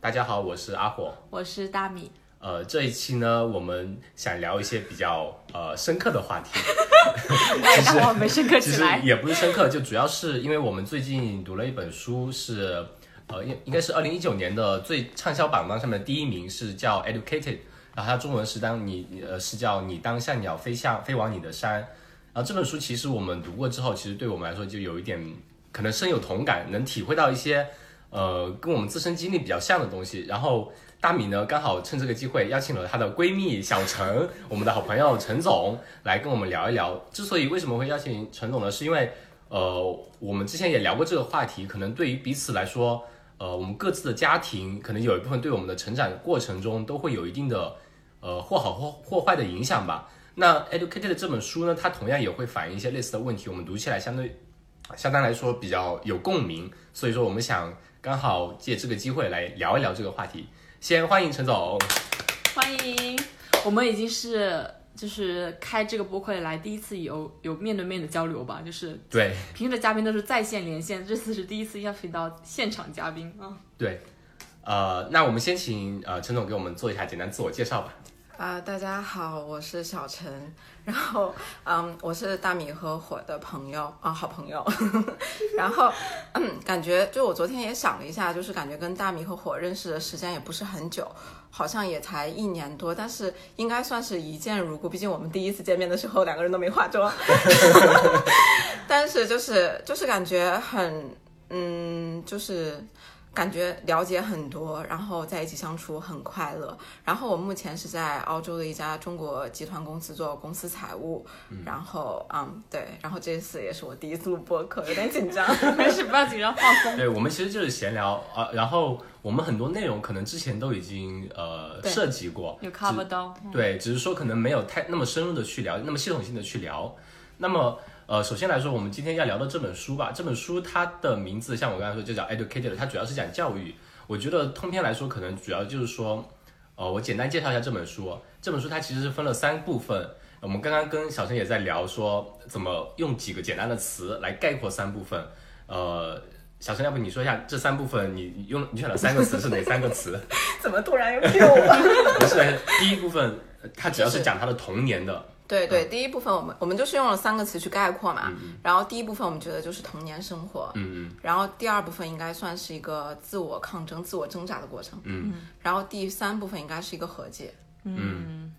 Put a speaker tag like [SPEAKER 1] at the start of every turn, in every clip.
[SPEAKER 1] 大家好，我是阿火。
[SPEAKER 2] 我是大米，
[SPEAKER 1] 呃，这一期呢，我们想聊一些比较呃深刻的话题，
[SPEAKER 2] 哎让我们深刻
[SPEAKER 1] 其
[SPEAKER 2] 起
[SPEAKER 1] 实
[SPEAKER 2] 来。
[SPEAKER 1] 也不是深刻，就主要是因为我们最近读了一本书是。呃，应应该是二零一九年的最畅销榜单上面的第一名是叫《Educated》，然后它中文是当你呃是叫你当像鸟飞向飞往你的山，然后这本书其实我们读过之后，其实对我们来说就有一点可能深有同感，能体会到一些呃跟我们自身经历比较像的东西。然后大米呢，刚好趁这个机会邀请了她的闺蜜小陈，我们的好朋友陈总来跟我们聊一聊。之所以为什么会邀请陈总呢，是因为呃我们之前也聊过这个话题，可能对于彼此来说，呃我们各自的家庭可能有一部分对我们的成长过程中都会有一定的呃或好或或坏的影响吧。那《Educated》这本书呢，它同样也会反映一些类似的问题，我们读起来相对相当来说比较有共鸣，所以说我们想刚好借这个机会来聊一聊这个话题。先欢迎陈总，
[SPEAKER 2] 欢迎，我们已经是就是开这个播客以来第一次有有面对面的交流吧，就是
[SPEAKER 1] 对
[SPEAKER 2] 平时的嘉宾都是在线连线，这次是第一次邀请到现场嘉宾啊。
[SPEAKER 1] 对，呃，那我们先请呃陈总给我们做一下简单自我介绍吧。
[SPEAKER 3] 啊、大家好，我是小陈，然后嗯，我是大米和火的朋友啊，好朋友， 然后嗯， 感觉就我昨天也想了一下，就是感觉跟大米和火认识的时间也不是很久，好像也才一年多，但是应该算是一见如故，毕竟我们第一次见面的时候两个人都没化妆， 但是就是就是感觉很嗯，就是感觉了解很多，然后在一起相处很快乐。然后我目前是在澳洲的一家中国集团公司做公司财务，然后嗯对，然后这次也是我第一次录播客，有点紧张。
[SPEAKER 2] 没事，不要紧张，放松。
[SPEAKER 1] 对，我们其实就是闲聊啊、呃然后我们很多内容可能之前都已经呃
[SPEAKER 3] 对
[SPEAKER 1] 涉及过，
[SPEAKER 2] 有 cover 到，
[SPEAKER 1] 对，只是说可能没有太那么深入的去聊，那么系统性的去聊。那么，呃，首先来说，我们今天要聊的这本书吧，这本书它的名字像我刚才说就叫《Educated》，它主要是讲教育。我觉得通篇来说，可能主要就是说，呃，我简单介绍一下这本书。这本书它其实是分了三部分。我们刚刚跟小陈也在聊说，怎么用几个简单的词来概括三部分。呃，小陈，要不你说一下这三部分你，你用你选了三个词是哪三个词？
[SPEAKER 3] 怎么突然又 Q 我？
[SPEAKER 1] 不是第一部分，呃他主要是讲他的童年的，
[SPEAKER 3] 对对，
[SPEAKER 1] 嗯
[SPEAKER 3] 第一部分我们我们就是用了三个词去概括嘛，然后第一部分我们觉得就是童年生活，
[SPEAKER 1] 嗯嗯，
[SPEAKER 3] 然后第二部分应该算是一个自我抗争、自我挣扎的过程，嗯，然后第三部分应该是一个和解，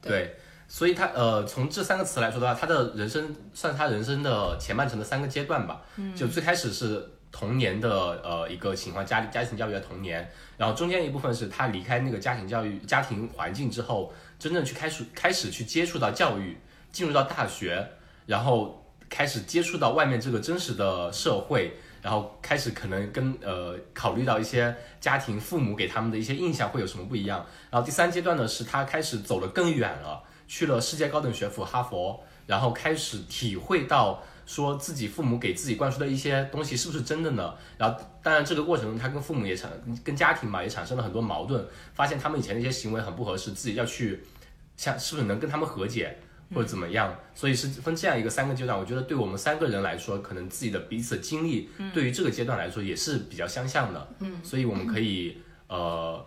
[SPEAKER 1] 对，所以他呃，从这三个词来说的话，他的人生算是他人生的前半程的三个阶段吧，就最开始是童年的呃一个情况，家里家庭教育的童年，然后中间一部分是他离开那个家庭教育家庭环境之后，真正去开始开始去接触到教育，进入到大学，然后开始接触到外面这个真实的社会，然后开始可能跟呃考虑到一些家庭父母给他们的一些印象会有什么不一样。然后第三阶段呢，是他开始走得更远了，啊去了世界高等学府哈佛，然后开始体会到说自己父母给自己灌输的一些东西是不是真的呢？然后当然这个过程中，他跟父母也产跟家庭嘛也产生了很多矛盾，发现他们以前的一些行为很不合适，自己要去像是不是能跟他们和解。或者怎么样，所以是分这样一个三个阶段。我觉得对我们三个人来说，可能自己的彼此经历，对于这个阶段来说也是比较相像的。嗯，所以我们可以呃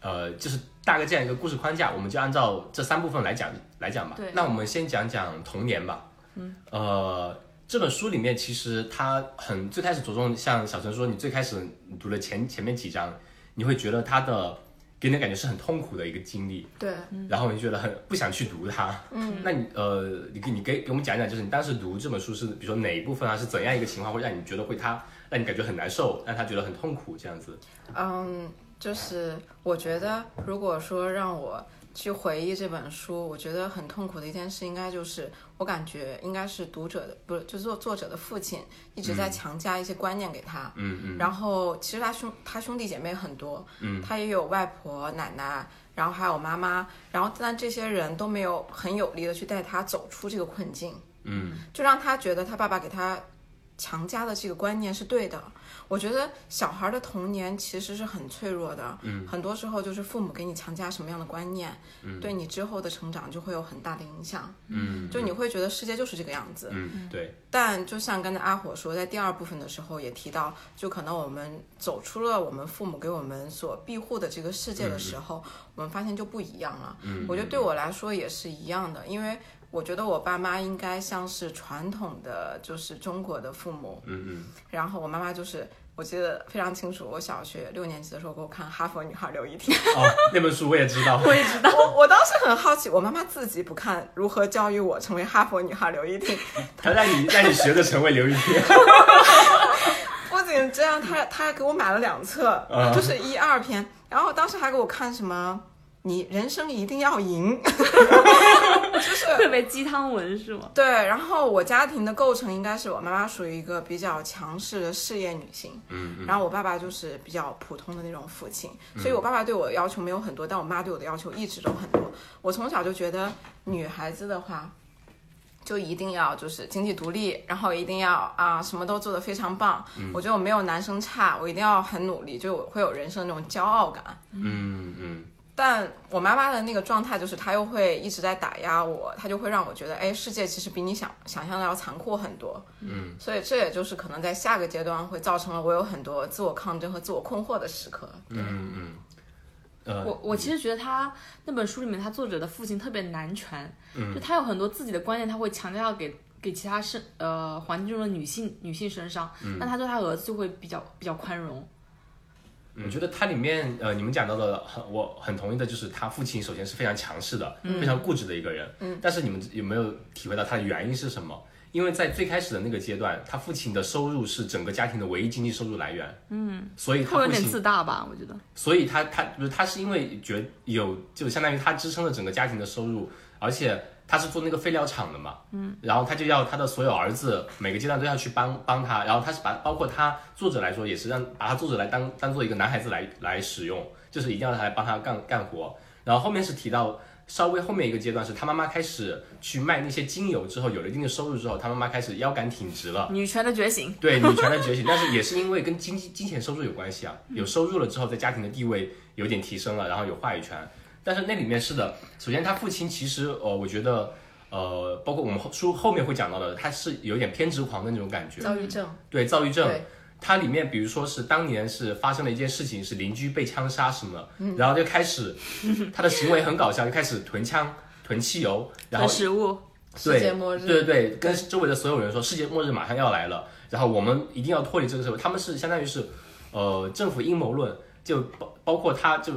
[SPEAKER 1] 呃，就是大概这样一个故事框架，我们就按照这三部分来讲来讲吧
[SPEAKER 2] 对。
[SPEAKER 1] 那我们先讲讲童年吧。嗯，呃，这本书里面其实它很最开始着重，像小陈说，你最开始你读了前前面几章，你会觉得它的给你的感觉是很痛苦的一个经历，
[SPEAKER 3] 对，
[SPEAKER 1] 然后你就觉得很不想去读它。嗯，那你呃，你给你给给我们讲讲，就是你当时读这本书是，比如说哪一部分啊，是怎样一个情况会让你觉得会它让你感觉很难受，让他觉得很痛苦这样子？
[SPEAKER 3] 嗯，就是我觉得，如果说让我去回忆这本书，我觉得很痛苦的一件事，应该就是我感觉应该是读者的，不是就是作作者的父亲一直在强加一些观念给他。
[SPEAKER 1] 嗯嗯
[SPEAKER 3] 然后其实他兄他兄弟姐妹很多，嗯，他也有外婆、奶奶，然后还有妈妈，然后但这些人都没有很有力的去带他走出这个困境。
[SPEAKER 1] 嗯。
[SPEAKER 3] 就让他觉得他爸爸给他强加的这个观念是对的，我觉得小孩的童年其实是很脆弱的，嗯，很多时候就是父母给你强加什么样的观念，嗯，对你之后的成长就会有很大的影响，
[SPEAKER 1] 嗯，
[SPEAKER 3] 就你会觉得世界就是这个样子，
[SPEAKER 1] 嗯，对，
[SPEAKER 3] 但就像刚才阿火说，在第二部分的时候也提到，就可能我们走出了我们父母给我们所庇护的这个世界的时候，我们发现就不一样了。
[SPEAKER 1] 嗯
[SPEAKER 3] 我觉得对我来说也是一样的，因为我觉得我爸妈应该像是传统的，就是中国的父母。
[SPEAKER 1] 嗯嗯，
[SPEAKER 3] 然后我妈妈就是，我记得非常清楚，我小学六年级的时候给我看《哈佛女孩刘亦婷》，
[SPEAKER 1] 哦，那本书我也 知道，
[SPEAKER 2] 我也知道，
[SPEAKER 3] 我我当时很好奇，我妈妈自己不看《如何教育我成为哈佛女孩刘亦婷》，
[SPEAKER 1] 他让你让你学着成为刘亦菲，
[SPEAKER 3] 不仅这样，他他还给我买了两册，
[SPEAKER 1] 啊
[SPEAKER 3] 就是一二篇，然后当时还给我看什么。你人生一定要赢，
[SPEAKER 2] 特别鸡汤文是吗？
[SPEAKER 3] 对。然后我家庭的构成应该是我妈妈属于一个比较强势的事业女性，
[SPEAKER 1] 嗯嗯
[SPEAKER 3] 然后我爸爸就是比较普通的那种父亲，所以我爸爸对我要求没有很多，但我妈对我的要求一直都很多。我从小就觉得女孩子的话，就一定要就是经济独立，然后一定要啊什么都做得非常棒。
[SPEAKER 1] 嗯
[SPEAKER 3] 我觉得我没有男生差，我一定要很努力，就我会有人生那种骄傲感。
[SPEAKER 1] 嗯嗯
[SPEAKER 3] 但我妈妈的那个状态就是，她又会一直在打压我，她就会让我觉得，哎，世界其实比你想想象的要残酷很多。
[SPEAKER 1] 嗯，
[SPEAKER 3] 所以这也就是可能在下个阶段会造成了我有很多自我抗争和自我困惑的时刻。
[SPEAKER 1] 嗯嗯，呃，
[SPEAKER 2] 我我其实觉得他那本书里面，他作者的父亲特别男权，就他有很多自己的观念，他会强调给给其他身呃环境中的女性女性身上，那他对他儿子就会比较比较宽容。
[SPEAKER 1] 我觉得它里面呃，你们讲到的很，我很同意的，就是他父亲首先是非常强势的，非常固执的一个人。嗯，但是你们有没有体会到他的原因是什么？因为在最开始的那个阶段，他父亲的收入是整个家庭的唯一经济收入来源。嗯，所以他
[SPEAKER 2] 会有
[SPEAKER 1] 父
[SPEAKER 2] 点
[SPEAKER 1] 亲
[SPEAKER 2] 自大吧，我觉得。
[SPEAKER 1] 所以他他不是他是因为觉有就相当于他支撑了整个家庭的收入，而且他是做那个废料厂的嘛，嗯，然后他就要他的所有儿子每个阶段都要去帮帮他，然后他是把包括他作者来说也是让把他作者来当当做一个男孩子来来使用，就是一定要他来帮他干干活，然后后面是提到。稍微后面一个阶段是他妈妈开始去卖那些精油之后，有了一定的收入之后，他妈妈开始腰杆挺直了，
[SPEAKER 2] 女权的觉醒，
[SPEAKER 1] 对女权的觉醒，但是也是因为跟经济金钱收入有关系啊，有收入了之后，在家庭的地位有点提升了，然后有话语权。但是那里面是的，首先他父亲其实呃，我觉得呃，包括我们后书后面会讲到的，他是有点偏执狂的那种感觉，
[SPEAKER 3] 躁郁症，
[SPEAKER 1] 对躁郁症
[SPEAKER 3] 对。
[SPEAKER 1] 它里面比如说是当年是发生了一件事情，是邻居被枪杀什么的，
[SPEAKER 3] 嗯
[SPEAKER 1] 然后就开始他的行为很搞笑，就开始囤枪、囤汽 油，然后
[SPEAKER 2] 和食物，
[SPEAKER 1] 对
[SPEAKER 3] 世界末日
[SPEAKER 1] 对对对，跟周围的所有人说世界末日马上要来了，然后我们一定要脱离这个社会。他们是相当于是，呃，政府阴谋论，就包包括他就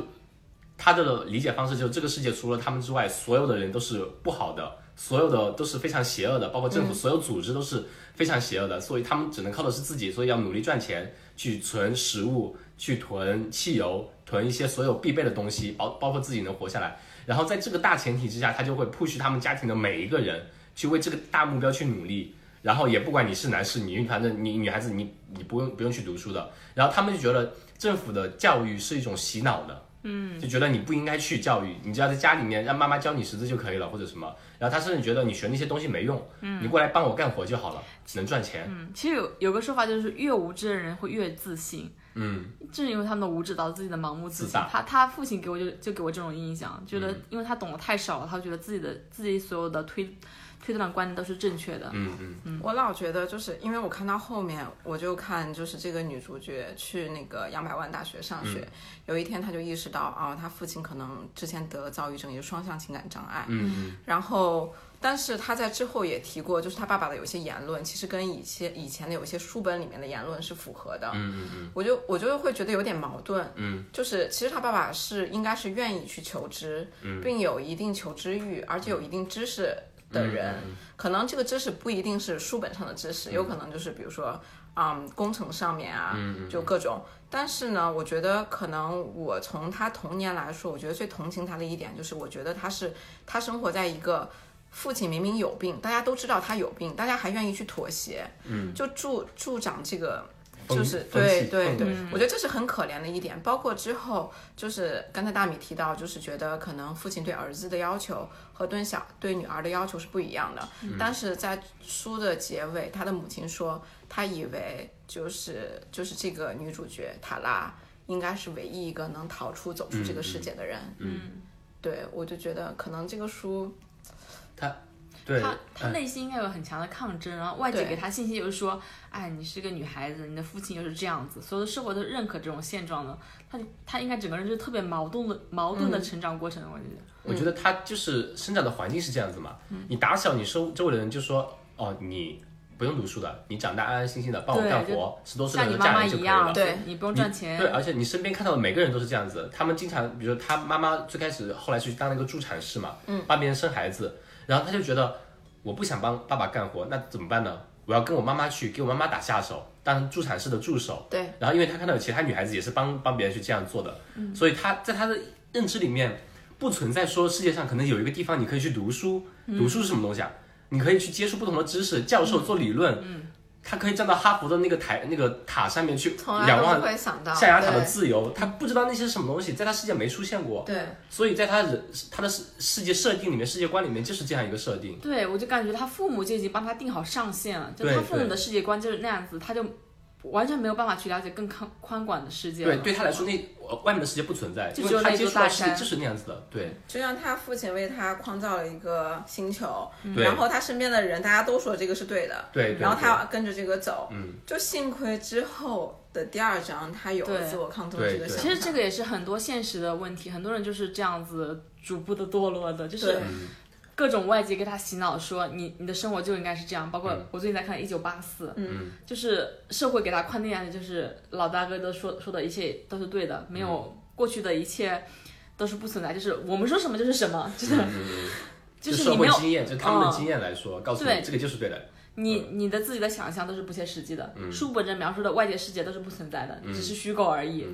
[SPEAKER 1] 他的理解方式，就这个世界除了他们之外，所有的人都是不好的，所有的都是非常邪恶的，包括政
[SPEAKER 3] 嗯
[SPEAKER 1] 府所有组织都是非常邪恶的，所以他们只能靠的是自己，所以要努力赚钱，去存食物，去囤汽油，囤一些所有必备的东西，包包括自己能活下来。然后在这个大前提之下，他就会 push 他们家庭的每一个人去为这个大目标去努力。然后也不管你是男是女，反正你女孩子你你不用不用去读书的。然后他们就觉得政府的教育是一种洗脑的，嗯，就觉得你不应该去教育，你只要在家里面让妈妈教你识字就可以了，或者什么。然后他甚至觉得你学那些东西没用，嗯，你过来帮我干活就好了，能赚钱。
[SPEAKER 2] 嗯，其实有有个说法就是，越无知的人会越自信，
[SPEAKER 1] 嗯
[SPEAKER 2] 正是因为他们的无知导致自己的盲目
[SPEAKER 1] 自
[SPEAKER 2] 信
[SPEAKER 1] 大。嗯
[SPEAKER 2] 他他父亲给我就就给我这种印象，觉得因为他懂得太少了，他觉得自己的自己所有的推推断的观念都是正确的。
[SPEAKER 1] 嗯嗯
[SPEAKER 3] 我老觉得就是因为我看到后面，我就看就是这个女主角去那个杨百万大学上学，有一天她就意识到啊，她父亲可能之前得了躁郁症，也是双向情感障碍。
[SPEAKER 1] 嗯
[SPEAKER 3] 然后，但是他在之后也提过，就是他爸爸的有些言论，其实跟以前以前的有些书本里面的言论是符合的。嗯嗯嗯，我就我就会觉得有点矛盾。嗯，就是其实他爸爸是应该是愿意去求知，并有一定求知欲，而且有一定知识的人，可能这个知识不一定是书本上的知识，有可能就是比如说，嗯，工程上面啊，就各种。但是呢，我觉得可能我从他童年来说，我觉得最同情他的一点就是，我觉得他是他生活在一个父亲明明有病，大家都知道他有病，大家还愿意去妥协，嗯，就助助长这个
[SPEAKER 1] 风
[SPEAKER 3] 就是
[SPEAKER 1] 风
[SPEAKER 3] 对
[SPEAKER 1] 气
[SPEAKER 3] 对
[SPEAKER 1] 氛
[SPEAKER 3] 对
[SPEAKER 1] 围，
[SPEAKER 3] 我觉得这是很可怜的一点。包括之后，就是刚才大米提到，就是觉得可能父亲对儿子的要求和对小对女儿的要求是不一样的。
[SPEAKER 1] 嗯
[SPEAKER 3] 但是在书的结尾，他的母亲说，他以为就是就是这个女主角塔拉应该是唯一一个能逃出走出这
[SPEAKER 1] 嗯
[SPEAKER 3] 个世界的人。
[SPEAKER 2] 嗯，
[SPEAKER 3] 对我就觉得可能这个书
[SPEAKER 1] 对
[SPEAKER 2] 他他
[SPEAKER 1] 嗯
[SPEAKER 2] 内心应该有很强的抗争，然后外界
[SPEAKER 3] 对
[SPEAKER 2] 给他信息就是说，哎，你是个女孩子，你的父亲又是这样子，所有的社会都认可这种现状的，他他应该整个人就是特别矛盾的矛盾
[SPEAKER 1] 嗯
[SPEAKER 2] 的成长过程，我觉得。
[SPEAKER 1] 我觉得他就是生长的环境是这样子嘛。
[SPEAKER 2] 嗯
[SPEAKER 1] 你打小你周周围的人就说，哦，你不用读书的，你长大安安心心的帮我
[SPEAKER 2] 对
[SPEAKER 1] 干
[SPEAKER 2] 就
[SPEAKER 1] 活，十多岁
[SPEAKER 2] 像
[SPEAKER 1] 的
[SPEAKER 2] 你
[SPEAKER 1] 人
[SPEAKER 2] 妈
[SPEAKER 1] 嫁
[SPEAKER 2] 妈
[SPEAKER 1] 人就
[SPEAKER 2] 一
[SPEAKER 1] 可以了
[SPEAKER 2] 样，。
[SPEAKER 3] 对
[SPEAKER 2] 你不用赚钱
[SPEAKER 1] 对，，而且你身边看到的每个人都是这样子，他们经常，比如说他妈妈最开始后来去当那个助产士嘛，嗯，帮别人生孩子，然后他就觉得我不想帮爸爸干活，那怎么办呢？我要跟我妈妈去，给我妈妈打下手，当助产士的助手。
[SPEAKER 3] 对，
[SPEAKER 1] 然后因为他看到有其他女孩子也是帮帮别人去这样做的，
[SPEAKER 3] 嗯
[SPEAKER 1] 所以他在他的认知里面不存在说世界上可能有一个地方你可以去读书，
[SPEAKER 3] 嗯
[SPEAKER 1] 读书是什么东西啊？你可以去接触不同的知识，教授做理论，
[SPEAKER 3] 嗯
[SPEAKER 1] 他可以站到哈佛的那个台那个塔上面去
[SPEAKER 3] 从来
[SPEAKER 1] 仰
[SPEAKER 3] 都
[SPEAKER 1] 望
[SPEAKER 3] 不会想到
[SPEAKER 1] 象牙塔的
[SPEAKER 3] 对
[SPEAKER 1] 自由，他不知道那些是什么东西，在他世界没出现过，
[SPEAKER 3] 对
[SPEAKER 1] 所以在他人他的世世界设定里面，世界观里面就是这样一个设定。
[SPEAKER 2] 对，我就感觉他父母就已经帮他定好上限了，就
[SPEAKER 1] 对
[SPEAKER 2] 他父母
[SPEAKER 1] 对
[SPEAKER 2] 的世界观就是那样子，他就完全没有办法去了解更宽宽广的世界了。
[SPEAKER 1] 对，对他来说，那呃外面的世界不存在，
[SPEAKER 2] 就
[SPEAKER 1] 因
[SPEAKER 2] 只有
[SPEAKER 1] 为他
[SPEAKER 2] 那
[SPEAKER 1] 接
[SPEAKER 2] 座
[SPEAKER 1] 触
[SPEAKER 2] 大
[SPEAKER 1] 到世界
[SPEAKER 2] 山
[SPEAKER 1] 就是那样子的。对，
[SPEAKER 3] 就像他父亲为他创造了一个星球，
[SPEAKER 2] 嗯
[SPEAKER 1] 对
[SPEAKER 3] 然后他身边的人大家都说这个是对的，
[SPEAKER 1] 对对
[SPEAKER 3] 然后他跟着这个走，嗯，就幸亏之后的第二章他有了
[SPEAKER 2] 对
[SPEAKER 3] 自我抗争的这个
[SPEAKER 1] 对
[SPEAKER 3] 想法。
[SPEAKER 2] 其实这个也是很多现实的问题，很多人就是这样子逐步的堕落的，就是
[SPEAKER 3] 对
[SPEAKER 2] 各种外界给他洗脑说你你的生活就应该是这
[SPEAKER 3] 嗯
[SPEAKER 2] 样。包括我最近在看《一九八四》，嗯，就是社会给他框定下去，就是老大哥都说说的一切都是对的，没有
[SPEAKER 1] 嗯
[SPEAKER 2] 过去的一切都是不存在，就是我们说什么就是什么，
[SPEAKER 1] 嗯
[SPEAKER 2] 就是、
[SPEAKER 1] 就是社
[SPEAKER 2] 你没
[SPEAKER 1] 会
[SPEAKER 2] 有
[SPEAKER 1] 经验，就他们的
[SPEAKER 2] 嗯
[SPEAKER 1] 经验来说，告诉你
[SPEAKER 2] 对
[SPEAKER 1] 这个就是对的。
[SPEAKER 2] 你你的自己的想象都是不切实际的，书本上描述的外界世界都是不存在的，只是虚构而已。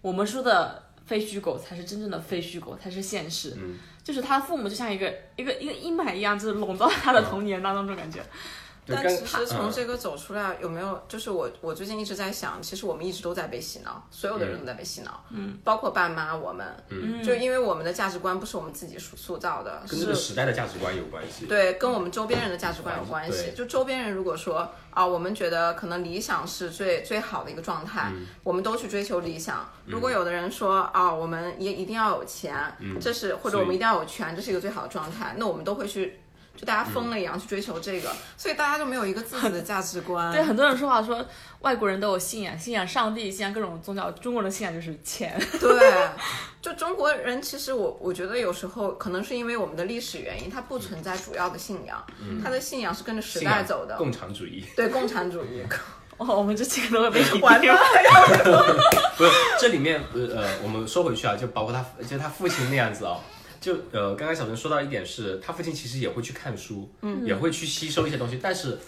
[SPEAKER 2] 我们说的非虚构才是真正的非虚构，才是现实。就是他的父母就像一个一个一个阴霾一样，就是笼罩在他的童年当中，这种感觉。
[SPEAKER 1] 对，
[SPEAKER 3] 但
[SPEAKER 1] 刚
[SPEAKER 3] 其实从
[SPEAKER 1] 嗯
[SPEAKER 3] 这个走出来，有没有就是我我最近一直在想，其实我们一直都在被洗脑，所有的人都在被洗脑，嗯，包括爸妈我们，嗯，就因为我们的价值观不是我们自己塑塑造的，
[SPEAKER 1] 跟这个
[SPEAKER 3] 是。
[SPEAKER 1] 时代的价值观有关系。
[SPEAKER 3] 对，跟我们周边人的价值观有关系
[SPEAKER 1] 对。
[SPEAKER 3] 就周边人如果说啊，我们觉得可能理想是最最好的一个状态，
[SPEAKER 1] 嗯
[SPEAKER 3] 我们都去追求理想。如果有的人说啊，我们也一定要有钱，
[SPEAKER 1] 嗯
[SPEAKER 3] 这是或者
[SPEAKER 1] 所以
[SPEAKER 3] 我们一定要有权，这是一个最好的状态，那我们都会去。就大家疯了一样去追求
[SPEAKER 1] 嗯
[SPEAKER 3] 这个，所以大家就没有一个自己的价值 观。
[SPEAKER 2] 对很多人说话说外国人都有信仰，信仰上帝，信仰各种宗教，中国人的信仰就是钱。
[SPEAKER 3] 对，就中国人，其实我我觉得有时候可能是因为我们的历史原因，它不存在主要的信仰，它的信仰是跟着
[SPEAKER 1] 嗯
[SPEAKER 3] 时
[SPEAKER 1] 信
[SPEAKER 3] 代
[SPEAKER 1] 仰
[SPEAKER 3] 走的。
[SPEAKER 1] 共产主义
[SPEAKER 3] 对共产主 义，
[SPEAKER 2] 哦，我们这几个都会被你
[SPEAKER 3] 完
[SPEAKER 2] 掉。
[SPEAKER 3] 了。
[SPEAKER 1] 不是这里面不是呃，我们说回去啊，就包括他，就他父亲那样子啊、就呃，刚刚小陈说到一点是，他父亲其实也会去看书，嗯，也会去吸收一些东西，但是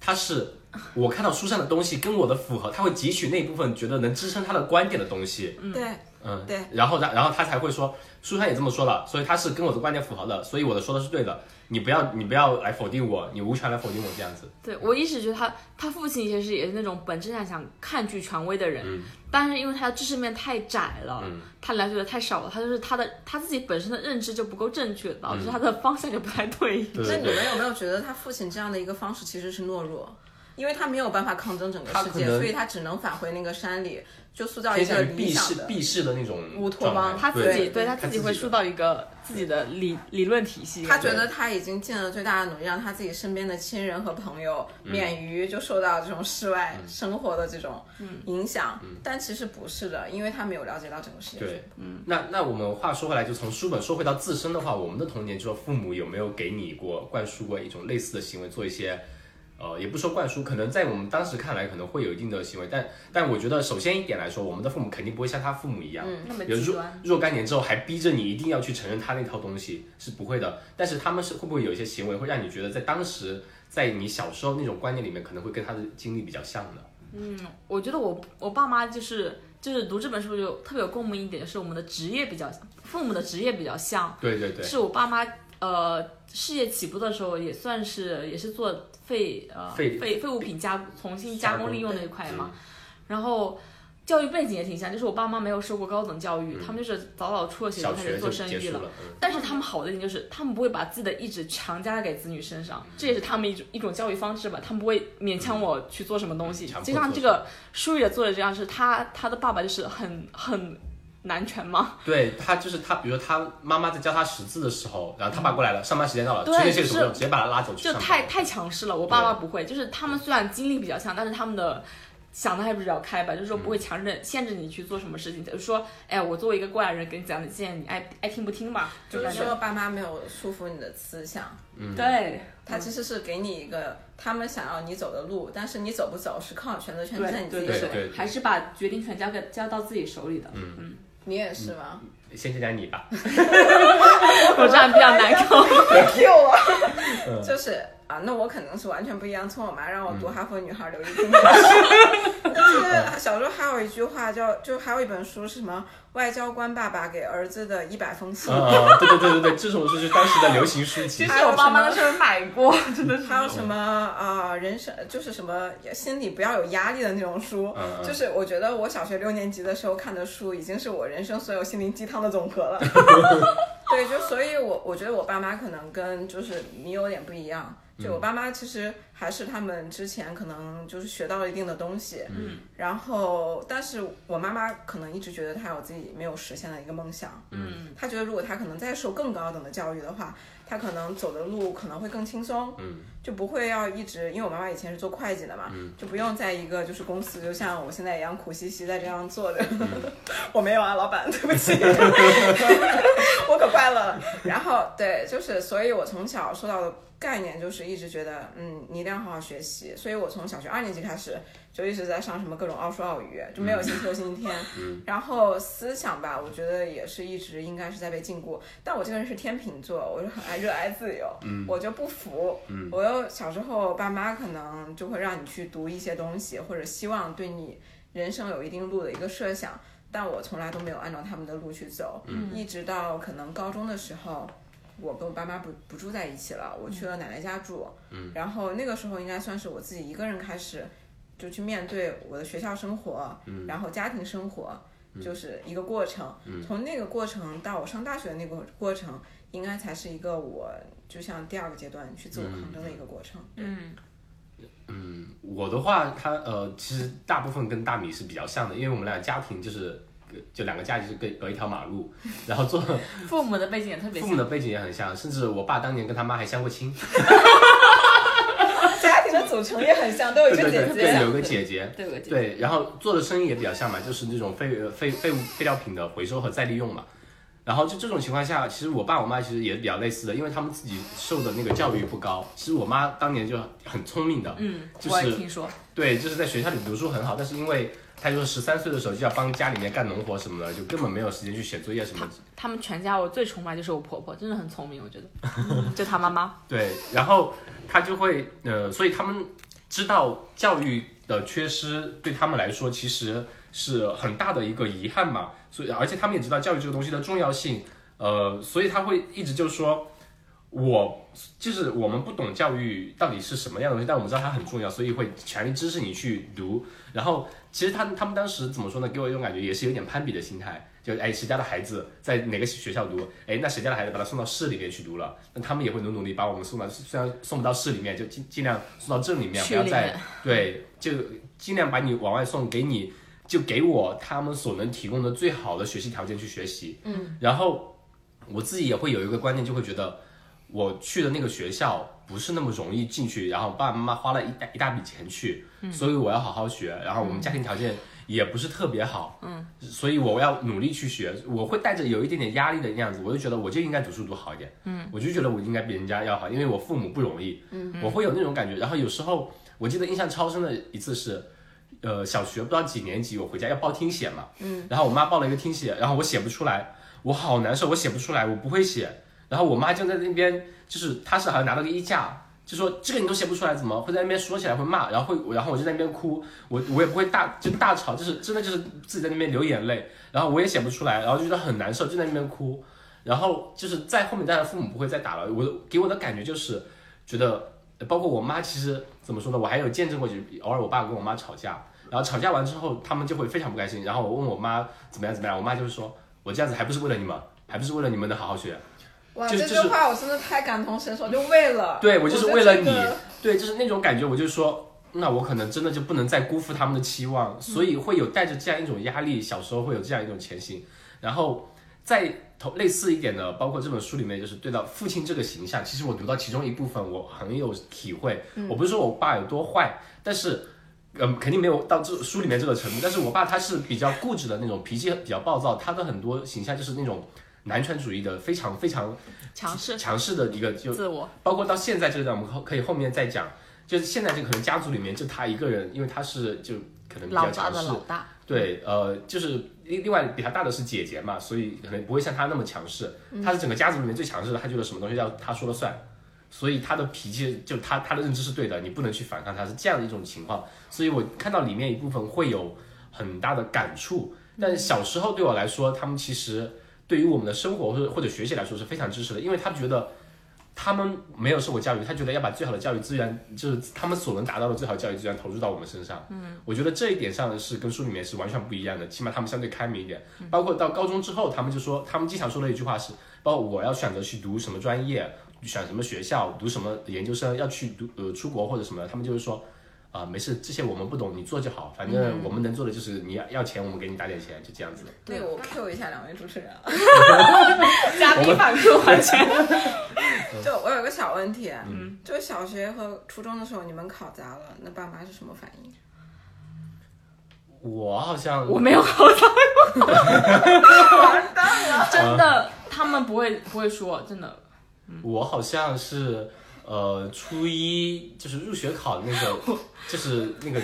[SPEAKER 1] 他是我看到书上的东西跟我的符合，他会汲取那一部分觉得能支撑他的观点的东西，
[SPEAKER 3] 对，
[SPEAKER 1] 嗯，
[SPEAKER 3] 对，
[SPEAKER 1] 然后他然后他才会说，书上也这么说了，所以他是跟我的观点符合的，所以我的说的是对的，你不要你不要来否定我，你无权来否定我这样子，
[SPEAKER 2] 对我一直觉得他他父亲其实也是那种本质上想抗拒权威的人，但是因为他的知识面太窄了，他了解的太少了，他就是他的他自己本身的认知就不够正确，导致他的方向就不太对。
[SPEAKER 1] 对
[SPEAKER 3] 那
[SPEAKER 1] 对
[SPEAKER 3] 你
[SPEAKER 1] 对。
[SPEAKER 3] 们有没有觉得他父亲这样的一个方式其实是懦弱？因为他没有办法抗争整个
[SPEAKER 1] 他
[SPEAKER 3] 世
[SPEAKER 1] 可
[SPEAKER 3] 界，
[SPEAKER 1] 能
[SPEAKER 3] 所以他只能返回那个山里，就塑造一
[SPEAKER 1] 偏向
[SPEAKER 3] 个
[SPEAKER 1] 于
[SPEAKER 3] 理
[SPEAKER 1] 避世
[SPEAKER 3] 想的。
[SPEAKER 1] 避世的那种
[SPEAKER 3] 乌托邦
[SPEAKER 1] 状态
[SPEAKER 2] 他自己
[SPEAKER 1] 对
[SPEAKER 2] 对他
[SPEAKER 1] 他
[SPEAKER 2] 自己
[SPEAKER 1] 自己
[SPEAKER 2] 会
[SPEAKER 1] 的
[SPEAKER 2] 塑造一个自己的理理论体系。
[SPEAKER 3] 他觉得他已经尽了最大的努力，让他自己身边的亲人和朋友
[SPEAKER 1] 嗯
[SPEAKER 3] 免于就受到这种室外生活的这种
[SPEAKER 1] 嗯
[SPEAKER 3] 影响，但其实不是的，因为他没有了解到整个世界。
[SPEAKER 1] 对，嗯，那那我们话说回来，就从书本说回到自身的话，我们的童年，就说父母有没有给你过灌输过一种类似的行为，做一些，呃，也不说灌输，可能在我们当时看来可能会有一定的行为，但但我觉得首先一点来说，我们的父母肯定不会像他父母一样，
[SPEAKER 2] 嗯那么
[SPEAKER 1] 有
[SPEAKER 2] 极
[SPEAKER 1] 若
[SPEAKER 2] 端，
[SPEAKER 1] 若干年之后还逼着你一定要去承认他那套东西是不会的，但是他们是会不会有一些行为会让你觉得在当时在你小时候那种观念里面可能会跟他的经历比较像呢？
[SPEAKER 2] 我觉得我我爸妈就是就是读这本书就特别有共鸣一点，就是我们的职业比较父母的职业比较像。
[SPEAKER 1] 对对对，
[SPEAKER 2] 是我爸妈呃事业起步的时候，也算是也是做废呃
[SPEAKER 1] 废
[SPEAKER 2] 废废物品加重新加工利用那一块嘛。然后教育背景也挺像，就是我爸妈没有受过高等教育，他们就是早早出了嗯学就
[SPEAKER 1] 小
[SPEAKER 2] 开
[SPEAKER 1] 学
[SPEAKER 2] 始
[SPEAKER 1] 就
[SPEAKER 2] 做生
[SPEAKER 1] 结
[SPEAKER 2] 意
[SPEAKER 1] 束
[SPEAKER 2] 了。
[SPEAKER 1] 了，嗯
[SPEAKER 2] 但是他们好的一点就是，他们不会把自己的意志强加给子女身上，这也是他们一种一种教育方式吧。他们不会勉强我去做什么东西
[SPEAKER 1] 嗯强，迫
[SPEAKER 2] 就像这个书里的作者这样，是他他的爸爸就是很很男权嘛，
[SPEAKER 1] 对他就是他，比如说他妈妈在教他识字的时候，然后他爸过来了，上班时间到了，
[SPEAKER 2] 对
[SPEAKER 1] 出现这个
[SPEAKER 2] 就
[SPEAKER 1] 什
[SPEAKER 2] 是
[SPEAKER 1] 么时候直接把他拉走去
[SPEAKER 2] 就
[SPEAKER 1] 上班。
[SPEAKER 2] 太太强势了。我爸爸不会，就是他们虽然经历比较像，但是他们的。想的还比较开吧，就是说
[SPEAKER 1] 嗯
[SPEAKER 2] 不会强制限制你去做什么事情，就是说，哎，我作为一个过来人给你怎样的建议，你爱爱听不听吧，就
[SPEAKER 3] 就
[SPEAKER 2] 是感觉
[SPEAKER 3] 说爸妈没有束缚你的思想，
[SPEAKER 2] 对，
[SPEAKER 3] 他
[SPEAKER 1] 嗯
[SPEAKER 3] 其实是给你一个他们想要你走的路，但是你走不走是靠选择权在你自己
[SPEAKER 1] 对
[SPEAKER 3] 手里。
[SPEAKER 1] 对
[SPEAKER 2] 还是把决定权交给交到自己手里的。嗯，
[SPEAKER 3] 你也是吗？
[SPEAKER 1] 先讲讲你 吧，嗯
[SPEAKER 2] 我这样比较难搞。
[SPEAKER 3] Q 我， 就是啊，那我可能是完全不一样。从我妈让我读《哈佛女孩》刘亦菲 开始，就是小时候还有一句话叫，就还有一本书是什么？外交官爸爸给儿子的一百封信。
[SPEAKER 1] 嗯，对对对对对，这种就是当时的流行书籍
[SPEAKER 2] 其，实我爸妈当时买 过，真的是。
[SPEAKER 3] 还有什么啊、人生就是什么心里不要有压力的那种书，
[SPEAKER 1] 嗯嗯
[SPEAKER 3] 就是我觉得我小学六年级的时候看的书，已经是我人生所有心灵鸡汤的总和 了。对，就所以我，我觉得我爸妈可能跟就是你有点不一样。就我爸妈其实还是他们之前可能就是学到了一定的东西，嗯，然后但是我妈妈可能一直觉得她有自己没有实现的一个梦想，嗯，她觉得如果她可能再受更高等的教育的话，她可能走的路可能会更轻松，嗯，就不会要一直，因为我妈妈以前是做会计的嘛，就不用在一个就是公司，就像我现在一样苦兮兮在这样坐着， 我没有啊，老板，对不起。我可快乐了。然后对，就是所以，我从小受到的概念就是一直觉得，嗯，你一定要好好学习。所以我从小学二年级开始就一直在上什么各种奥数、奥语，就没有星期六、星期天。 然后思想吧，我觉得也是一直应该是在被禁锢。但我这个人是天秤座，我就很爱热爱自由，我就不服。我又小时候爸妈可能就会让你去读一些东西，或者希望对你人生有一定路的一个设想。但我从来都没有按照他们的路去走，一直到可能高中的时候，我跟我爸妈不不住在一起了，我去了奶奶家住，然后那个时候应该算是我自己一个人开始就去面对我的学校生活，然后家庭生活，就是一个过程。从那个过程到我上大学的那个过程，应该才是一个我就像第二个阶段去自我抗争的一个过程。
[SPEAKER 1] 嗯，我的话，他呃，其实大部分跟大米是比较像的，因为我们俩家庭就是呃就两个家庭是隔隔一条马路，然后 做
[SPEAKER 2] 父母的背景也特别
[SPEAKER 1] 父母
[SPEAKER 2] 像。
[SPEAKER 1] 的背景也很像，甚至我爸当年跟他妈还相过亲，
[SPEAKER 3] 家庭的组成也很像，都有一
[SPEAKER 1] 对
[SPEAKER 3] 个
[SPEAKER 1] 对
[SPEAKER 3] 姐
[SPEAKER 1] 对
[SPEAKER 3] 姐
[SPEAKER 1] 对，。有个姐姐，
[SPEAKER 2] 对我记得
[SPEAKER 1] 对，然后做的生意也比较像嘛，就是那种废呃废废物废料品的回收和再利用嘛。然后就这种情况下，其实我爸我妈其实也比较类似的，因为他们自己受的那个教育不高。其实我妈当年就很聪明的，
[SPEAKER 2] 嗯，
[SPEAKER 1] 就是
[SPEAKER 2] 我也听说。
[SPEAKER 1] 对，就是在学校里读书很好，但是因为她就是十三岁的时候就要帮家里面干农活什么的，就根本没有时间去写作业什么的。
[SPEAKER 2] 他们全家我最崇拜就是我婆婆，真的很聪明，我觉得。嗯就她妈妈，
[SPEAKER 1] 对，然后他就会呃，所以他们知道教育的缺失对他们来说其实是很大的一个遗憾嘛，所以而且他们也知道教育这个东西的重要性，呃，所以他会一直就说。我就是我们不懂教育到底是什么样的东西，但我们知道它很重要，所以会全力支持你去读。然后其实他他们当时怎么说呢？给我一种感觉也是有点攀比的心态，就哎谁家的孩子在哪个学校读，哎那谁家的孩子把他送到市里面去读了，那他们也会努努力把我们送到，虽然送不到市里面，就尽尽量送到镇里面，不
[SPEAKER 2] 区
[SPEAKER 1] 要
[SPEAKER 2] 里
[SPEAKER 1] 再
[SPEAKER 2] 面
[SPEAKER 1] 对，就尽量把你往外送，给你就给我他们所能提供的最好的学习条件去学习。嗯，然后我自己也会有一个观念，就会觉得我去的那个学校不是那么容易进去，然后爸爸妈妈花了一大一大笔钱去，所以我要好好学。然后我们家庭条件也不是特别好，嗯，所以我要努力去学。我会带着有一点点压力的样子，我就觉得我就应该读书读好一点，嗯，我就觉得我应该比人家要好，因为我父母不容易，嗯，我会有那种感觉。然后有时候我记得印象超深的一次是。呃，小学不知道几年级，我回家要报听写嘛，嗯，然后我妈报了一个听写，然后我写不出来，我好难受，我写不出来，我不会写，然后我妈就在那边，就是她是好像拿了个衣架，就说这个你都写不出来，怎么会在那边说起来会骂，然后会，然后我就在那边哭，我我也不会大就大吵，就是真的就是自己在那边流眼泪，然后我也写不出来，然后就觉得很难受，就在那边哭，然后就是在后面，当然父母不会再打了，我给我的感觉就是觉得，包括我妈其实怎么说呢，我还有见证过，就偶尔我爸跟我妈吵架，然后吵架完之后，他们就会非常不开心。然后我问我妈怎么样怎么样，我妈就是说我这样子还不是为了你们，还不是为了你们能好好学。
[SPEAKER 3] 哇，
[SPEAKER 1] 就
[SPEAKER 3] 这
[SPEAKER 1] 就是
[SPEAKER 3] 句话我真的太感同身受，就为 了
[SPEAKER 1] 对我就是为了你
[SPEAKER 3] 我觉得这个，
[SPEAKER 1] 对，就是那种感觉，我就说，那我可能真的就不能再辜负他们的期望，所以会有带着这样一种压力，小时候会有这样一种前行，然后在同类似一点的，包括这本书里面，就是对到父亲这个形象，其实我读到其中一部分，我很有体会。我不是说我爸有多坏，但是。嗯，肯定没有到这书里面这个程度，但是我爸他是比较固执的那种，脾气比较暴躁，他的很多形象就是那种男权主义的，非常非常
[SPEAKER 2] 强势
[SPEAKER 1] 强势的一个就
[SPEAKER 2] 自我，
[SPEAKER 1] 包括到现在这个段，我们后可以后面再讲。就是现在这个可能家族里面就他一个人，因为他是就可能比
[SPEAKER 2] 老
[SPEAKER 1] 较
[SPEAKER 2] 大
[SPEAKER 1] 强
[SPEAKER 2] 的
[SPEAKER 1] 势
[SPEAKER 2] 老， 大，
[SPEAKER 1] 对，呃，就是另另外比他大的是姐姐嘛，所以可能不会像他那么强势。他是整个家族里面最强势的，他觉得什么东西要他说了算，所以他的脾气就他他的认知是对的，你不能去反抗他，是这样的一种情况。所以我看到里面一部分会有很大的感触，但小时候对我来说，他们其实对于我们的生活或者或者学习来说是非常支持的，因为他觉得。他们没有受过教育，他觉得要把最好的教育资源，就是他们所能达到的最好的教育资源投入到我们身上。我觉得这一点上是跟书里面是完全不一样的，起码他们相对开明一点。
[SPEAKER 2] 嗯
[SPEAKER 1] 包括到高中之后，他们就说，他们经常说的一句话是，包括我要选择去读什么专业，选什么学校，读什么研究生，要去读呃出国或者什么的，他们就是说，啊、没事，这些我们不懂，你做就好，反
[SPEAKER 2] 嗯
[SPEAKER 1] 正我们能做的就是你要要钱，我们给你打点钱，就这样子。
[SPEAKER 3] 对我 Q 一下两位主持人啊，
[SPEAKER 2] 嘉宾反馈环节，
[SPEAKER 1] 嗯
[SPEAKER 3] 就我有个小问题，嗯，就小学和初中的时候你们考砸了，那爸妈是什么反应？
[SPEAKER 1] 我好像
[SPEAKER 2] 我没有好到，
[SPEAKER 3] 完蛋了，
[SPEAKER 2] 真的，他们不会不会说，真的，
[SPEAKER 1] 我好像是呃初一就是入学考那 个， 就是那个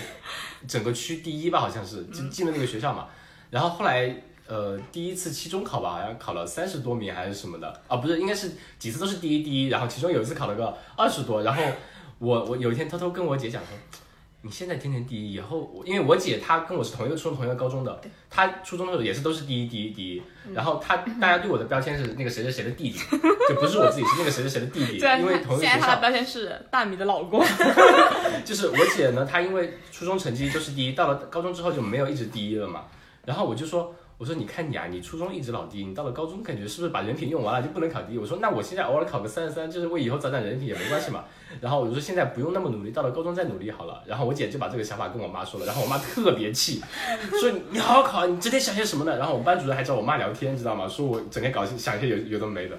[SPEAKER 1] 整个区第一吧，好像是就进了那个学校嘛。然后后来呃第一次期中考吧，好像考了三十多名还是什么的啊，不是，应该是几次都是第一第一，然后其中有一次考了个二十多，然后我我有一天偷偷跟我姐讲说。你现在天天第一，以后我因为我姐她跟我是同一个初中、同一个高中的，她初中的时候也是都是第一、第一、第一，
[SPEAKER 2] 嗯
[SPEAKER 1] 然后她大家对我的标签是那个谁谁谁的弟 弟，就不是我自己，是那个谁谁谁的弟弟，
[SPEAKER 2] 虽然
[SPEAKER 1] 因为同一个
[SPEAKER 2] 啊现在
[SPEAKER 1] 学
[SPEAKER 2] 他
[SPEAKER 1] 校
[SPEAKER 2] 的。标签是大米的 老公，
[SPEAKER 1] 就是我姐呢，她因为初中成绩都是第一，到了高中之后就没有一直第一了嘛。然后我就说，我说你看你啊，你初中一直老第一，你到了高中感觉是不是把人品用完了就不能考第一？我说那我现在偶尔考个三十三，就是为以后攒攒人品也没关系嘛。然后我就说现在不用那么努力，到了高中再努力好了。然后我姐就把这个想法跟我妈说了，然后我妈特别气，说你你好好考，你整天想些什么呢？然后我们班主任还找我妈聊天，知道吗？说我整天搞想些有有的没的。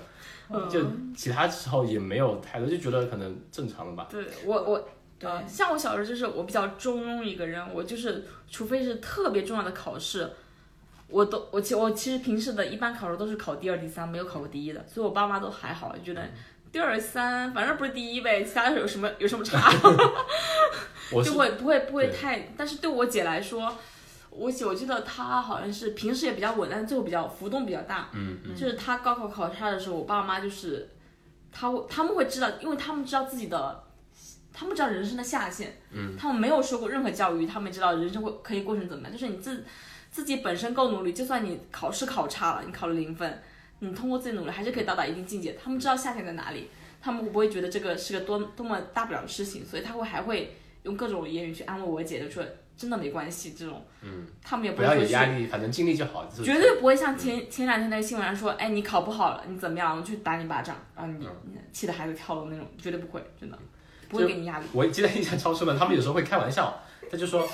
[SPEAKER 1] 就其他时候也没有太多，就觉得可能正常了吧。
[SPEAKER 2] 对我我
[SPEAKER 3] 对
[SPEAKER 2] 呃，像我小时候就是我比较中庸一个人，我就是除非是特别重要的考试，我都我其我其实平时的一般考试都是考第二、第三，没有考过第一的，所以我爸妈都还好，觉得第二、三反正不是第一呗，其他有什么有什么差，
[SPEAKER 1] 我是
[SPEAKER 2] 就会不会不会
[SPEAKER 1] 对
[SPEAKER 2] 太。但是对我姐来说。我姐我记得她好像是平时也比较稳，但是最后比较浮动比较大。
[SPEAKER 1] 嗯，
[SPEAKER 2] 就是她高考考差的时候，我爸妈就是，他会他们会知道，因为他们知道自己的，他们知道人生的下限，嗯，他们没有受过任何教育，他们知道人生会可以过成怎么样，就是你自自己本身够努力，就算你考试考差了，你考了零分，你通过自己努力还是可以到达一定境界，他们知道下限在哪里，他们不会觉得这个是个多多么大不了的事情，所以他会还会用各种言语去安慰我姐，就说真的没关系这种，嗯，他们也不
[SPEAKER 1] 不
[SPEAKER 2] 会
[SPEAKER 1] 要有
[SPEAKER 2] 说去
[SPEAKER 1] 压力，反正尽力就好。就是
[SPEAKER 2] 绝对不会像前前两天那个新闻上说，哎，你考不好了，你怎么样？我去打你巴掌，然后你
[SPEAKER 1] 嗯
[SPEAKER 2] 你气得孩子跳楼那种，绝对不会，真的不会给你压力。
[SPEAKER 1] 我记得印象超深的，他们有时候会开玩笑，他就说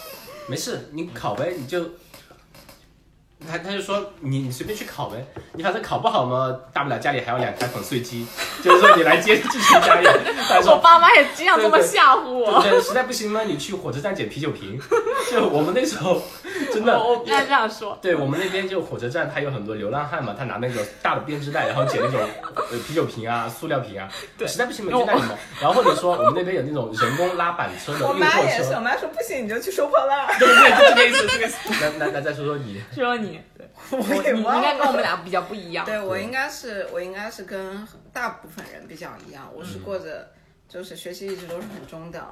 [SPEAKER 1] 没事，你考呗，你就。他他就说你你随便去考呗，你反正考不好嘛，大不了家里还有两台粉碎机，就是说你来接继承家业。他
[SPEAKER 2] 我
[SPEAKER 1] 说
[SPEAKER 2] 爸妈也经常这么
[SPEAKER 1] 对对
[SPEAKER 2] 吓唬我，
[SPEAKER 1] 对，实在不行嘛，你去火车站捡啤酒瓶。 就我们那时候真的，
[SPEAKER 2] 我我 不该这样说。
[SPEAKER 1] 对我们那边就火车站，它有很多流浪汉嘛，他拿那个大的编织袋，然后捡那种呃啤酒瓶啊、塑料瓶啊，对，实在不行嘛就那里嘛。然后或者说我们那边有那种人工拉板车的运货
[SPEAKER 3] 我妈也
[SPEAKER 1] 车
[SPEAKER 3] 是，我，妈说不行你就去收破烂，
[SPEAKER 1] 对对对，就这个意思，这个意思。 那那那再说说你，
[SPEAKER 2] 说你，
[SPEAKER 3] 我
[SPEAKER 2] 你
[SPEAKER 3] 给
[SPEAKER 2] 你应
[SPEAKER 3] 忘
[SPEAKER 2] 该
[SPEAKER 3] 了。
[SPEAKER 2] 跟我们俩比较不一样。
[SPEAKER 3] 对我应该是我应该是跟大部分人比较一样，我是过着就是学习一直都是很中等，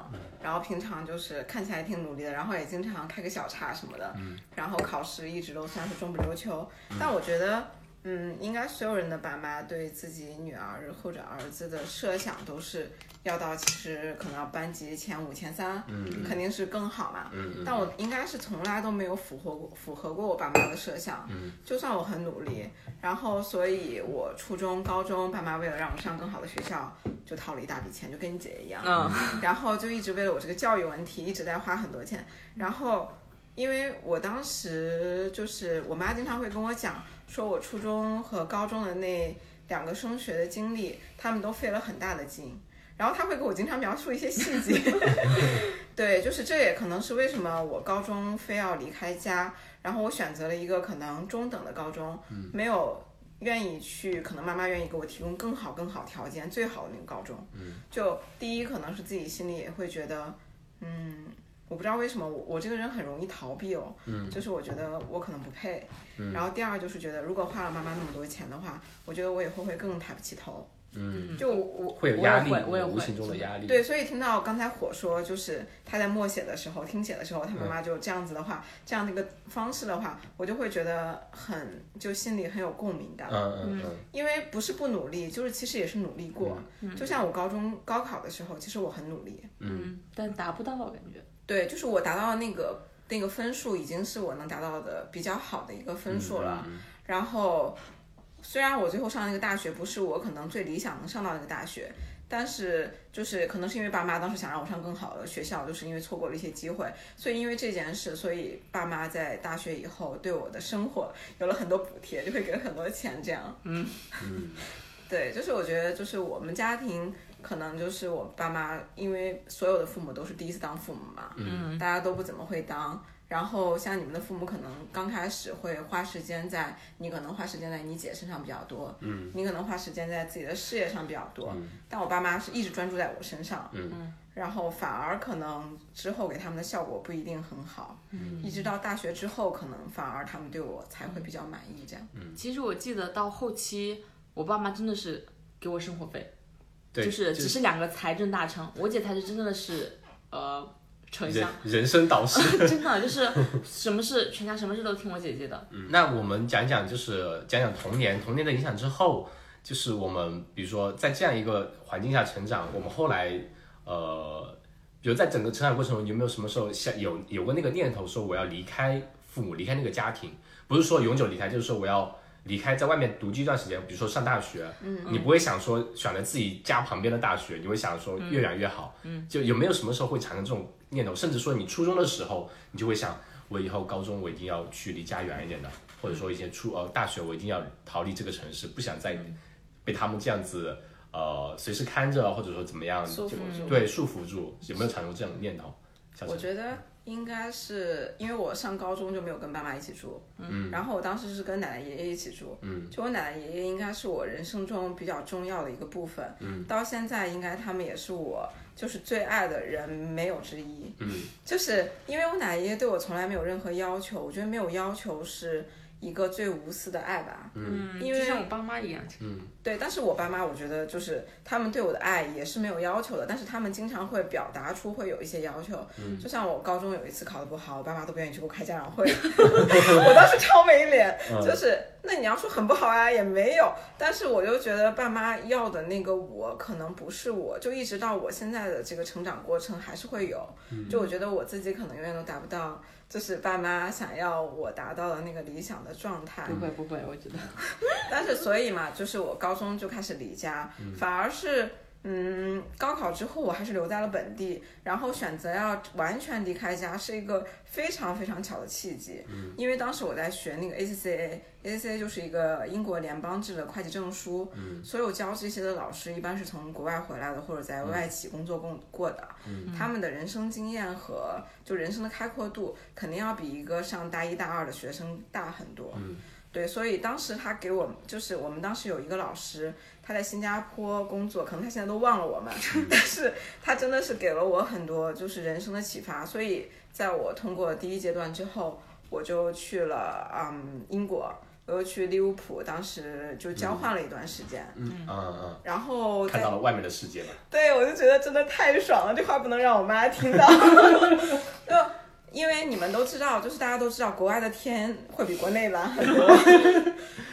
[SPEAKER 3] 然后平常就是看起来挺努力的，然后也经常开个小差什么的，然后考试一直都算是中不溜秋。但我觉得嗯，应该所有人的爸妈对自己女儿或者儿子的设想都是要到，其实可能要班级前五、前三，嗯，肯定是更好嘛。嗯，但我应该是从来都没有符合过符合过我爸妈的设想，嗯，就算我很努力，然后所以我初中、高中，爸妈为了让我上更好的学校，就掏了一大笔钱，就跟你姐一样，
[SPEAKER 2] 嗯，
[SPEAKER 3] 然后就一直为了我这个教育问题一直在花很多钱，然后。因为我当时就是我妈经常会跟我讲，说我初中和高中的那两个升学的经历，他们都费了很大的劲。然后她会给我经常描述一些细节， 对，就是这也可能是为什么我高中非要离开家，然后我选择了一个可能中等的高中，没有愿意去，可能妈妈愿意给我提供更好、更好条件、最好的那个高中。就第一可能是自己心里也会觉得，嗯。我不知道为什么我我这个人很容易逃避哦，嗯，就是我觉得我可能不配，嗯，然后第二就是觉得如果花了妈妈那么多钱的话，我觉得我以后会更抬不起头，嗯，就我
[SPEAKER 1] 会有
[SPEAKER 2] 我
[SPEAKER 1] 压
[SPEAKER 2] 也
[SPEAKER 1] 力
[SPEAKER 2] 会，我也
[SPEAKER 1] 无
[SPEAKER 2] 会
[SPEAKER 1] 形中的压力。
[SPEAKER 3] 对，所以听到刚才火说，就是他在默写的时候、听写的时候，他妈妈就这样子的话，这样的一个方式的话，我就会觉得很就心里很有共鸣感，
[SPEAKER 1] 嗯嗯
[SPEAKER 3] 因为不是不努力，就是其实也是努力过，就像我高中高考的时候，其实我很努力，
[SPEAKER 2] 嗯，但达不到我感觉，
[SPEAKER 3] 对，就是我达到那个那个分数，已经是我能达到的比较好的一个分数
[SPEAKER 1] 嗯
[SPEAKER 3] 了。然后，虽然我最后上那个大学不是我可能最理想能上到那个大学，但是就是可能是因为爸妈当时想让我上更好的学校，就是因为错过了一些机会，所以因为这件事，所以爸妈在大学以后对我的生活有了很多补贴，就会给很多钱这样。嗯， 对，就是我觉得就是我们家庭。可能就是我爸妈，因为所有的父母都是第一次当父母嘛，嗯，大家都不怎么会当。然后像你们的父母，可能刚开始会花时间在你可能花时间在你姐身上比较多，嗯，你可能花时间在自己的事业上比较多。
[SPEAKER 1] 嗯
[SPEAKER 3] 但我爸妈是一直专注在我身上，嗯，然后反而可能之后给他们的效果不一定很好，嗯，一直到大学之后，可能反而他们对我才会比较满意这样。
[SPEAKER 2] 其实我记得到后期，我爸妈真的是给我生活费，
[SPEAKER 1] 嗯对，
[SPEAKER 2] 就是
[SPEAKER 1] 就
[SPEAKER 2] 只是两个财政大臣，我姐才是真正的是呃丞
[SPEAKER 1] 人
[SPEAKER 2] 相，
[SPEAKER 1] 人生导师。
[SPEAKER 2] 真的就是什么事全家什么事都听我姐姐的，
[SPEAKER 1] 嗯，那我们讲讲就是讲讲童年，童年的影响之后，就是我们比如说在这样一个环境下成长，我们后来呃，比如在整个成长过程中，有没有什么时候想有有过那个念头说我要离开父母，离开那个家庭？不是说永久离开，就是说我要离开，在外面独居一段时间，比如说上大学，嗯，你不会想说选择自己家旁边的大学，你会想说越远越好，嗯，就有没有什么时候会产生这种念头？甚至说你初中的时候，你就会想。我以后高中我一定要去离家远一点的，或者说一些初呃大学我一定要逃离这个城市，不想再被他们这样子呃随时看着，或者说怎么样
[SPEAKER 3] 束缚
[SPEAKER 1] 啊就
[SPEAKER 3] 住
[SPEAKER 1] 对束缚住，有没有产生这样的念头？小
[SPEAKER 3] 我
[SPEAKER 1] 陈，
[SPEAKER 3] 觉得应该是因为我上高中就没有跟爸妈一起住，嗯，然后我当时是跟奶奶爷爷一起住，嗯，就我奶奶爷爷应该是我人生中比较重要的一个部分，嗯，到现在应该他们也是我就是最爱的人没有之一，嗯，就是因为我奶奶爷爷对我从来没有任何要求，我觉得没有要求是一个最无私的爱吧，
[SPEAKER 2] 嗯
[SPEAKER 3] 因为
[SPEAKER 2] 就像我爸妈一样，
[SPEAKER 3] 对，但是我爸妈，我觉得就是他们对我的爱也是没有要求的，但是他们经常会表达出会有一些要求。就像我高中有一次考得不好，我爸妈都不愿意去给我开家长会， 我当时超没脸。就是那你要说很不好啊，也没有，但是我就觉得爸妈要的那个我可能不是我，就一直到我现在的这个成长过程还是会有。就我觉得我自己可能永远都达不到，就是爸妈想要我达到的那个理想的状态。
[SPEAKER 2] 不会不会，我觉得
[SPEAKER 3] 但是所以嘛，就是我高中就开始离家，反而是嗯，高考之后我还是留在了本地，然后选择要完全离开家，是一个非常非常巧的契机。因为当时我在学那个 ACCA，ACCA 就是一个英国联邦制的会计证书，所有教这些的老师一般是从国外回来的或者在外企工作过过的，他们的人生经验和就人生的开阔度肯定要比一个上大一大二的学生大很多。对，所以当时他给我们，就是我们当时有一个老师，他在新加坡工作，可能他现在都忘了我们，
[SPEAKER 1] 嗯
[SPEAKER 3] 但是他真的是给了我很多就是人生的启发。所以在我通过第一阶段之后，我就去了嗯英国，我又去利物浦，当时就交换了一段时间，
[SPEAKER 1] 嗯嗯
[SPEAKER 3] 然后
[SPEAKER 1] 嗯，看
[SPEAKER 3] 在
[SPEAKER 1] 到了外面的世界吧，
[SPEAKER 3] 对，我就觉得真的太爽了，这话不能让我妈听到。就 因为你们都知道，就是大家都知道，国外的天会比国内蓝很多。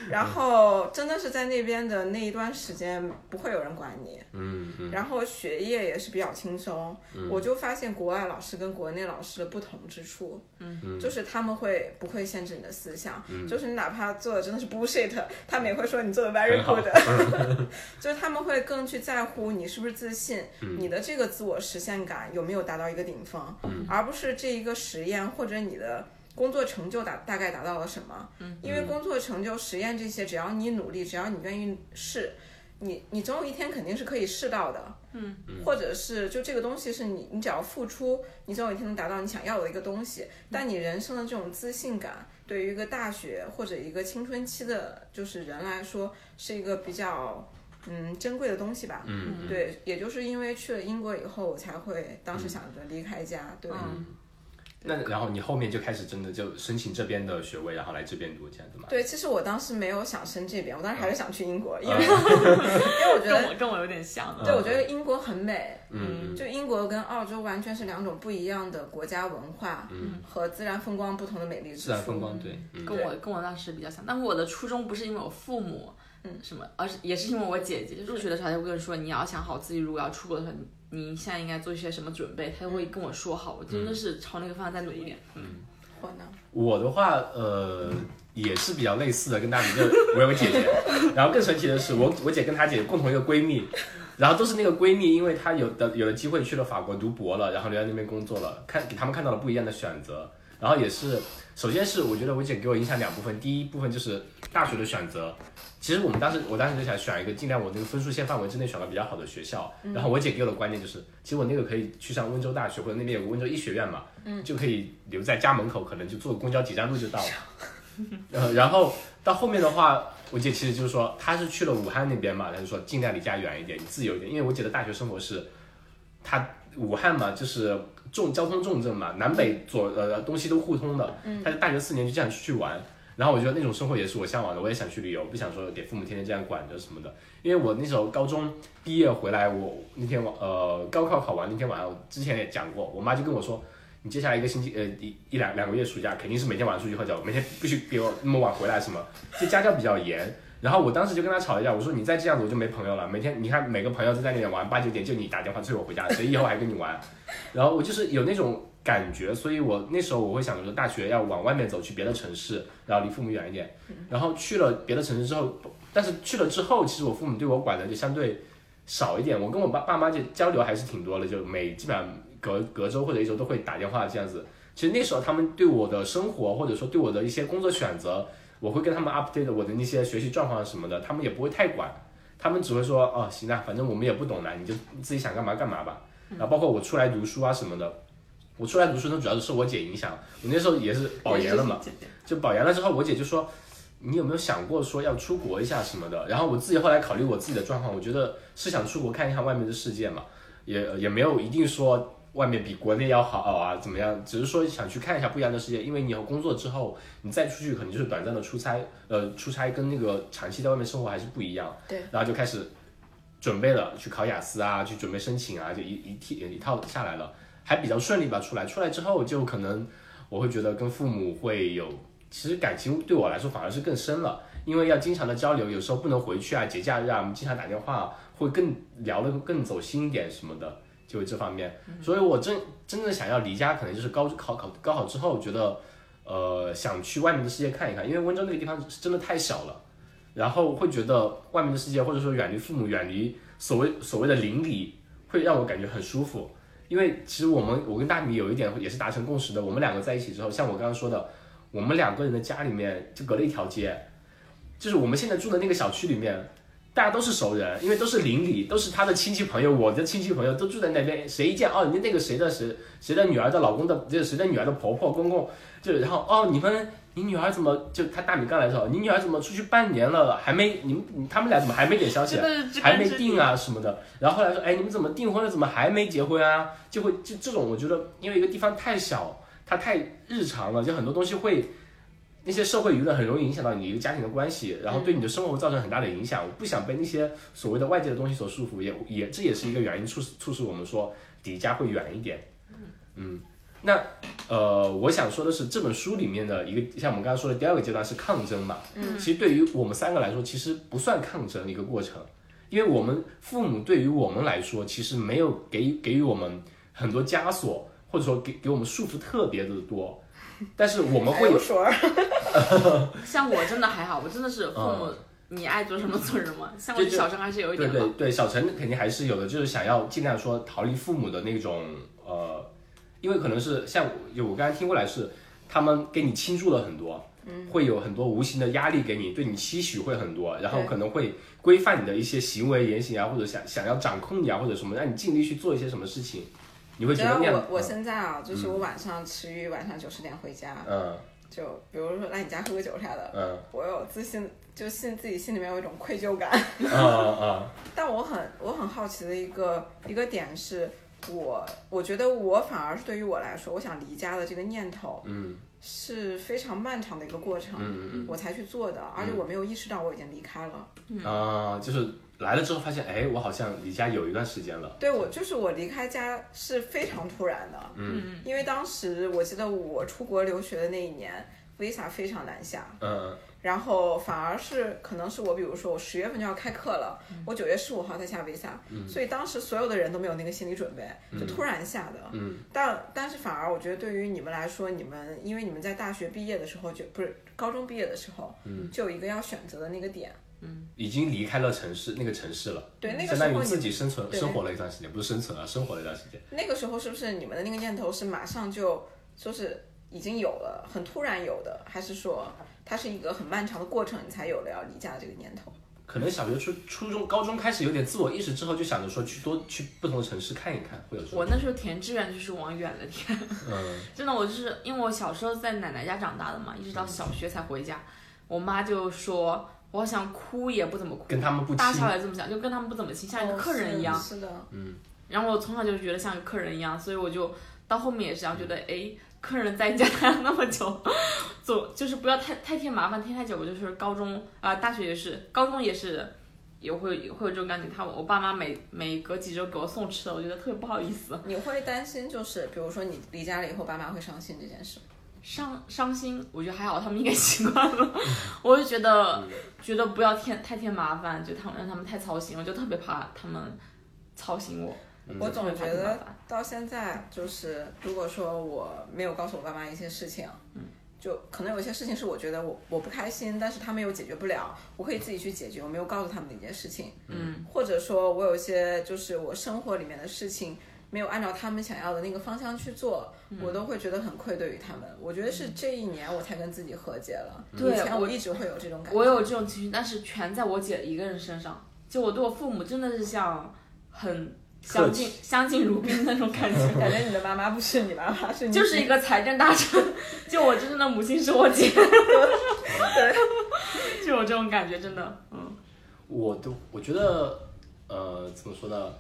[SPEAKER 3] 然后真的是在那边的那一段时间，不会有人管你，
[SPEAKER 1] 嗯嗯
[SPEAKER 3] 然后学业也是比较轻松。我就发现国外老师跟国内老师的不同之处，嗯，就是他们会不会限制你的思想，
[SPEAKER 1] 嗯
[SPEAKER 3] 就是你哪怕做的真的是 bullshit，他们也会说你做的 very
[SPEAKER 1] 很好
[SPEAKER 3] good，就是 他们会更去在乎你是不是自信，
[SPEAKER 1] 嗯
[SPEAKER 3] 你的这个自我实现感有没有达到一个顶峰，而不是这一个实验或者你的工作成就达大概达到了什么。嗯，因为工作成就、实验这些，只要你努力，只要你愿意试，你你总有一天肯定是可以试到的。嗯，或者是就这个东西是你你只要付出，你总有一天能达到你想要的一个东西。但你人生的这种自信感，对于一个大学或者一个青春期的，就是人来说，是一个比较。嗯，珍贵的东西吧。嗯，对，也就是因为去了英国以后，我才会当
[SPEAKER 1] 嗯
[SPEAKER 3] 时想着离开家。对，
[SPEAKER 1] 那然后你后面就开始真的就申请这边的学位，然后来这边读这样子嘛？
[SPEAKER 3] 对，其实我当时没有想申这边，我当时还是想去英国，因为、
[SPEAKER 1] 嗯
[SPEAKER 3] 因为我觉
[SPEAKER 2] 跟
[SPEAKER 3] 得，
[SPEAKER 2] 我跟我有点像。
[SPEAKER 3] 对我觉得英国很美，
[SPEAKER 1] 嗯，
[SPEAKER 3] 就英国跟澳洲完全是两种不一样的国家文化和自然风光不同的美丽之
[SPEAKER 1] 嗯自然
[SPEAKER 3] 处。
[SPEAKER 1] 风光对，嗯
[SPEAKER 2] 跟我跟我当时比较像，但我的初衷不是因为我父母，嗯，什么，而是也是因为我姐姐入学的时候，她就会跟我说，你要想好自己如果要出国的话，你你现在应该做一些什么准备，她就会跟我说好，我真的
[SPEAKER 1] 嗯
[SPEAKER 2] 是朝那个方向在努力。嗯
[SPEAKER 3] 我呢，
[SPEAKER 1] 我的话，呃，也是比较类似的，跟大比就我有个姐 姐，然后更神奇的是，我我姐跟她姐共同一个闺蜜，然后都是那个闺蜜，因为她有的有的机会去了法国读博了，然后留在那边工作了，看给他们看到了不一样的选择，然后也是，首先是我觉得我姐给我影响两部分，第一部分就是大学的选择。其实我们当时，我当时就想选一个尽量我那个分数线范围之内选个比较好的学校。然后我姐给我的观念就是，其实我那个可以去上温州大学，或者那边有个温州医学院嘛，就可以留在家门口，可能就坐公交几站路就到了。 呃，然后到后面的话，我姐其实就是说，她是去了武汉那边嘛，她就说尽量离家远一点，自由一点。因为我姐的大学生活是，她武汉嘛，就是重交通重镇嘛，南北左呃东西都互通的。她就大学四年就这样出去玩。然后我觉得那种生活也是我向往的，我也想去旅游，不想说给父母天天这样管着什么的。因为我那时候高中毕业回来，我那天晚呃高考考完那天晚上，我之前也讲过，我妈就跟我说，你接下来一个星期呃一一两两个月暑假肯定是每天晚上出去喝酒，每天必须给我那么晚回来什么，就家教比较严。然后我当时就跟她吵一架，我说你再这样子我就没朋友了。每天你看每个朋友都在那边玩，八九点就你打电话催我回家，谁以后还跟你玩？ 然后我就是有那种感觉，所以我那时候我会想着大学要往外面走，去别的城市，然后离父母远一点。然后去了别的城市之后，但是去了之后，其实我父母对我管的就相对少一点。我跟我爸爸妈就交流还是挺多的，就每基本上隔隔周或者一周都会打电话这样子。其实那时候他们对我的生活或者说对我的一些工作选择，我会跟他们 update 我的那些学习状况什么的，他们也不会太管，他们只会说哦行啊，反正我们也不懂啦，你就自己想干嘛干嘛吧。然后包括我出来读书啊什么的，我出来读书那主要是受我姐影响，我那时候也是保研了嘛，就保研了之后，我姐就说，你有没有想过说要出国一下什么的？然后我自己后来考虑我自己的状况，我觉得是想出国看一看外面的世界嘛，也也没有一定说外面比国内要好啊怎么样，只是说想去看一下不一样的世界。因为你以后工作之后，你再出去可能就是短暂的出差，呃，出差跟那个长期在外面生活还是不一样。
[SPEAKER 3] 对，
[SPEAKER 1] 然后就开始准备了，去考雅思啊，去准备申请啊，就一一替一套下来了，还比较顺利吧。出来出来之后，就可能我会觉得跟父母会有，其实感情对我来说反而是更深了，因为要经常的交流，有时候不能回去啊，节假日啊，我们经常打电话、会更聊得更走心一点什么的，就这方面。所以我真真正想要离家，可能就是高考考高考之后，觉得呃想去外面的世界看一看，因为温州那个地方是真的太小了。然后会觉得外面的世界，或者说远离父母、远离所谓所谓的邻里，会让我感觉很舒服。因为其实我们我跟大米有一点也是达成共识的，我们两个在一起之后，像我刚刚说的，我们两个人的家里面就隔了一条街，就是我们现在住的那个小区里面，大家都是熟人，因为都是邻里，都是他的亲戚朋友，我的亲戚朋友都住在那边，谁一见哦，人家那个谁的谁谁的女儿的老公的，就是谁的女儿的婆婆公公，就然后哦，你们你女儿怎么就他大米刚来的时候，你女儿怎么出去半年了还没你们你他们俩怎么还没点消息啊？
[SPEAKER 2] 真的是
[SPEAKER 1] 还没定啊什么的。然后后来说，哎，你们怎么订婚了？怎么还没结婚啊？就会就这种，我觉得因为一个地方太小，它太日常了，就很多东西会那些社会舆论很容易影响到你一个家庭的关系，然后对你的生活造成很大的影响。我不想被那些所谓的外界的东西所束缚，也也这也是一个原因促使促使我们说离家会远一点。嗯，那呃，我想说的是，这本书里面的一个，像我们刚刚说的第二个阶段是抗争嘛。嗯，其实对于我们三个来说，其实不算抗争的一个过程，因为我们父母对于我们来说，其实没有给给予我们很多枷锁，或者说给给我们束缚特别的多。但是我们会有，
[SPEAKER 3] 水儿，
[SPEAKER 2] 像我真的还好，我真的是父母，你爱做什么做什么。像我
[SPEAKER 1] 嗯就就
[SPEAKER 2] 小时候还是有一
[SPEAKER 1] 对
[SPEAKER 2] 点
[SPEAKER 1] 对对，小陈肯定还是有的，就是想要尽量说逃离父母的那种呃，因为可能是像我我刚才听过来是，他们给你倾注了很多，嗯，会有很多无形的压力给你，对你期许会很多，然后
[SPEAKER 3] 对
[SPEAKER 1] 可能会规范你的一些行为言行啊，或者想想要掌控你啊，或者什么，让你尽力去做一些什么事情，你会
[SPEAKER 3] 只
[SPEAKER 1] 觉
[SPEAKER 3] 要
[SPEAKER 1] 得那样嗯
[SPEAKER 3] 我，我现在啊，就是我晚上吃鱼，晚上九十点回家，
[SPEAKER 1] 嗯
[SPEAKER 3] 就比如说来你家喝个酒 啥的，
[SPEAKER 1] 嗯
[SPEAKER 3] 我有自信，就信自己心里面有一种愧疚感。
[SPEAKER 1] 嗯嗯
[SPEAKER 3] 但我很我很好奇的一个一个点是，我我觉得我反而是对于我来说，我想离家的这个念头
[SPEAKER 1] 嗯
[SPEAKER 3] 是非常漫长的一个过程，
[SPEAKER 1] 嗯
[SPEAKER 3] 我才去做的，而且我没有意识到我已经离开了。
[SPEAKER 1] 嗯啊，就是来了之后发现，哎，我好像离家有一段时间了，
[SPEAKER 3] 对我就是我离开家是非常突然的，
[SPEAKER 2] 嗯，
[SPEAKER 3] 因为当时我记得我出国留学的那一年，visa 非常难下，
[SPEAKER 1] 嗯
[SPEAKER 3] 然后反而是可能是我，比如说我十月份就要开课了，我九月十五号才下 visa，、所以当时所有的人都没有那个心理准备，就突然下的。
[SPEAKER 1] 嗯
[SPEAKER 3] 但但是反而我觉得对于你们来说，你们因为你们在大学毕业的时候就不是高中毕业的时候，就有一个要选择的那个点。
[SPEAKER 1] 已经离开了城市那个城市了。
[SPEAKER 3] 对，那个
[SPEAKER 1] 相
[SPEAKER 3] 时
[SPEAKER 1] 当
[SPEAKER 3] 候
[SPEAKER 1] 于自
[SPEAKER 3] 你
[SPEAKER 1] 己生存
[SPEAKER 3] 对
[SPEAKER 1] 生活了一段时间，不是生存啊，生活了一段时间。
[SPEAKER 3] 那个时候是不是你们的那个念头是马上就就是已经有了，很突然有的，还是说它是一个很漫长的过程，你才有了要离家的这个念头？
[SPEAKER 1] 可能小学、初初中、高中开始有点自我意识之后，就想着说去多去不同的城市看一看，会有这种
[SPEAKER 2] 我那时候填志愿就是往远了填，
[SPEAKER 1] 嗯
[SPEAKER 2] 真的，我就是因为我小时候在奶奶家长大的嘛，一直
[SPEAKER 1] 嗯
[SPEAKER 2] 到小学才回家，我妈就说我好想哭也不怎么哭，
[SPEAKER 1] 跟他们不
[SPEAKER 2] 大
[SPEAKER 1] 亲
[SPEAKER 2] 小也这么想，就跟他们不怎么亲，像一个客人一样。
[SPEAKER 3] 哦是的，
[SPEAKER 2] 然后我从小就觉得像个客人一样，所以我就到后面也是这样觉得，
[SPEAKER 1] 嗯
[SPEAKER 2] 哎，客人在家 待了那么久，总就是不要太太添麻烦，添太久。我就是高中啊、大学也是，高中也是，也会会有这种感觉。他我爸妈每每隔几周给我送吃的，我觉得特别不好意思，
[SPEAKER 3] 你会担心，就是比如说你离家了以后，爸妈会伤心这件事吗。
[SPEAKER 2] 伤伤心。我觉得还好，他们应该习惯了。 我就觉得觉得不要添太添麻烦，就他们让他们太操心，我就特别怕他们操心我。
[SPEAKER 3] 我总
[SPEAKER 2] 特
[SPEAKER 3] 觉
[SPEAKER 2] 别怕他们麻
[SPEAKER 3] 得
[SPEAKER 2] 烦
[SPEAKER 3] 到现在，就是如果说我没有告诉我爸妈一些事情，
[SPEAKER 2] 嗯
[SPEAKER 3] 就可能有一些事情是我觉得我我不开心，但是他们又解决不了，我可以自己去解决，我没有告诉他们的一件事情，嗯，或者说我有一些就是我生活里面的事情。没有按照他们想要的那个方向去做，
[SPEAKER 2] 嗯
[SPEAKER 3] 我都会觉得很愧对于他们。我觉得是这一年我才跟自己和解了，
[SPEAKER 2] 对
[SPEAKER 3] 以前
[SPEAKER 2] 我
[SPEAKER 3] 我一直会有这种感觉。
[SPEAKER 2] 我有这种情绪，但是全在我姐一个人身上。就我对我父母真的是像很相敬相敬如宾那种感 觉，
[SPEAKER 3] 感觉你的妈妈不是你妈妈，是你
[SPEAKER 2] 就是一个财政大臣。就我真正的母亲是我 姐， 就有这种感觉，真的，嗯，
[SPEAKER 1] 我都我觉得呃怎么说呢？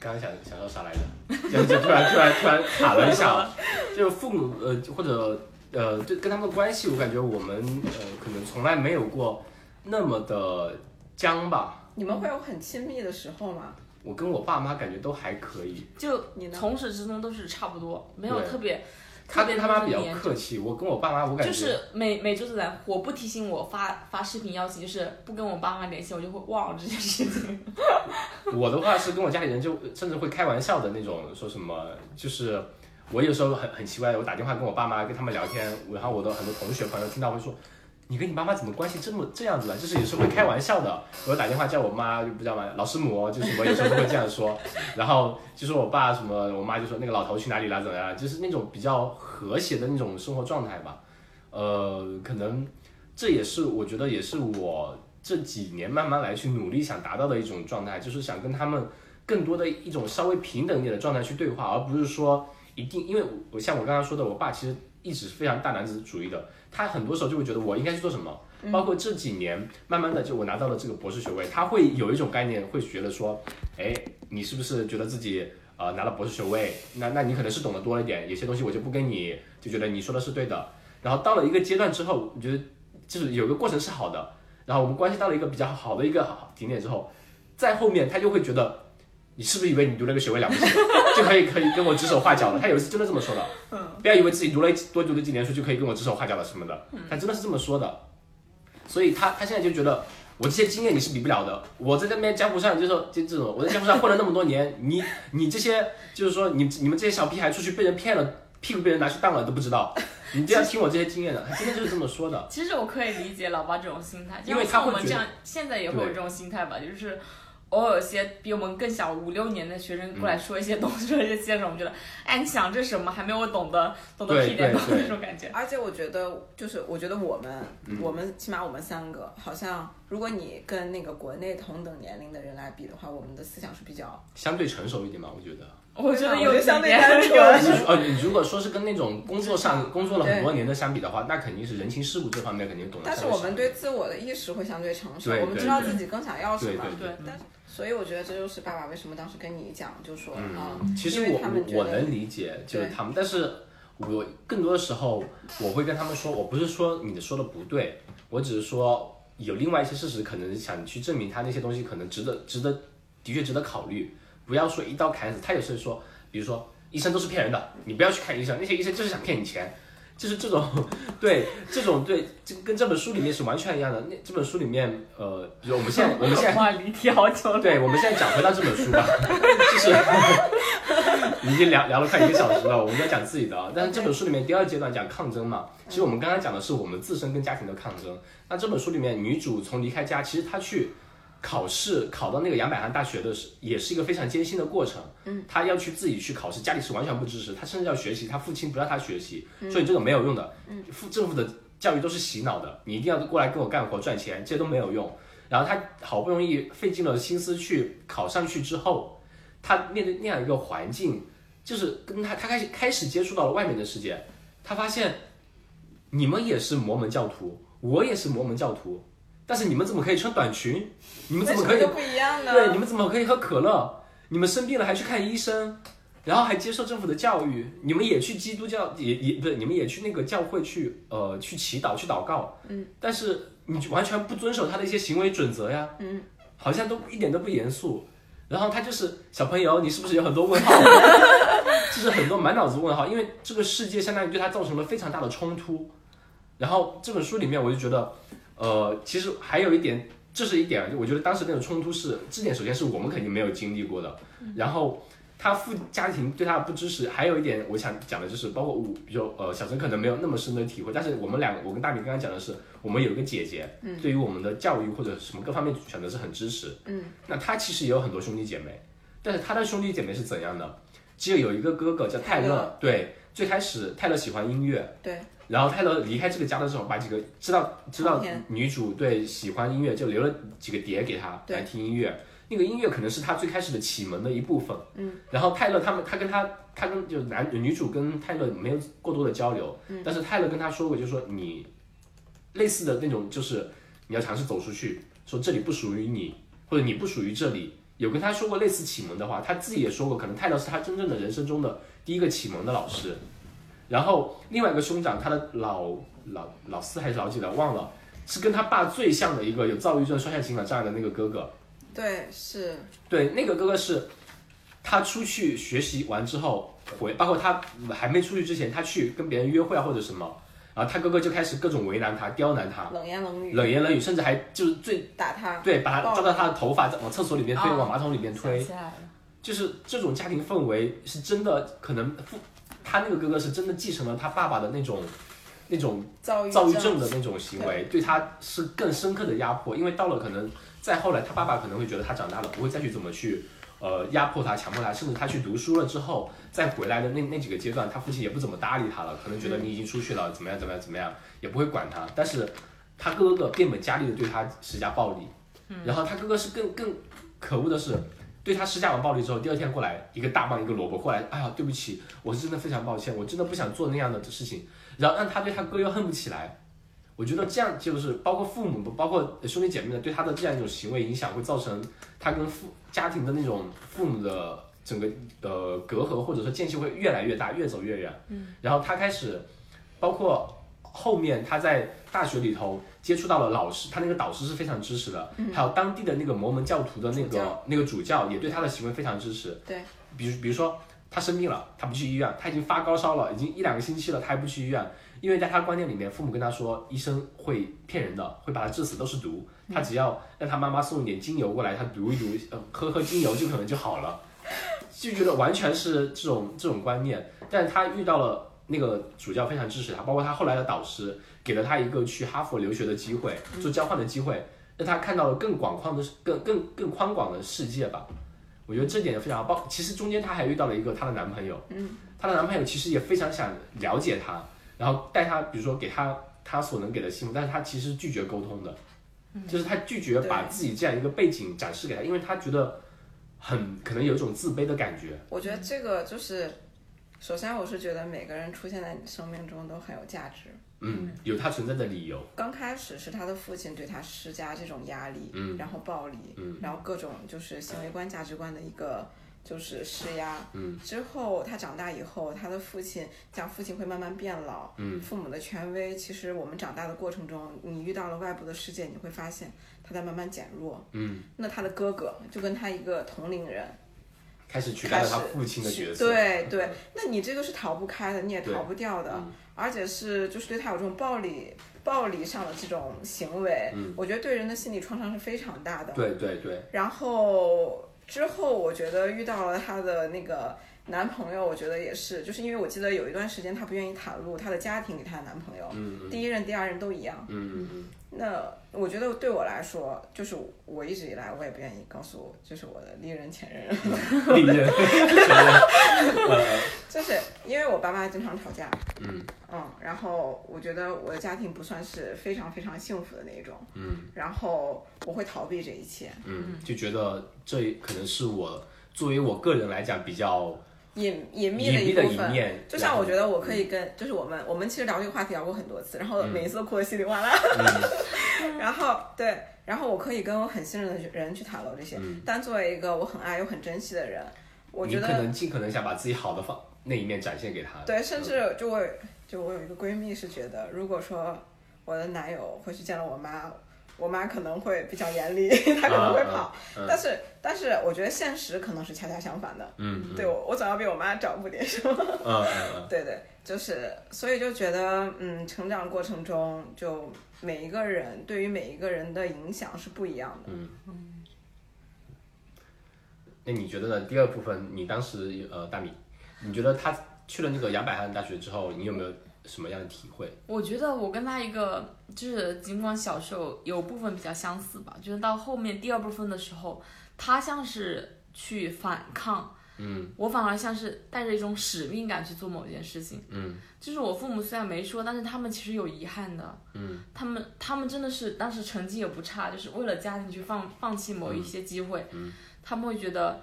[SPEAKER 1] 刚刚想想到啥来着？ 就呃就突然突然突然卡了一下啊，就是父母呃或者呃对跟他们的关系，我感觉我们呃可能从来没有过那么的僵吧。
[SPEAKER 3] 你们会有很亲密的时候吗？
[SPEAKER 1] 我跟我爸妈感觉都还可以，
[SPEAKER 2] 就
[SPEAKER 3] 你呢
[SPEAKER 2] 从始至终都是差不多，没有
[SPEAKER 1] 对
[SPEAKER 2] 特别。
[SPEAKER 1] 他跟他妈
[SPEAKER 2] 特
[SPEAKER 1] 比
[SPEAKER 2] 别
[SPEAKER 1] 较
[SPEAKER 2] 黏
[SPEAKER 1] 客气，我跟我爸妈我感觉
[SPEAKER 2] 就是每每周都在，我不提醒我发发视频邀请，就是不跟我爸妈联系，我就会忘了这件事情。
[SPEAKER 1] 我的话是跟我家里人就甚至会开玩笑的那种，说什么就是我有时候很很奇怪，我打电话跟我爸妈跟他们聊天，然后我的很多同学朋友听到会说。你跟你妈妈怎么关系这么这样子呢？啊就是有时候会开玩笑的，我打电话叫我妈，就不知道嘛，老师母，哦就是我有时候会这样说，然后就说我爸什么，我妈就说那个老头去哪里了，怎么样，就是那种比较和谐的那种生活状态吧。呃，可能这也是我觉得也是我这几年慢慢来去努力想达到的一种状态，就是想跟他们更多的一种稍微平等一点的状态去对话，而不是说一定，因为我像我刚刚说的，我爸其实一直是非常大男子主义的，他很多时候就会觉得我应该去做什么。包括这几年，慢慢的就我拿到了这个博士学位，他会有一种概念，会觉得说，哎，你是不是觉得自己呃拿了博士学位，那那你可能是懂得多了一点，有些东西我就不跟你就觉得你说的是对的。然后到了一个阶段之后，我觉得就是有个过程是好的，然后我们关系到了一个比较好的一个好顶点之后，在后面他就会觉得你是不是以为你读了个学位了不起，就可以可以跟我指手画脚了？他有一次真的这么说的，不要以为自己读了一多读了几年书就可以跟我指手画脚了什么的，他真的是这么说的。所以他他现在就觉得我这些经验你是比不了的，我在这边江湖上就是就这种，我在江湖上混了那么多年，你你这些就是说你你们这些小屁孩出去被人骗了，屁股被人拿去当了都不知道，你这样听我这些经验的，他真的就是这么说的。
[SPEAKER 2] 其实我可以理解老八这种心态，
[SPEAKER 1] 因为
[SPEAKER 2] 就
[SPEAKER 1] 他
[SPEAKER 2] 像
[SPEAKER 1] 会
[SPEAKER 2] 我们
[SPEAKER 1] 觉
[SPEAKER 2] 这
[SPEAKER 1] 得
[SPEAKER 2] 样，现在也会有
[SPEAKER 1] 对
[SPEAKER 2] 这种心态吧，就是。偶尔有些比我们更小五六年的学生过
[SPEAKER 1] 嗯
[SPEAKER 2] 来说一些东西，说一些些什么，我们觉得，哎，你想这什么？还没有我懂得懂得
[SPEAKER 1] 对
[SPEAKER 2] 屁点
[SPEAKER 1] 对
[SPEAKER 2] 高
[SPEAKER 1] 对
[SPEAKER 2] 那种感觉。
[SPEAKER 3] 而且我觉得，就是我觉得我们，
[SPEAKER 1] 嗯
[SPEAKER 3] 我们起码我们三个，好像如果你跟那个国内同等年龄的人来比的话，我们的思想是比较
[SPEAKER 1] 相对成熟一点嘛，我觉得。
[SPEAKER 2] 我觉得
[SPEAKER 3] 我觉
[SPEAKER 2] 有
[SPEAKER 3] 得
[SPEAKER 2] 几
[SPEAKER 3] 相对
[SPEAKER 2] 年
[SPEAKER 3] 单纯
[SPEAKER 2] 有
[SPEAKER 1] 你呃，你如果说是跟那种工作上工作了很多年的相比的话，那肯定是人情世故这方面肯定懂得
[SPEAKER 3] 但
[SPEAKER 1] 稍微
[SPEAKER 3] 是
[SPEAKER 1] 少一点。
[SPEAKER 3] 我们对自我的意识会相对成熟，
[SPEAKER 1] 对
[SPEAKER 3] 我们
[SPEAKER 1] 对
[SPEAKER 3] 知道
[SPEAKER 1] 对
[SPEAKER 3] 自己更想要什
[SPEAKER 1] 对
[SPEAKER 3] 么。
[SPEAKER 1] 对
[SPEAKER 2] 对
[SPEAKER 3] 但是所以我觉得这就是爸爸为什么当时跟你讲，就说啊，
[SPEAKER 1] 嗯，其实
[SPEAKER 3] 因为
[SPEAKER 1] 我
[SPEAKER 3] 他们觉
[SPEAKER 1] 我我
[SPEAKER 3] 得
[SPEAKER 1] 能理解，就是
[SPEAKER 3] 对
[SPEAKER 1] 他们，但是我更多的时候我会跟他们说，我不是说你说的不对，我只是说有另外一些事实，可能想去证明他那些东西可能值得值得，的确值得考虑，不要说一刀砍死。他有时候说，比如说医生都是骗人的，你不要去看医生，那些医生就是想骗你钱。就是这种， 对这种对，这跟这本书里面是完全一样的。那这本书里面，呃，比如我们现在我们现在
[SPEAKER 2] 哇，离题好久了。
[SPEAKER 1] 对，我们现在讲回到这本书吧，就是已经聊聊了快一个小时了，我们在讲自己的啊。但是这本书里面第二阶段讲抗争嘛，其实我们刚刚讲的是我们自身跟家庭的抗争。那这本书里面，女主从离开家，其实她去考试考到那个杨百翰大学的是，也是一个非常艰辛的过程。嗯，她要去自己去考试，家里是完全不支持，她甚至要学习，她父亲不让她学习，说你这个没有用的，父政府的教育都是洗脑的，你一定要过来跟我干活赚钱，这些都没有用。然后她好不容易费尽了心思去考上去之后，她面对那样一个环境，就是跟她她开始开始接触到了外面的世界，她发现你们也是摩门教徒，我也是摩门教徒，但是你们怎么可以穿短裙？你们
[SPEAKER 3] 为
[SPEAKER 1] 怎
[SPEAKER 3] 什
[SPEAKER 1] 么
[SPEAKER 3] 么
[SPEAKER 1] 可以
[SPEAKER 3] 就不一样呢？
[SPEAKER 1] 对，你们怎么可以喝可乐？你们生病了还去看医生，然后还接受政府的教育，你们也去基督教，也也不是，你们也去那个教会去呃去祈祷去祷告，嗯，但是你就完全不遵守他的一些行为准则呀，嗯，好像都一点都不严肃。然后他就是小朋友，你是不是有很多问号？ 就是很多满脑子问号，因为这个世界相当于对他造成了非常大的冲突。然后这本书里面，我就觉得，呃，其实还有一点，这是一点，我觉得当时那种冲突是，这点首先是我们肯定没有经历过的。然后他父家庭对他的不支持，还有一点我想讲的就是，包括我，比如呃，小陈可能没有那么深的体会，但是我们两个，我跟大米刚刚讲的是，我们有一个姐姐，对于我们的教育或者什么各方面选择是很支持。嗯，那他其实也有很多兄弟姐妹，但是他的兄弟姐妹是怎样的？只有有一个哥哥叫泰
[SPEAKER 3] 泰
[SPEAKER 1] 勒，对，最开始泰勒喜欢音乐。
[SPEAKER 3] 对，
[SPEAKER 1] 然后泰勒离开这个家的时候，把几个知道知道
[SPEAKER 3] 唱片
[SPEAKER 1] 女主对喜欢音乐，就留了几个碟给她
[SPEAKER 3] 对
[SPEAKER 1] 来听音乐。那个音乐可能是她最开始的启蒙的一部分。嗯。然后泰勒他们，他跟他，他跟就男女主跟泰勒没有过多的交流，
[SPEAKER 3] 嗯
[SPEAKER 1] 但是泰勒跟他说过，就说你类似的那种，就是你要尝试走出去，说这里不属于你，或者你不属于这里。有跟他说过类似启蒙的话，他自己也说过，可能泰勒是他真正的人生中的第一个启蒙的老师。然后另外一个兄长，他的老老老四还是老几的忘了，是跟他爸最像的一个有躁郁症、双向情感障碍的那个哥哥。
[SPEAKER 3] 对，是
[SPEAKER 1] 对，那个哥哥是他出去学习完之后回，包括他还没出去之前，他去跟别人约会啊或者什么，然后他哥哥就开始各种为难他、刁难他，
[SPEAKER 3] 冷言冷语，
[SPEAKER 1] 冷言冷语，甚至还就是最
[SPEAKER 3] 打他，
[SPEAKER 1] 啊对把他
[SPEAKER 3] 抱
[SPEAKER 1] 抓到他的头发往厕所里面推，往马桶里面推。
[SPEAKER 2] 想起来了
[SPEAKER 1] 就是这种家庭氛围是真的，可能父他那个哥哥是真的继承了他爸爸的那种那种
[SPEAKER 3] 躁郁
[SPEAKER 1] 躁郁症的那种行为，对他是更深刻的压迫。因为到了可能再后来，他爸爸可能会觉得他长大了，不会再去怎么去呃压迫他、强迫他，甚至他去读书了之后再回来的那那几个阶段，他父亲也不怎么搭理他了，可能觉得你已经出去了，怎么样怎么样怎么样，也不会管他。但是他哥哥变本加厉的对他施加暴力，然后他哥哥是更更可恶的是。对他施加完暴力之后，第二天过来一个大棒一个萝卜过来，哎呀，对不起，我是真的非常抱歉，我真的不想做那样的事情，然后让他对他哥又恨不起来。我觉得这样就是包括父母，包括兄弟姐妹的对他的这样一种行为影响，会造成他跟父家庭的那种父母的整个呃隔阂或者说间隙会越来越大，越走越远。嗯，然后他开始包括后面他在大学里头接触到了老师，他那个导师是非常支持的，还有当地的那个摩门教徒的那个
[SPEAKER 3] 主嗯教
[SPEAKER 1] 那个主教也对他的行为非常支持。
[SPEAKER 3] 对，
[SPEAKER 1] 比如比如说他生病了，他不去医院，他已经发高烧了，已经一两个星期了，他还不去医院，因为在他观念里面，父母跟他说医生会骗人的，会把他治死都是毒，
[SPEAKER 3] 嗯
[SPEAKER 1] 他只要让他妈妈送一点精油过来，他读一读，呃，喝喝精油就可能就好了，就觉得完全是这种这种观念，但是他遇到了。那个主教非常支持他，包括他后来的导师给了他一个去哈佛留学的机会，做交换的机会，让他看到了更广阔的、更更更宽广的世界吧。我觉得这点也非常好。包其实中间她还遇到了一个她的男朋友，嗯，她的男朋友其实也非常想了解她，然后带她，比如说给她她所能给的幸福，但是她其实拒绝沟通的，就是她拒绝把自己这样一个背景展示给她，因为她觉得很可能有一种自卑的感觉。
[SPEAKER 3] 我觉得这个就是，首先我是觉得每个人出现在你生命中都很有价值。
[SPEAKER 1] 嗯，有她存在的理由。
[SPEAKER 3] 刚开始是他的父亲对他施加这种压力，嗯，然后暴力，嗯，然后各种就是行为观、价值观的一个就是施压，嗯，之后他长大以后，他的父亲讲父亲会慢慢变老，嗯，父母的权威，其实我们长大的过程中，你遇到了外部的世界，你会发现他在慢慢减弱，嗯，那他的哥哥就跟他一个同龄人。
[SPEAKER 1] 开始取代了她父亲的角色，嗯
[SPEAKER 3] 对对，那你这个是逃不开的，你也逃不掉的，而且是就是对他有这种暴力、暴力上的这种行为，我觉得对人的心理创伤是非常大的。
[SPEAKER 1] 嗯对对 对，
[SPEAKER 3] 然后之后，我觉得遇到了她的那个男朋友，我觉得也是，就是因为我记得有一段时间她不愿意袒露她的家庭给她的男朋友，第一任、第二任都一样。
[SPEAKER 1] 嗯嗯
[SPEAKER 3] 那我觉得对我来说，就是我一直以来我也不愿意告诉，就是我的历任前任。
[SPEAKER 1] 嗯，利刃，
[SPEAKER 3] 就是因为我爸妈经常吵架，嗯然后我觉得我的家庭不算是非常非常幸福的那一种，嗯，然后我会逃避这一切，
[SPEAKER 1] 嗯，就觉得这可能是我作为我个人来讲比较
[SPEAKER 3] 隐隐秘的
[SPEAKER 1] 隐
[SPEAKER 3] 一
[SPEAKER 1] 蔽的
[SPEAKER 3] 部
[SPEAKER 1] 一
[SPEAKER 3] 分。
[SPEAKER 1] 面，嗯
[SPEAKER 3] 就像我觉得我可以跟，就是我们我们其实聊这个话题聊过很多次，然后每一次都哭得稀里哗啦，
[SPEAKER 1] 嗯
[SPEAKER 3] 然后对，然后我可以跟我很信任的人去袒露这些，但作为一个我很爱又很珍惜的人，我
[SPEAKER 1] 你
[SPEAKER 3] 觉
[SPEAKER 1] 嗯可
[SPEAKER 3] 得
[SPEAKER 1] 能尽可能想把自己好的方那一面展现给他。
[SPEAKER 3] 对，甚至就我有就我有一个闺蜜是觉得，如果说我的男友回去见了我妈，我妈可能会比较严厉， 她可能会跑。但是但是我觉得现实可能是恰恰相反的。
[SPEAKER 1] 嗯，
[SPEAKER 3] 对我我总要比我妈找补点什么。
[SPEAKER 1] 嗯嗯嗯，
[SPEAKER 3] 对对，就是所以就觉得嗯，成长过程中就每一个人对于每一个人的影响是不一样的。
[SPEAKER 1] 那你觉得呢？第二部分，你当时呃，大米，你觉得他去了那个杨百翰大学之后，你有没有什么样的体会？
[SPEAKER 2] 我觉得我跟他一个就是，尽管小时候有部分比较相似吧，就是到后面第二部分的时候，他像是去反抗，嗯，我反而像是带着一种使命感去做某件事情，嗯，就是我父母虽然没说，但是他们其实有遗憾的，嗯，他们他们真的是当时成绩也不差，就是为了家庭去放放弃某一些机会，嗯，他们会觉得，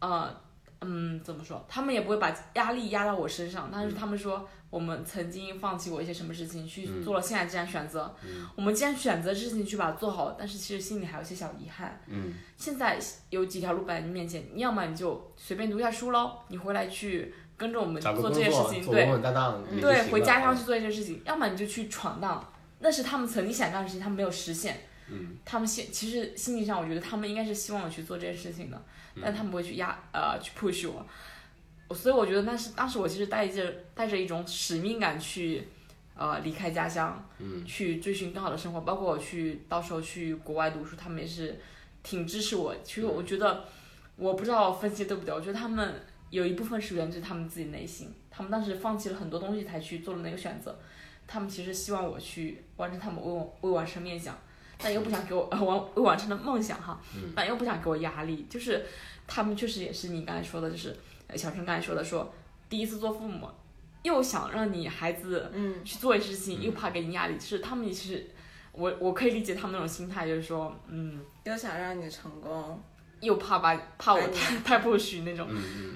[SPEAKER 2] 呃，嗯，怎么说？他们也不会把压力压到我身上，
[SPEAKER 1] 嗯
[SPEAKER 2] 但是他们说。我们曾经放弃过一些什么事情，
[SPEAKER 1] 嗯
[SPEAKER 2] 去做了现在这样选择。我们既然选择事情去把它做好，但是其实心里还有些小遗憾。嗯，现在有几条路摆在你面前，你要么你就随便读一下书喽，你回来去跟着我们
[SPEAKER 1] 找个
[SPEAKER 2] 做
[SPEAKER 1] 工
[SPEAKER 2] 这些事
[SPEAKER 1] 作，
[SPEAKER 2] 情，
[SPEAKER 1] 做
[SPEAKER 2] 对
[SPEAKER 1] 稳稳当当，也就行
[SPEAKER 2] 对，
[SPEAKER 1] 了嗯
[SPEAKER 2] 回家乡去做一些事情，要么你就去闯荡，那是他们曾经想干的事情，他们没有实现。嗯，他们心其实心理上，我觉得他们应该是希望我去做这件事情的，
[SPEAKER 1] 嗯
[SPEAKER 2] 但他们不会去压呃去 push 我，我所以我觉得那是当时我其实带着带着一种使命感去呃离开家乡，嗯，去追寻更好的生活，包括我去到时候去国外读书，他们也是挺支持我。
[SPEAKER 1] 嗯
[SPEAKER 2] 其实我觉得我不知道分析得对不对，我觉得他们有一部分是源自于他们自己内心，他们当时放弃了很多东西才去做了那个选择，他们其实希望我去完成他们为我未完成面想，但又不想给我呃完未完成的梦想哈，但又不想给我压力，就是他们确实也是你刚才说的，就是呃小陈刚才说的说，第一次做父母，又想让你孩子
[SPEAKER 3] 嗯
[SPEAKER 2] 去做一些事情，又怕给你压力，就是他们也是我我可以理解他们那种心态，就是说嗯。
[SPEAKER 3] 又想让你成功，
[SPEAKER 2] 又怕把怕我
[SPEAKER 3] 哎
[SPEAKER 2] 太太不许
[SPEAKER 1] 嗯
[SPEAKER 2] 那种，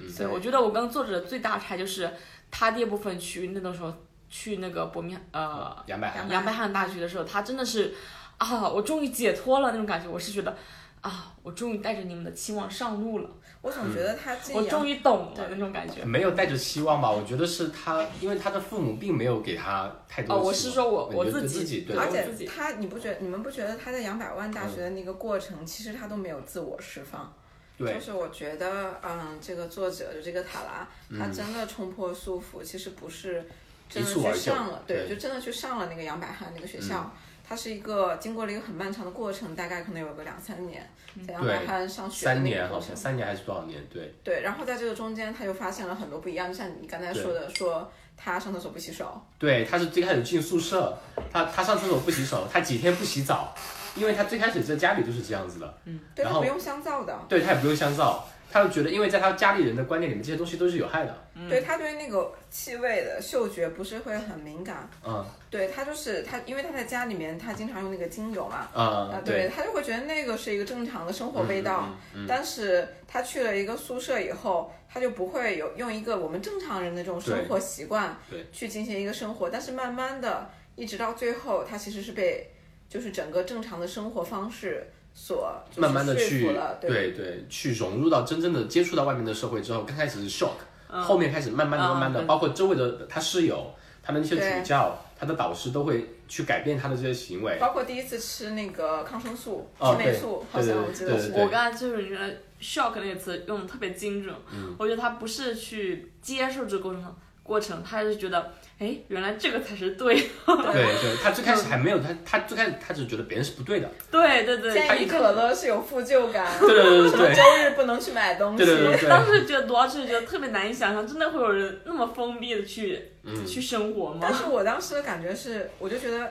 [SPEAKER 2] 所以我觉得我跟作者最大差就是他第二部分去那种时候去那个伯明呃
[SPEAKER 1] 杨百翰，
[SPEAKER 2] 杨百翰大学的时候，他真的是啊，我终于解脱了那种感觉。我是觉得啊，我终于带着你们的期望上路了，
[SPEAKER 3] 我总觉得他这
[SPEAKER 2] 我终
[SPEAKER 3] 样，
[SPEAKER 2] 于懂了那种感觉。
[SPEAKER 1] 没有带着期望吧？我觉得是他，因为他的父母并没有给他太多
[SPEAKER 2] 哦，
[SPEAKER 1] 的期望。
[SPEAKER 2] 我是说我我
[SPEAKER 1] 对对
[SPEAKER 2] 己，
[SPEAKER 1] 自己对
[SPEAKER 3] 而
[SPEAKER 2] 我自己
[SPEAKER 3] 且他，你不觉你们不觉得他在杨百万大学的那个过程，其实他都没有自我释放。
[SPEAKER 1] 对
[SPEAKER 3] 就是我觉得，嗯，这个作者就这个塔拉，他真的冲破束缚，其实不是真的
[SPEAKER 1] 嗯一蹴而
[SPEAKER 3] 去
[SPEAKER 1] 就
[SPEAKER 3] 上了，对，
[SPEAKER 1] 对嗯
[SPEAKER 3] 就真的去上了那个杨百翰那个学校。他是一个经过了一个很漫长的过程，大概可能有个两三年，在杨百翰上学的
[SPEAKER 1] 三
[SPEAKER 3] 那个
[SPEAKER 1] 年
[SPEAKER 3] 过
[SPEAKER 1] 好
[SPEAKER 3] 程
[SPEAKER 1] 像，三年还是多少年？对，
[SPEAKER 3] 对，然后在这个中间，他又发现了很多不一样，就像你刚才说的，说他上厕所不洗手，
[SPEAKER 1] 对，他是最开始进宿舍，他他上厕所不洗手，他几天不洗澡，因为他最开始在家里就是这样子的，
[SPEAKER 3] 对
[SPEAKER 1] 嗯然
[SPEAKER 3] 他
[SPEAKER 1] 后
[SPEAKER 3] 不用香皂的，
[SPEAKER 1] 对他也不用香皂，他就觉得，因为在他家里人的观念里面，这些东西都是有害的，
[SPEAKER 3] 对他对那个气味的嗅觉不是会很敏感，
[SPEAKER 1] 嗯
[SPEAKER 3] 对他就是他，因为他在家里面他经常用那个精油嘛，啊
[SPEAKER 1] 嗯，，
[SPEAKER 3] 对
[SPEAKER 1] 对，
[SPEAKER 3] 他就会觉得那个是一个正常的生活味道。
[SPEAKER 1] 嗯，嗯嗯
[SPEAKER 3] 但是他去了一个宿舍以后，他就不会有用一个我们正常人的这种生活习惯
[SPEAKER 1] 对
[SPEAKER 3] 去进行一个生活，但是慢慢的，一直到最后，他其实是被就是整个正常的生活方式所就是
[SPEAKER 1] 慢慢的
[SPEAKER 3] 说服
[SPEAKER 1] 去
[SPEAKER 3] 了，对
[SPEAKER 1] 对对去融入到真正的接触到外面的社会之后，刚开始是 shock，、后面开始慢慢的、
[SPEAKER 2] 嗯
[SPEAKER 1] 慢慢的，
[SPEAKER 2] 对
[SPEAKER 1] 包括周围的他室友、他们那些
[SPEAKER 3] 对
[SPEAKER 1] 主教、他的导师都会去改变他的这些行为。
[SPEAKER 3] 包括第一次吃那个抗生素、
[SPEAKER 1] 哦
[SPEAKER 3] 青霉素，好
[SPEAKER 1] 对对
[SPEAKER 3] 像
[SPEAKER 1] 对
[SPEAKER 3] 我记得
[SPEAKER 1] 对
[SPEAKER 3] 是
[SPEAKER 1] 对
[SPEAKER 2] 我刚才就是觉得 shock 那个词用的特别精准，
[SPEAKER 1] 嗯
[SPEAKER 2] 我觉得他不是去接受这个过程过程，他是觉得，哎，原来这个才是对，
[SPEAKER 1] 对对，他最开始还没有他，他最开始他只觉得别人是不对的，
[SPEAKER 2] 对对对，
[SPEAKER 3] 建议可乐是有负疚感，
[SPEAKER 1] 对对对对对
[SPEAKER 3] 周日不能去买东西。
[SPEAKER 1] 对对对对，
[SPEAKER 2] 当时觉得读到这里，觉得特别难以想象，真的会有人那么封闭的去、
[SPEAKER 1] 嗯
[SPEAKER 2] 去生活吗
[SPEAKER 3] 但？是我当时的感觉是，我就觉得，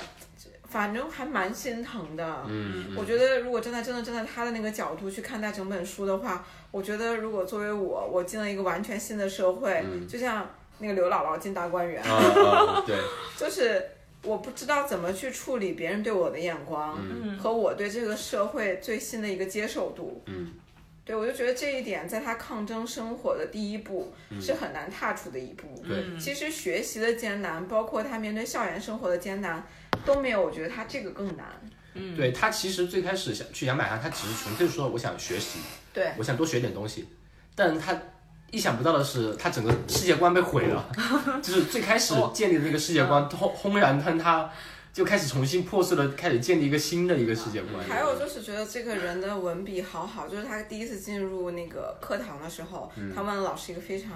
[SPEAKER 3] 反正还蛮心疼的。
[SPEAKER 1] 嗯，
[SPEAKER 3] 我觉得如果站在真的站在他的那个角度去看待整本书的话，我觉得如果作为我，我进了一个完全新的社会，
[SPEAKER 1] 嗯
[SPEAKER 3] 就像那个刘姥姥进大观园，
[SPEAKER 1] 啊啊，对，
[SPEAKER 3] 就是我不知道怎么去处理别人对我的眼光，
[SPEAKER 1] 嗯
[SPEAKER 3] 和我对这个社会最新的一个接受度。
[SPEAKER 1] 嗯，
[SPEAKER 3] 对我就觉得这一点在他抗争生活的第一步是很难踏出的一步。
[SPEAKER 1] 嗯对，
[SPEAKER 3] 其实学习的艰难，包括他面对校园生活的艰难，都没有我觉得他这个更难。
[SPEAKER 1] 对他其实最开始想去杨百翰，他只是纯粹说我想学习，
[SPEAKER 3] 对，
[SPEAKER 1] 我想多学点东西，但他意想不到的是，他整个世界观被毁了， 就是最开始
[SPEAKER 3] 哦
[SPEAKER 1] 建立的那个世界
[SPEAKER 3] 嗯
[SPEAKER 1] 观轰轰然坍塌，就开始重新破碎了，开始建立一个新的一个世界观。
[SPEAKER 3] 还有就是觉得这个人的文笔好好，就是他第一次进入那个课堂的时候，
[SPEAKER 1] 嗯
[SPEAKER 3] 他问了老师一个非常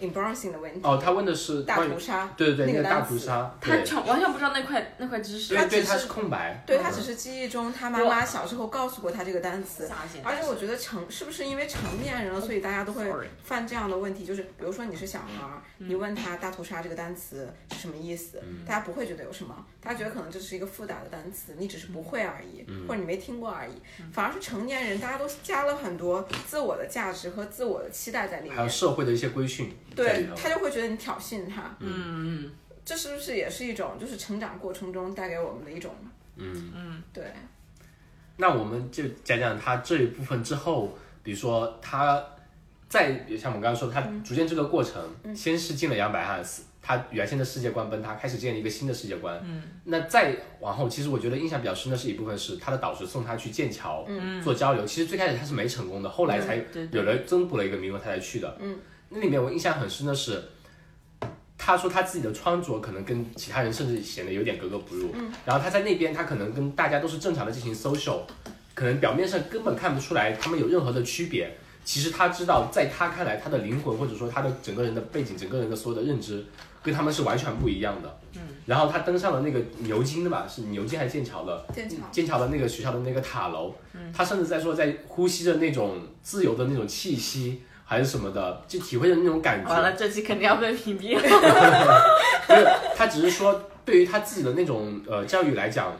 [SPEAKER 3] embarrassing 的问题，
[SPEAKER 1] 哦，他问的嗯是
[SPEAKER 3] 大
[SPEAKER 1] 关于
[SPEAKER 3] 屠杀。
[SPEAKER 1] 对对
[SPEAKER 3] 那
[SPEAKER 1] 那
[SPEAKER 3] 个
[SPEAKER 1] 个大
[SPEAKER 3] 单
[SPEAKER 1] 屠
[SPEAKER 3] 词
[SPEAKER 1] 杀，
[SPEAKER 2] 他
[SPEAKER 1] 对
[SPEAKER 2] 全完全不知道那块那块知识，
[SPEAKER 1] 对对，
[SPEAKER 3] 只
[SPEAKER 1] 他
[SPEAKER 3] 是
[SPEAKER 1] 是空白，
[SPEAKER 3] 对他只是记忆中他妈妈小时候告诉过他这个单词，
[SPEAKER 2] 下线
[SPEAKER 3] 而且我觉得成是不是因为成年人了，所以大家都会
[SPEAKER 2] Sorry
[SPEAKER 3] 犯这样的问题，就是比如说你是小孩儿，
[SPEAKER 1] 嗯
[SPEAKER 3] 你问他“大屠杀”这个单词是什么意思，大家不会觉得有什么，大家觉得可能这是一个复杂的单词，你只是不会而已，
[SPEAKER 1] 嗯
[SPEAKER 3] 或者你没听过而已。反而是成年人，大家都加了很多自我的价值和自我的期待在里
[SPEAKER 1] 还有
[SPEAKER 3] 面，
[SPEAKER 1] 社会的一些规训在里
[SPEAKER 3] 对
[SPEAKER 1] 头。
[SPEAKER 3] 他就会觉得你挑衅他，
[SPEAKER 2] 嗯嗯，
[SPEAKER 3] 这是不是也是一种就是成长过程中带给我们的一种，嗯嗯，对。
[SPEAKER 1] 那我们就讲讲他这一部分之后，比如说他在比如像我们刚刚说，他逐渐这个过程，先是进了杨百翰，他原先的世界观崩塌，开始建立一个新的世界观。嗯，那再往后，其实我觉得印象比较深的是一部分是他的导师送他去剑桥做交流，其实最开始他是没成功的，后来才
[SPEAKER 2] 对
[SPEAKER 1] 有了增补了一个名额，他才去的。嗯，那里面我印象很深的是。他说他自己的穿着可能跟其他人甚至显得有点格格不入，然后他在那边他可能跟大家都是正常的进行 social，可能表面上根本看不出来他们有任何的区别。其实他知道，在他看来，他的灵魂或者说他的整个人的背景、整个人的所有的认知，跟他们是完全不一样的。嗯。然后他登上了那个牛津的吧，是牛津还是剑桥的？
[SPEAKER 3] 剑桥
[SPEAKER 1] 剑桥的那个学校的那个塔楼，他甚至在说在呼吸着那种自由的那种气息，还是什么的，就体会着那种感觉。
[SPEAKER 2] 完了，这期肯定要被屏蔽了。
[SPEAKER 1] 不是，他只是说对于他自己的那种呃教育来讲，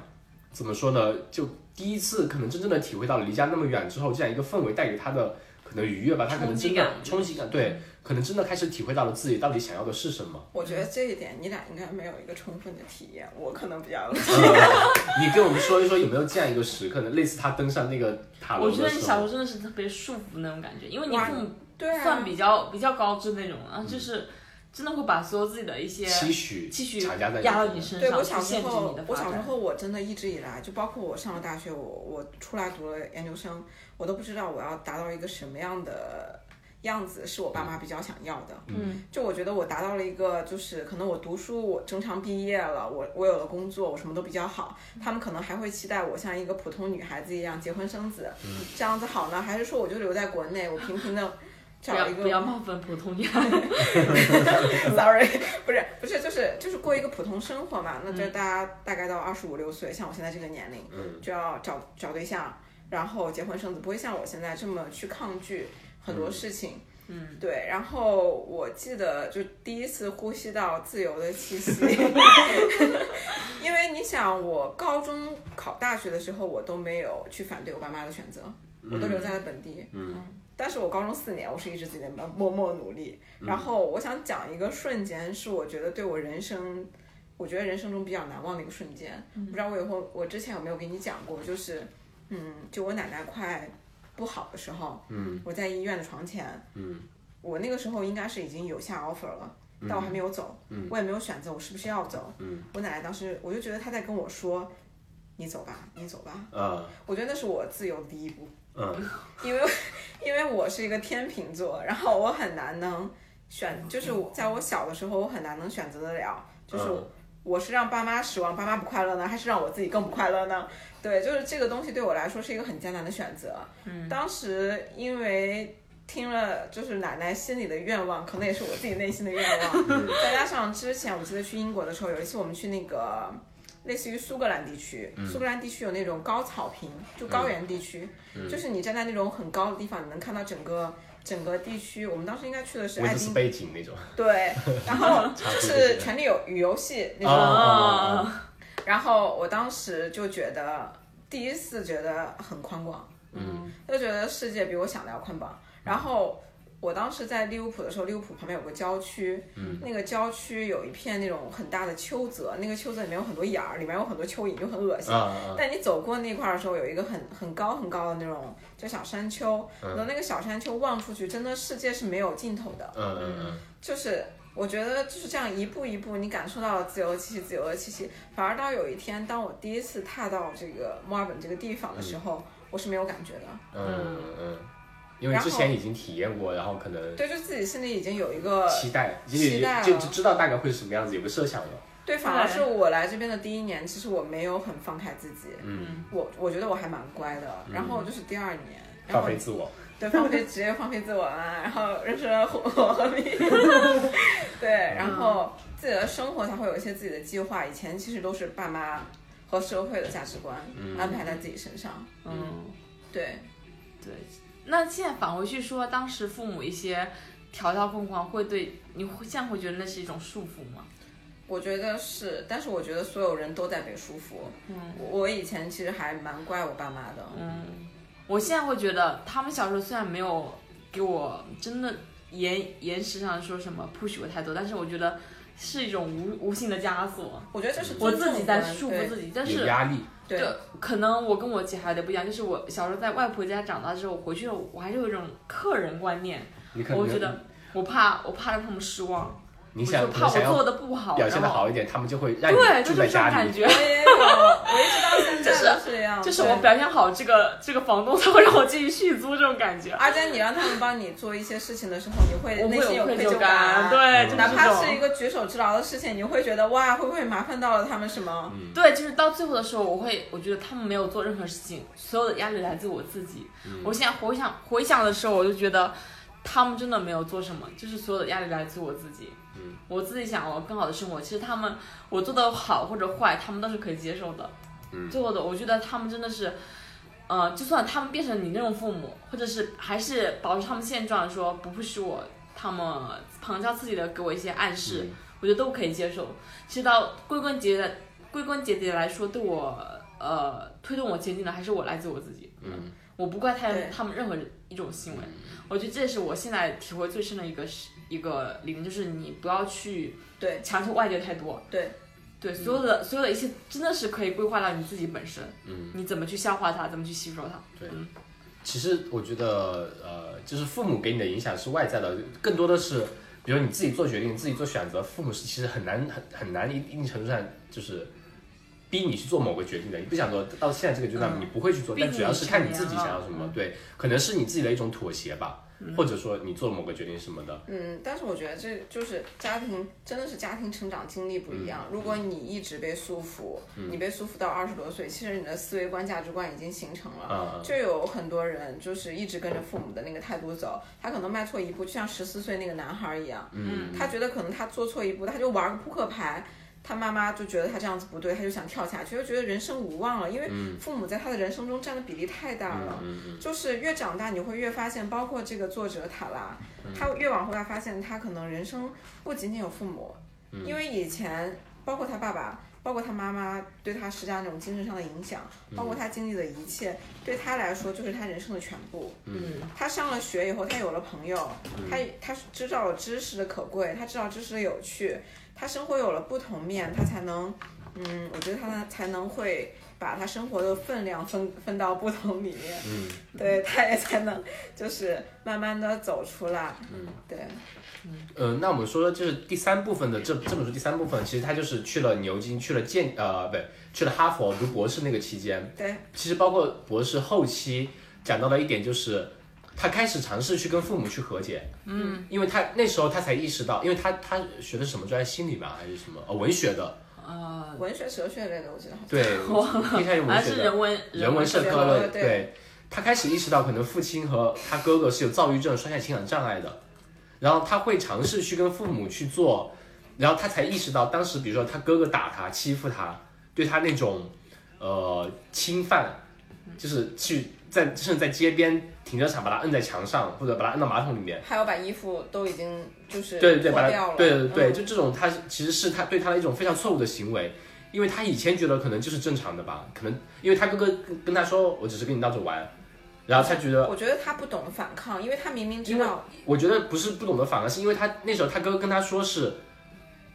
[SPEAKER 1] 怎么说呢？就第一次可能真正的体会到了离家那么远之后，这样一个氛围带给他的可能愉悦吧，他可能真的冲击感，对，可能真的开始体会到了自己到底想要的是什么。
[SPEAKER 3] 我觉
[SPEAKER 2] 嗯
[SPEAKER 3] 得这一点你俩应该没有一个充分的体验，我可能比较。
[SPEAKER 1] 你跟我们说一说有没有这样一个时刻呢？类似他登上那个塔楼
[SPEAKER 2] 我觉得
[SPEAKER 1] 的
[SPEAKER 2] 你
[SPEAKER 1] 时
[SPEAKER 2] 小时
[SPEAKER 1] 候，
[SPEAKER 2] 候真的是特别束缚那种感觉，因为你父母
[SPEAKER 3] 对啊，
[SPEAKER 2] 算比较比较高知那种啊，就是真的会把所有自己的一些
[SPEAKER 1] 嗯期许
[SPEAKER 2] 期许
[SPEAKER 1] 强加在
[SPEAKER 2] 压到
[SPEAKER 1] 身
[SPEAKER 2] 你
[SPEAKER 1] 上
[SPEAKER 2] 身
[SPEAKER 3] 对
[SPEAKER 2] 上，
[SPEAKER 3] 我
[SPEAKER 2] 去
[SPEAKER 3] 小时
[SPEAKER 2] 限制
[SPEAKER 3] 候
[SPEAKER 2] 你的，
[SPEAKER 3] 我
[SPEAKER 2] 发
[SPEAKER 3] 小时
[SPEAKER 2] 展。
[SPEAKER 3] 候我真的一直以来，就包括我上了大学，我我出来读了研究生，我都不知道我要达到一个什么样的样子是我爸妈比较想要的。嗯，就我觉得我达到了一个，就是可能我读书我正常毕业了，我我有了工作，我什么都比较好，他们可能还会期待我像一个普通女孩子一样结婚生子，这样子好呢，还是说我就留在国内，我平平的
[SPEAKER 2] 不
[SPEAKER 3] 找
[SPEAKER 2] 要
[SPEAKER 3] 一个
[SPEAKER 2] 不要冒犯普通人，
[SPEAKER 3] Sorry，不是不是，就是就是过一个普通生活嘛。那就
[SPEAKER 1] 嗯
[SPEAKER 3] 大家、大概到二十五六岁，像我现在这个年龄，就要找找对象，然后结婚生子，不会像我现在这么去抗拒很多事情。嗯，对。然后我记得就第一次呼吸到自由的 气息，因为你想，我高中考大学的时候，我都没有去反对我爸妈的选择，我都留在了本地。
[SPEAKER 1] 嗯，
[SPEAKER 3] 但是我高中四年，我是一直自己在默默努力。然后我想讲一个瞬间，是我觉得对我人生，我觉得人生中比较难忘的一个瞬间。不知道我以后我之前有没有给你讲过，就是，嗯，就我奶奶快不好的时候，嗯，我在医院的床前，
[SPEAKER 1] 嗯，
[SPEAKER 3] 我那个时候应该是已经有下 offer 了。但我还没有走，我也没有选择我是不是要走。我奶奶当时我就觉得她在跟我说：“你走吧，你走吧。
[SPEAKER 1] 呃”
[SPEAKER 3] 我觉得那是我自由的第一步。
[SPEAKER 1] 嗯
[SPEAKER 3] 因为 因为我是一个天秤座，然后我很难能选，就是我在我小的时候，我很难能选择得了，就是
[SPEAKER 1] 嗯
[SPEAKER 3] 我是让爸妈失望，爸妈不快乐呢，还是让我自己更不快乐呢？对，就是这个东西对我来说是一个很艰难的选择。嗯，当时因为。听了就是奶奶心里的愿望，可能也是我自己内心的愿 望。再加上之前我记得去英国的时候，有一次我们去那个类似于苏格兰地区，苏格兰地区有那种高草坪，就高原地区，就是你站在那种很高的地方，你能看到整个整个地区。我们当时应该去的是
[SPEAKER 1] 威
[SPEAKER 3] 爱
[SPEAKER 1] 尼斯
[SPEAKER 3] 丁，
[SPEAKER 1] 背景那种，
[SPEAKER 3] 对，然后就
[SPEAKER 1] 差不多
[SPEAKER 3] 是《权力有与游戏》那种。
[SPEAKER 1] 哦
[SPEAKER 2] 啊，
[SPEAKER 3] 然后我当时就觉得，第一次觉得很宽广，嗯，就觉得世界比我想的要宽广。然后我当时在利物浦的时候，利物浦旁边有个郊区，嗯，那个郊区有一片那种很大的丘泽，那个丘泽里面有很多眼儿，里面有很多蚯蚓，就很恶心。
[SPEAKER 1] 啊
[SPEAKER 3] 但你走过那块儿的时候，有一个很很高很高的那种叫小山丘，然后那个小山丘望出去，真的世界是没有尽头的。
[SPEAKER 1] 嗯嗯嗯
[SPEAKER 3] 就是我觉得就是这样一步一步，你感受到了自由的气息，自由的气息。反而到有一天，当我第一次踏到这个墨尔本这个地方的时候，我是没有感觉的。
[SPEAKER 1] 嗯嗯嗯，因为
[SPEAKER 3] 然后
[SPEAKER 1] 之前已经体验过，然后可能
[SPEAKER 3] 对，就自己心里已经有一个
[SPEAKER 1] 期待，就
[SPEAKER 3] 期待了
[SPEAKER 2] 啊
[SPEAKER 1] 就就知道大概会是什么样子，有个设想了。
[SPEAKER 3] 对，反而是我来这边的第一年，其实我没有很放开自己。
[SPEAKER 1] 嗯，
[SPEAKER 3] 我我觉得我还蛮乖的。然后就是第二年，
[SPEAKER 2] 哎
[SPEAKER 3] 然
[SPEAKER 1] 放
[SPEAKER 3] 后
[SPEAKER 1] 飞自我，
[SPEAKER 3] 对，放飞 直接放飞自我啦，然后认识了火火和 米，对，然后自己的生活才会有一些自己的计划。以前其实都是爸妈和社会的价值观、
[SPEAKER 1] 嗯
[SPEAKER 2] 啊
[SPEAKER 3] 安排在自己身上。
[SPEAKER 2] 嗯。
[SPEAKER 3] 对，
[SPEAKER 2] 对，那现在返回去说，当时父母一些条条框框，会对你会现在会觉得那是一种束缚吗？
[SPEAKER 3] 我觉得是，但是我觉得所有人都在被束缚。嗯，我以前其实还蛮怪我爸妈的。
[SPEAKER 2] 嗯，我现在会觉得，他们小时候虽然没有给我真的严严实上说什么 push 我太多，但是我觉得是一种无无形的枷锁，
[SPEAKER 3] 我觉得这是
[SPEAKER 2] 我
[SPEAKER 3] 尊
[SPEAKER 2] 自己
[SPEAKER 3] 重
[SPEAKER 2] 在
[SPEAKER 3] 观
[SPEAKER 2] 束缚
[SPEAKER 3] 对
[SPEAKER 2] 自己，但
[SPEAKER 1] 有
[SPEAKER 2] 是。
[SPEAKER 1] 压力，
[SPEAKER 3] 对
[SPEAKER 2] 对，可能我跟我姐还有点不一样，就是我小时候在外婆家长大之后，回去了我还是有一种客人观念，
[SPEAKER 1] 你可能
[SPEAKER 2] 我觉得我怕我怕让他们失望，
[SPEAKER 1] 你
[SPEAKER 2] 我
[SPEAKER 1] 想
[SPEAKER 2] 就怕
[SPEAKER 1] 想
[SPEAKER 2] 我
[SPEAKER 1] 要
[SPEAKER 2] 做的不好，
[SPEAKER 1] 表现的
[SPEAKER 2] 然后
[SPEAKER 1] 好一点，他们就会让
[SPEAKER 2] 对，
[SPEAKER 1] 你
[SPEAKER 2] 就
[SPEAKER 1] 住
[SPEAKER 2] 是
[SPEAKER 1] 在
[SPEAKER 2] 这种
[SPEAKER 1] 家
[SPEAKER 2] 感
[SPEAKER 1] 里。
[SPEAKER 2] 觉
[SPEAKER 3] 我。也有，我一直到现
[SPEAKER 2] 就是
[SPEAKER 3] 在都是这样。
[SPEAKER 2] 就是
[SPEAKER 3] 对
[SPEAKER 2] 我表现好，这个这个房东才会让我继续续租这种感觉，
[SPEAKER 3] 而且你让他们帮你做一些事情的时候，你会
[SPEAKER 2] 我会
[SPEAKER 3] 内心
[SPEAKER 2] 有
[SPEAKER 3] 愧
[SPEAKER 2] 疚
[SPEAKER 3] 感。
[SPEAKER 1] 嗯
[SPEAKER 2] 对，就是
[SPEAKER 3] 哪
[SPEAKER 2] 这
[SPEAKER 3] 怕是一
[SPEAKER 2] 种，
[SPEAKER 3] 个举手之劳的事情，你会觉得哇，会不会麻烦到了他们什么？
[SPEAKER 1] 嗯
[SPEAKER 2] 对，就是到最后的时候，我会我觉得他们没有做任何事情，所有的压力来自我自己。
[SPEAKER 1] 嗯
[SPEAKER 2] 我现在回想回想的时候，我就觉得他们真的没有做什么，就是所有的压力来自我自己。
[SPEAKER 1] 嗯，
[SPEAKER 2] 我自己想要更好的生活，其实他们我做的好或者坏，他们都是可以接受的。
[SPEAKER 1] 嗯
[SPEAKER 2] 最后的我觉得他们真的是。呃，就算他们变成你那种父母，或者是还是保持他们现状，说不不许我，他们旁敲侧击的给我一些暗
[SPEAKER 1] 嗯
[SPEAKER 2] 示，我觉得都可以接受。其实到归根结底，归根结底来说，对我呃推动我前进的还是我来自我自己。
[SPEAKER 1] 嗯，
[SPEAKER 2] 我不怪他
[SPEAKER 3] 对
[SPEAKER 2] 他们任何一种行为，我觉得这是我现在体会最深的一个是一个理念，就是你不要去
[SPEAKER 3] 对
[SPEAKER 2] 强求外界太多。
[SPEAKER 3] 对
[SPEAKER 2] 对，所有的、所有的一切真的是可以规划到你自己本身，
[SPEAKER 1] 嗯，
[SPEAKER 2] 你怎么去消化它，怎么去吸收它。
[SPEAKER 1] 其实我觉得，呃，就是父母给你的影响是外在的，更多的是比如你自己做决定、自己做选择，父母是其实很难很很难一一定程度上就是逼你去做某个决定的。你不想做到现在这个阶段，你不会去做，
[SPEAKER 2] 逼
[SPEAKER 1] 但
[SPEAKER 2] 你
[SPEAKER 1] 主要是看你
[SPEAKER 2] 想
[SPEAKER 1] 自己
[SPEAKER 2] 要
[SPEAKER 1] 想要什么。对，可能是你自己的一种妥协吧，或者说你做了某个决定什么的。
[SPEAKER 3] 嗯，但是我觉得这就是家庭，真的是家庭成长经历不一样。如果你一直被束缚，你被束缚到二十多岁，其实你的思维观、价值观已经形成了。
[SPEAKER 1] 啊、
[SPEAKER 3] 就有很多人就是一直跟着父母的那个态度走，他可能迈错一步，就像十四岁那个男孩一样，嗯，他觉得可能他做错一步，他就玩个扑克牌，他妈妈就觉得他这样子不对，他就想跳下去，就觉得人生无望了，因为父母在他的人生中占的比例太大了，就是越长大你会越发现，包括这个作者塔拉，他越往后他发现他可能人生不仅仅有父母，因为以前包括他爸爸。包括他妈妈对他施加那种精神上的影响，包括他经历的一切，对他来说就是他人生的全部。
[SPEAKER 2] 嗯，
[SPEAKER 3] 他上了学以后，他有了朋友，
[SPEAKER 1] 嗯
[SPEAKER 3] 他他知道了知识的可贵，他知道知识的有趣，他生活有了不同面，他才能，嗯，我觉得他才能会把他生活的分量分分到不同里面。嗯，对，他也才能就是慢慢的走出来。嗯，对，
[SPEAKER 1] 呃，那我们说就是第三部分的这这本书第三部分，其实他就是去了牛津，去了剑呃，不对，去了哈佛读博士那个期间，
[SPEAKER 3] 对，
[SPEAKER 1] 其实包括博士后期讲到的一点就是，他开始尝试去跟父母去和解，嗯，因为他那时候他才意识到，因为他他学的是什么专业，心理吧还是什么呃文学的，
[SPEAKER 2] 呃，
[SPEAKER 3] 文学、哲学类的，我觉得好像
[SPEAKER 1] 对，应该是
[SPEAKER 2] 好像
[SPEAKER 1] 文学
[SPEAKER 2] 是
[SPEAKER 1] 的，
[SPEAKER 2] 人文
[SPEAKER 1] 人文社
[SPEAKER 3] 社
[SPEAKER 1] 科
[SPEAKER 3] 科
[SPEAKER 1] 了，
[SPEAKER 3] 对
[SPEAKER 1] 对，他开始意识到可能父亲和他哥哥是有躁郁症、双向情感障碍的，然后他会尝试去跟父母去做，然后他才意识到当时比如说他哥哥打他、欺负他，对他那种呃侵犯，就是去在甚至在街边停车场把他摁在墙上，或者把他摁到马桶里面。
[SPEAKER 3] 还有把衣服都已经就是
[SPEAKER 1] 对对，
[SPEAKER 3] 脱
[SPEAKER 1] 把
[SPEAKER 3] 掉
[SPEAKER 1] 它
[SPEAKER 3] 了，
[SPEAKER 1] 对对对，
[SPEAKER 3] 嗯
[SPEAKER 1] 就这种他其实是他对他的一种非常错误的行为，因为他以前觉得可能就是正常的吧，可能因为他哥哥跟跟他说我只是跟你闹着玩，然后他觉得
[SPEAKER 3] 我觉得他不懂反抗，因为他明明知
[SPEAKER 1] 因为
[SPEAKER 3] 道，
[SPEAKER 1] 我觉得不是不懂得反而是因为他那时候他哥哥跟他说是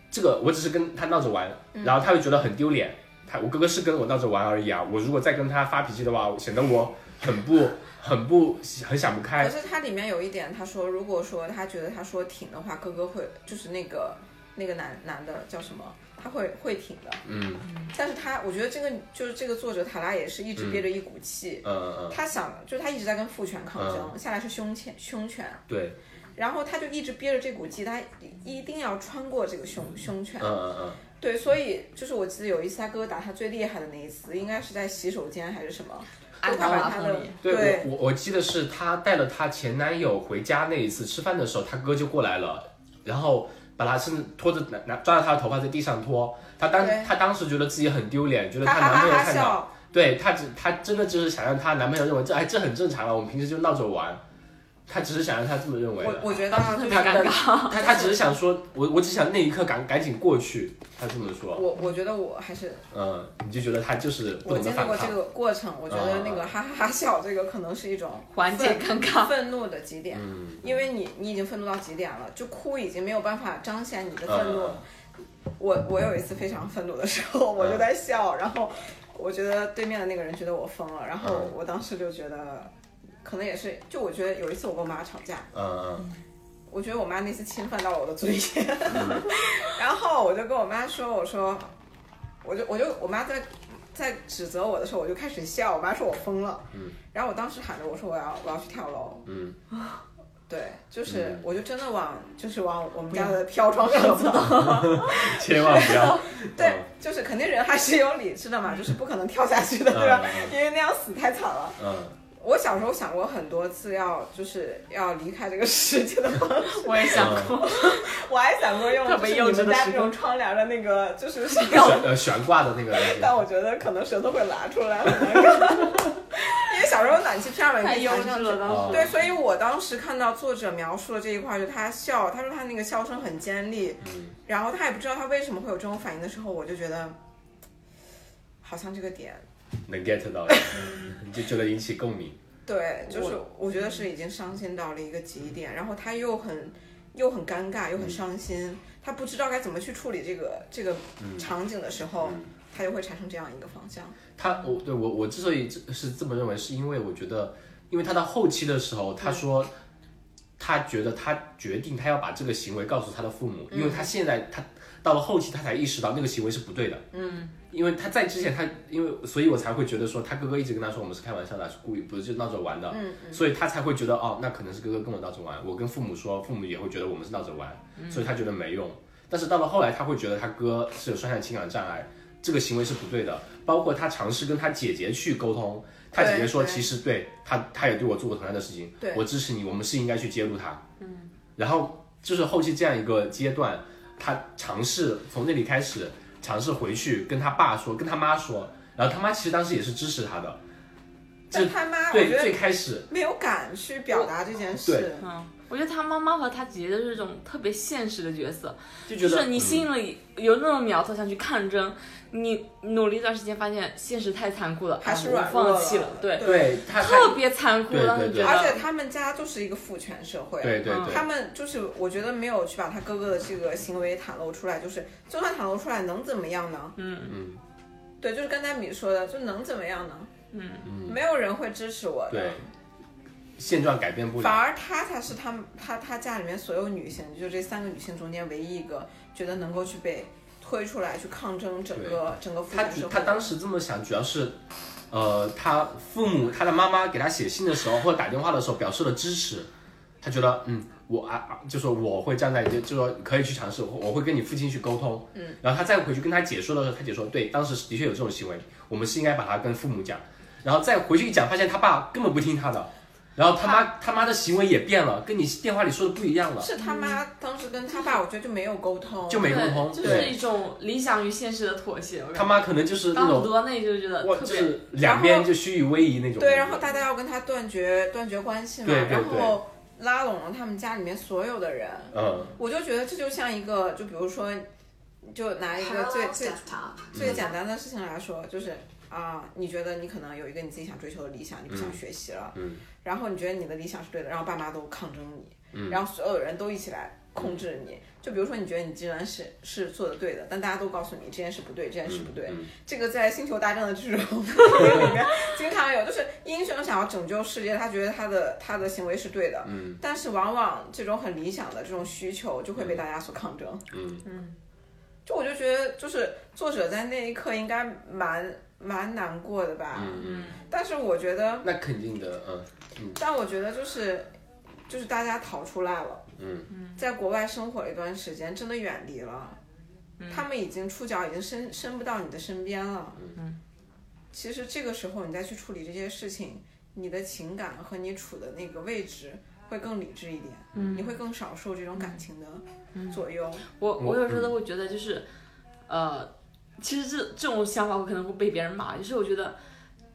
[SPEAKER 1] 这个我只是跟他闹着玩，
[SPEAKER 3] 嗯
[SPEAKER 1] 然后他会觉得很丢脸，他我哥哥是跟我闹着玩而已啊，我如果再跟他发脾气的话，显得我很不很不很想不开
[SPEAKER 3] 可，是它里面有一点，他说如果说他觉得他说挺的话，哥哥会就是那个那个男男的叫什么，他会会挺的。
[SPEAKER 1] 嗯
[SPEAKER 3] 但是他我觉得这个就是这个作者塔拉也是一直憋着一股气，
[SPEAKER 1] 嗯嗯
[SPEAKER 3] 他想就是他一直在跟父权抗争，下来是胸前胸权，
[SPEAKER 1] 嗯，对，
[SPEAKER 3] 然后他就一直憋着这股气，他一定要穿过这个胸胸权
[SPEAKER 1] 嗯。嗯嗯。
[SPEAKER 3] 对，所以就是我记得有一次他哥哥打他最厉害的那一次，应该是在洗手间还是什么，都快把他 的
[SPEAKER 1] 对我我我记得是她带了她前男友回家那一次吃饭的时候，她哥就过来了，然后把她甚至拖着拿拿抓着她的头发在地上拖，她当
[SPEAKER 3] 对
[SPEAKER 1] 她当时觉得自己很丢脸，觉得
[SPEAKER 3] 他
[SPEAKER 1] 她
[SPEAKER 3] 哈
[SPEAKER 1] 男朋
[SPEAKER 3] 哈
[SPEAKER 1] 友
[SPEAKER 3] 哈
[SPEAKER 1] 看到，
[SPEAKER 3] 笑。
[SPEAKER 1] 对她只她真的就是想让她男朋友认为这哎这很正常了，我们平时就闹着玩，她只是想让她这么认为啊
[SPEAKER 3] 我
[SPEAKER 1] 的。
[SPEAKER 3] 我觉得
[SPEAKER 2] 当
[SPEAKER 3] 他
[SPEAKER 2] 时特别
[SPEAKER 1] 她
[SPEAKER 2] 尴尬。
[SPEAKER 1] 她她 她只是想说，我我只想那一刻赶赶紧过去，她这么说，
[SPEAKER 3] 我我觉得我还是
[SPEAKER 1] 嗯，你就觉得她就是不
[SPEAKER 3] 我
[SPEAKER 1] 懂得
[SPEAKER 3] 经历
[SPEAKER 1] 反
[SPEAKER 3] 过
[SPEAKER 1] 抗啊
[SPEAKER 3] 这，个过程，我觉得那个哈哈哈笑这个可能是一种
[SPEAKER 2] 缓解尴 尬
[SPEAKER 3] 愤怒的极点，
[SPEAKER 1] 嗯
[SPEAKER 3] 因为你你已经愤怒到极点了，就哭已经没有办法彰显你的
[SPEAKER 1] 嗯
[SPEAKER 3] 愤怒
[SPEAKER 1] 嗯。
[SPEAKER 3] 我我有一次非常愤怒的时候，我就在笑，然后我觉得对面的那个人觉得我疯了，然后
[SPEAKER 1] 嗯
[SPEAKER 3] 我当时就觉得，可能也是，就我觉得有一次我跟我妈吵架，
[SPEAKER 1] 嗯嗯。
[SPEAKER 3] 我觉得我妈那次侵犯到了我的尊严，
[SPEAKER 1] 嗯
[SPEAKER 3] 然后我就跟我妈说，我说，我就我就我妈在在指责我的时候，我就开始笑，我妈说我疯了，
[SPEAKER 1] 嗯，
[SPEAKER 3] 然后我当时喊着我说我要我要去跳楼，
[SPEAKER 1] 嗯，
[SPEAKER 3] 对，就是、
[SPEAKER 1] 嗯
[SPEAKER 3] 我就真的往就是往我们家的飘窗上
[SPEAKER 1] 嗯
[SPEAKER 3] 走，
[SPEAKER 1] 千万不 要。
[SPEAKER 3] 对，就是肯定人还是有理智的嘛，就是不可能跳下去的，对吧？
[SPEAKER 1] 嗯嗯
[SPEAKER 3] 因为那样死太惨了。
[SPEAKER 1] 嗯，
[SPEAKER 3] 我小时候想过很多次要就是要离开这个世界的方式，
[SPEAKER 2] 我也想
[SPEAKER 3] 嗯
[SPEAKER 2] 过，
[SPEAKER 3] 我还想过用
[SPEAKER 2] 特
[SPEAKER 3] 就
[SPEAKER 2] 别
[SPEAKER 3] 是
[SPEAKER 2] 幼
[SPEAKER 3] 你
[SPEAKER 2] 稚的
[SPEAKER 3] 们家
[SPEAKER 2] 时
[SPEAKER 3] 这
[SPEAKER 2] 光
[SPEAKER 3] 种窗帘的那个， 就是是
[SPEAKER 1] 悬呃悬挂的那个东西，
[SPEAKER 3] 但我觉得可能舌头会拉出来，很难看。因为小时候暖气片儿 嘛，
[SPEAKER 2] 太
[SPEAKER 1] 嗯
[SPEAKER 3] 你
[SPEAKER 2] 幼
[SPEAKER 3] 可以弹
[SPEAKER 2] 稚
[SPEAKER 3] 上
[SPEAKER 2] 了
[SPEAKER 1] 哦
[SPEAKER 3] 去。
[SPEAKER 2] 当时。
[SPEAKER 3] 对，所以我当时看到作者描述的这一块，就他笑，他说他那个笑声很尖利，
[SPEAKER 2] 嗯
[SPEAKER 3] 然后他也不知道他为什么会有这种反应的时候，我就觉得，好像这个点，
[SPEAKER 1] 能 get 到的，就就能引起共鸣。
[SPEAKER 3] 对，就是我觉得是已经伤心到了一个极点，然后他又很又很尴尬，
[SPEAKER 1] 嗯
[SPEAKER 3] 又很伤心，他不知道该怎么去处理这个这个
[SPEAKER 1] 嗯
[SPEAKER 3] 场景的时候，他就会产生这样一个方向。
[SPEAKER 1] 他我对我我之所以这是这么认为，是因为我觉得，因为他到后期的时候，他说。他他觉得他决定他要把这个行为告诉他的父母，因为他现在他到了后期他才意识到那个行为是不对的。嗯，因为他在之前他因为所以我才会觉得说他哥哥一直跟他说我们是开玩笑的，是故意不是就闹着玩的。嗯，所以他才会觉得哦，那可能是哥哥跟我闹着玩，我跟父母说，父母也会觉得我们是闹着玩，所以他觉得没用。但是到了后来，他会觉得他哥是有双向情感障碍，这个行为是不对的。包括他尝试跟他姐姐去沟通，他姐姐说
[SPEAKER 3] 对对
[SPEAKER 1] 其实对他，他也对我做过同样的事情
[SPEAKER 3] 对，
[SPEAKER 1] 我支持你，我们是应该去揭露他。嗯，然后就是后期这样一个阶段，他尝试从那里开始尝试回去跟他爸说，跟他妈说，然后他妈其实当时也是支持他的。这
[SPEAKER 3] 但他妈，我
[SPEAKER 1] 对，
[SPEAKER 3] 觉得
[SPEAKER 1] 最开始
[SPEAKER 3] 没有敢去表达这件
[SPEAKER 1] 对
[SPEAKER 3] 事。
[SPEAKER 2] 嗯，我觉得他妈妈和他姐姐都是一种特别现实的角色，
[SPEAKER 1] 就觉
[SPEAKER 2] 就
[SPEAKER 1] 得
[SPEAKER 2] 是你吸
[SPEAKER 1] 嗯
[SPEAKER 2] 引了有那种苗头想去抗争，你努力一段时间，发现现实太残酷了，
[SPEAKER 3] 还是
[SPEAKER 2] 哎
[SPEAKER 3] 软
[SPEAKER 2] 我
[SPEAKER 3] 弱
[SPEAKER 2] 放弃了
[SPEAKER 3] 了，
[SPEAKER 2] 对，
[SPEAKER 1] 对他他
[SPEAKER 2] 特别残酷，
[SPEAKER 1] 对
[SPEAKER 2] 让你
[SPEAKER 1] 对对
[SPEAKER 2] 觉
[SPEAKER 3] 而
[SPEAKER 2] 得
[SPEAKER 3] 且他们家就是一个父权社会，
[SPEAKER 1] 对对
[SPEAKER 2] 嗯
[SPEAKER 1] 对
[SPEAKER 3] 他们就是我觉得没有去把他哥哥的这个行为袒露出来，就是就算袒露出来能怎么样呢？
[SPEAKER 1] 嗯
[SPEAKER 3] 对，就是刚才米说的，就能怎么样呢？
[SPEAKER 1] 嗯
[SPEAKER 3] 没有人会支持我的
[SPEAKER 1] 对，，现状改变不
[SPEAKER 3] 反
[SPEAKER 1] 了，
[SPEAKER 3] 而她才是他们她她家里面所有女性，就这三个女性中间唯一一个觉得能够去被推出来去抗争整个整个父
[SPEAKER 1] 他
[SPEAKER 3] 权社
[SPEAKER 1] 主
[SPEAKER 3] 会。
[SPEAKER 1] 他当时这么想，主要是，呃，他父母他的妈妈给他写信的时候或者打电话的时候表示了支持，他觉得嗯，我啊啊，就说我会站在就就说可以去尝试，我我会跟你父亲去沟通，嗯，然后他再回去跟他姐说的时候，他姐说对，当时的确有这种行为，我们是应该把他跟父母讲，然后再回去一讲，发现他爸根本不听他的。然后他妈他妈的行为也变了，跟你电话里说的不一样了，
[SPEAKER 3] 是他妈当时跟他爸，我觉得就没有沟通，
[SPEAKER 1] 就没沟通。
[SPEAKER 2] 对
[SPEAKER 1] 对，
[SPEAKER 2] 就是一种理想与现实的妥协。我感
[SPEAKER 1] 他
[SPEAKER 2] 觉
[SPEAKER 1] 妈可能就是那
[SPEAKER 2] 当
[SPEAKER 1] 种
[SPEAKER 2] 时读到那里就觉得
[SPEAKER 1] 哇，
[SPEAKER 2] 特
[SPEAKER 1] 就
[SPEAKER 2] 别，
[SPEAKER 1] 是两边就虚与委蛇那种。
[SPEAKER 3] 对，然后大家要跟他断绝断绝关系嘛，
[SPEAKER 1] 对对
[SPEAKER 3] 然
[SPEAKER 1] 对
[SPEAKER 3] 后拉拢了他们家里面所有的人，
[SPEAKER 1] 嗯，
[SPEAKER 3] 我就觉得这就像一个，就比如说，就拿一个最最
[SPEAKER 1] 嗯
[SPEAKER 3] 最简单的事情来说，就是啊、你觉得你可能有一个你自己想追求的理想，你不想学习了，
[SPEAKER 1] 嗯
[SPEAKER 3] 然后你觉得你的理想是对的，然后爸妈都抗争你，
[SPEAKER 1] 嗯
[SPEAKER 3] 然后所有人都一起来控制你。就比如说，你觉得你这件事是做的对的，但大家都告诉你这件事不对，这件事不对。
[SPEAKER 1] 嗯
[SPEAKER 3] 这个在《星球大战》的这 种里面经常有，就是英雄想要拯救世界，他觉得他的他的行为是对的，
[SPEAKER 1] 嗯
[SPEAKER 3] 但是往往这种很理想的这种需求就会被大家所抗争。
[SPEAKER 1] 嗯
[SPEAKER 3] 就我就觉得，就是作者在那一刻应该蛮蛮难过的吧。
[SPEAKER 1] 嗯
[SPEAKER 3] 但是我觉得
[SPEAKER 1] 嗯，，那肯定的，嗯
[SPEAKER 3] 但我觉得就是就是大家逃出来了，
[SPEAKER 1] 嗯
[SPEAKER 3] 在国外生活了一段时间，真的远离了，
[SPEAKER 1] 嗯
[SPEAKER 3] 他们已经触角已经伸伸不到你的身边了。嗯，其实这个时候你再去处理这些事情，你的情感和你处的那个位置会更理智一点，
[SPEAKER 1] 嗯
[SPEAKER 3] 你会更少受这种感情的左右。
[SPEAKER 2] 我我
[SPEAKER 1] 我嗯
[SPEAKER 2] 有时候都会觉得就是，呃，其实这这种想法我可能会被别人骂，就是我觉得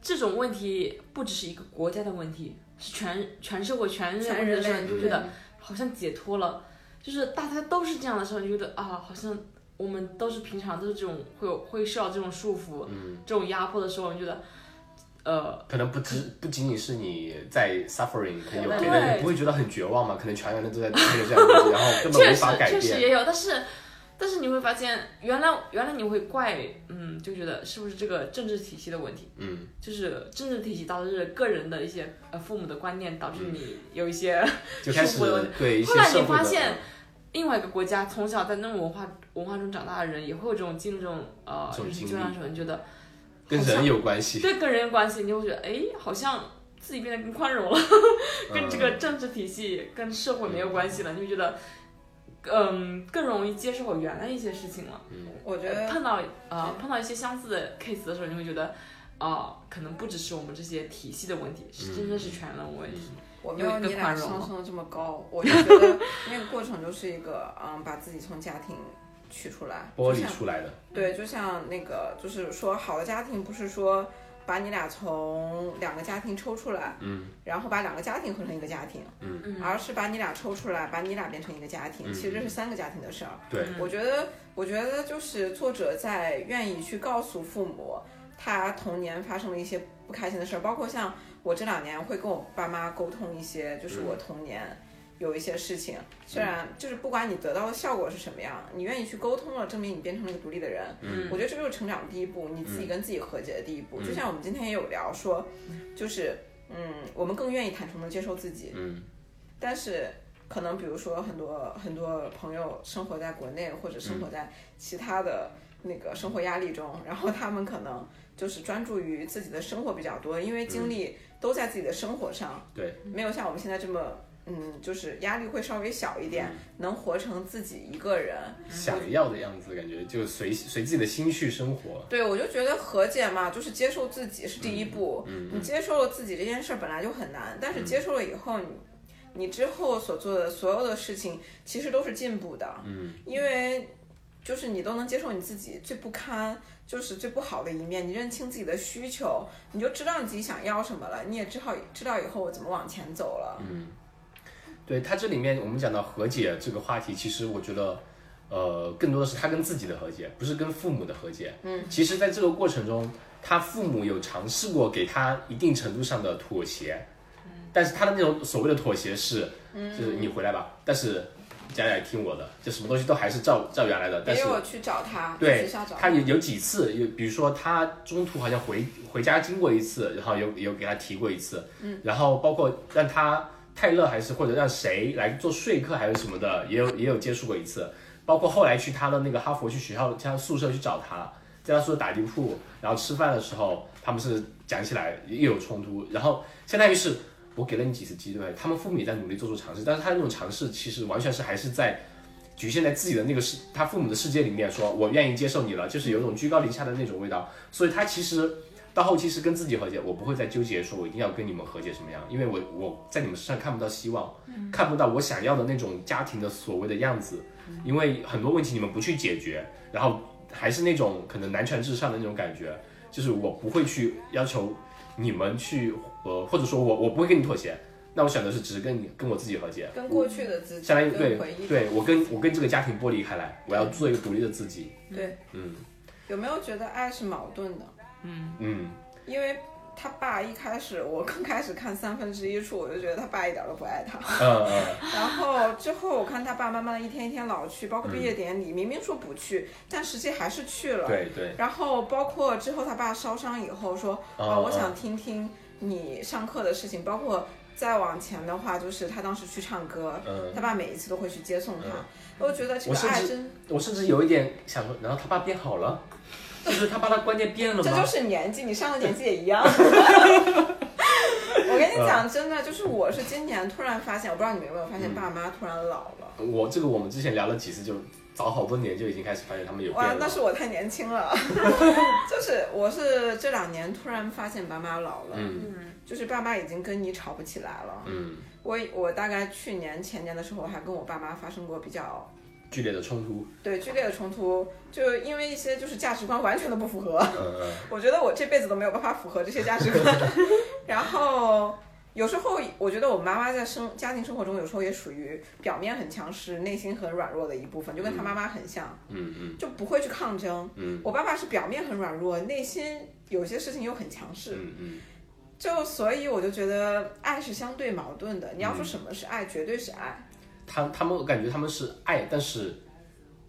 [SPEAKER 2] 这种问题不只是一个国家的问题，是全全社会全人类
[SPEAKER 3] 全
[SPEAKER 2] 问题的
[SPEAKER 3] 人
[SPEAKER 2] 时候，
[SPEAKER 3] 类
[SPEAKER 2] 你就觉得好像解脱了，就是大家都是这样的时候，你就觉得啊，好像我们都是平常都是这种会有会受到这种束缚、
[SPEAKER 1] 嗯，
[SPEAKER 2] 这种压迫的时候，你觉得，呃，
[SPEAKER 1] 可能不只不仅仅是你在 suffering，可能有别
[SPEAKER 2] 对
[SPEAKER 1] 人你不会觉得很绝望嘛？可能全人都在面对这样的东西，然后根本
[SPEAKER 2] 确
[SPEAKER 1] 无
[SPEAKER 2] 实
[SPEAKER 1] 法改
[SPEAKER 2] 确实
[SPEAKER 1] 变。
[SPEAKER 2] 也有，但是但是你会发现，原来原来你会怪，嗯，就觉得是不是这个政治体系的问题，
[SPEAKER 1] 嗯，
[SPEAKER 2] 就是政治体系导致个人的一些呃父母的观念导
[SPEAKER 1] 嗯
[SPEAKER 2] 致你有一些、
[SPEAKER 1] 就开始
[SPEAKER 2] 舒服了
[SPEAKER 1] 对一些
[SPEAKER 2] 后来你
[SPEAKER 1] 社会的
[SPEAKER 2] 发现另外一个国家从小在那种文化文化中长大的人，也会有这种进入这种呃
[SPEAKER 1] 这种
[SPEAKER 2] 就是
[SPEAKER 1] 经历
[SPEAKER 2] 就让人觉得
[SPEAKER 1] 跟
[SPEAKER 2] 好像
[SPEAKER 1] 人有关系，
[SPEAKER 2] 对跟人有关系，你就会觉得哎，好像自己变得更宽容了。跟这个
[SPEAKER 1] 嗯
[SPEAKER 2] 政治体系、跟社会没有关系了，你会觉得，嗯，更容易接受我原来一些事情了。
[SPEAKER 3] 我觉得
[SPEAKER 2] 碰到呃碰到一些相似的 case 的时候，你会觉得，啊、可能不只是我们这些体系的问题，
[SPEAKER 1] 嗯
[SPEAKER 2] 是真的是全人问题。
[SPEAKER 3] 我没有你俩上升的这么高，我就觉得那个过程就是一个，嗯，把自己从家庭取出来，
[SPEAKER 1] 剥
[SPEAKER 3] 就
[SPEAKER 1] 离
[SPEAKER 3] 像
[SPEAKER 1] 出来的。
[SPEAKER 3] 对，就像那个，就是说好的家庭不是说把你俩从两个家庭抽出来，嗯，然后把两个家庭合成一个家庭，嗯，而是把你俩抽出来，把你俩变成一个家
[SPEAKER 1] 嗯
[SPEAKER 3] 庭，其实这是三个家庭的事儿。
[SPEAKER 2] 嗯
[SPEAKER 1] 对，
[SPEAKER 3] 我觉得，我觉得就是作者在愿意去告诉父母，他童年发生了一些不开心的事儿，包括像我这两年会跟我爸妈沟通一些，就是我童年有一些事情，虽然就是不管你得到的效果是什么样，你愿意去沟通了，证明你变成了一个独立的人。嗯，我觉得这就是成长的第一步，你自己跟自己和解的第一步。就像我们今天也有聊说，就是嗯，我们更愿意坦诚的接受自己，
[SPEAKER 1] 嗯，
[SPEAKER 3] 但是。可能比如说很多很多朋友生活在国内或者生活在其他的那个生活压力中，然后他们可能就是专注于自己的生活比较多，因为精力都在自己的生活上，
[SPEAKER 1] 对，
[SPEAKER 3] 没有像我们现在这么。嗯，就是压力会稍微小一点，能活成自己一个人，
[SPEAKER 1] 想要的样子，感觉就随随自己的心去生活。
[SPEAKER 3] 对，我就觉得和解嘛，就是接受自己是
[SPEAKER 1] 嗯
[SPEAKER 3] 第一步。你接受了自己这件事儿本来就很难，但是接受了以后，你你之后所做的所有的事情其实都是进步的。嗯，因为就是你都能接受你自己最不堪，就是最不好的一面，你认清自己的需求，你就知道你自己想要什么了，你也知道知道以后我怎么往前走了。
[SPEAKER 1] 嗯对它这里面我们讲到和解这个话题，其实我觉得，呃，更多的是他跟自己的和解，不是跟父母的和解。嗯，其实在这个过程中，他父母有尝试过给他一定程度上的妥协，但是他的那种所谓的妥协是，就是你回来吧，但是家长也听我的，就什么东西都还是照照原来的，但
[SPEAKER 3] 没
[SPEAKER 1] 是
[SPEAKER 3] 有去找他，
[SPEAKER 1] 对
[SPEAKER 3] 去学校找
[SPEAKER 1] 他有有几次，有比如说他中途好像回回家经过一次，然后有有给他提过一次，嗯，然后包括让他泰勒还是或者让谁来做说客还是什么的，也有也有接触过一次，包括后来去他的那个哈佛去学校他宿舍去找他，在他宿舍打地铺，然后吃饭的时候他们是讲起来又有冲突，然后相当于是我给了你几次机会，他们父母也在努力做出尝试，但是他那种尝试其实完全是还是在。局限在自己的那个世，他父母的世界里面说，我愿意接受你了，就是有一种居高临下的那种味道。所以他其实到后期是跟自己和解，我不会再纠结说我一定要跟你们和解什么样，因为我我在你们身上看不到希望，看不到我想要的那种家庭的所谓的样子，因为很多问题你们不去解决，然后还是那种可能男权至上的那种感觉，就是我不会去要求你们去，呃，或者说我我不会跟你妥协，那我选择是只跟你跟我自己和解。
[SPEAKER 3] 跟过去的自己，
[SPEAKER 1] 相当于对
[SPEAKER 3] 跟回忆
[SPEAKER 1] 对，我跟我跟这个家庭剥离开来，我要做一个独立的自己。
[SPEAKER 3] 对，
[SPEAKER 1] 嗯
[SPEAKER 3] 有没有觉得爱是矛盾的？
[SPEAKER 1] 嗯，
[SPEAKER 3] 因为他爸一开始，我刚开始看三分之一处，我就觉得他爸一点都不爱 他。
[SPEAKER 1] 呃呃，
[SPEAKER 3] 然后之后我看他爸慢慢的一天一天老去，包括毕业典礼，明明说不去，但实际还是去了。
[SPEAKER 1] 对对，
[SPEAKER 3] 然后包括之后他爸烧伤以后说，
[SPEAKER 1] 哦
[SPEAKER 3] 啊，我
[SPEAKER 1] 哦
[SPEAKER 3] 想听听你上课的事情，包括。再往前的话，就是他当时去唱歌，
[SPEAKER 1] 嗯
[SPEAKER 3] 他爸每一次都会去接送他，我觉得这
[SPEAKER 1] 我
[SPEAKER 3] 个
[SPEAKER 1] 甚
[SPEAKER 3] 爱
[SPEAKER 1] 至
[SPEAKER 3] 真，
[SPEAKER 1] 我甚至有一点想说，难道他爸变好了？就是他爸的观念变了
[SPEAKER 3] 这
[SPEAKER 1] 吗
[SPEAKER 3] 就？是年纪，你上了年纪也一 样。我跟
[SPEAKER 1] 嗯
[SPEAKER 3] 你讲，真的就是我是今年突然发现，我不知道你们有没有发
[SPEAKER 1] 嗯
[SPEAKER 3] 现，爸妈突然老了。
[SPEAKER 1] 我这个我们之前聊了几次，就早好多年就已经开始发现他们有变
[SPEAKER 3] 哇，
[SPEAKER 1] 了。
[SPEAKER 3] 那是我太年轻 了，就是我是这两年突然发现爸妈老了，
[SPEAKER 1] 嗯
[SPEAKER 3] 就是爸妈已经跟你吵不起来了。
[SPEAKER 1] 嗯，
[SPEAKER 3] 我我大概去年前年的时候还跟我爸妈发生过比较
[SPEAKER 1] 剧烈的冲突。
[SPEAKER 3] 对剧烈的冲突，就因为一些就是价值观完全的不符合，
[SPEAKER 1] 嗯嗯
[SPEAKER 3] 我觉得我这辈子都没有办法符合这些价值观。 然后有时候我觉得我妈妈在生家庭生活中，有时候也属于表面很强势，内心很软弱的一部分，就跟她妈妈很像，
[SPEAKER 1] 嗯嗯
[SPEAKER 3] 就不会去抗争。
[SPEAKER 1] 嗯
[SPEAKER 3] 我爸爸是表面很软弱，内心有些事情又很强势，
[SPEAKER 1] 嗯嗯，
[SPEAKER 3] 就所以我就觉得爱是相对矛盾的。你要
[SPEAKER 1] 嗯
[SPEAKER 3] 说什么是爱，绝对是爱。
[SPEAKER 1] 他他们我感觉他们是爱，但是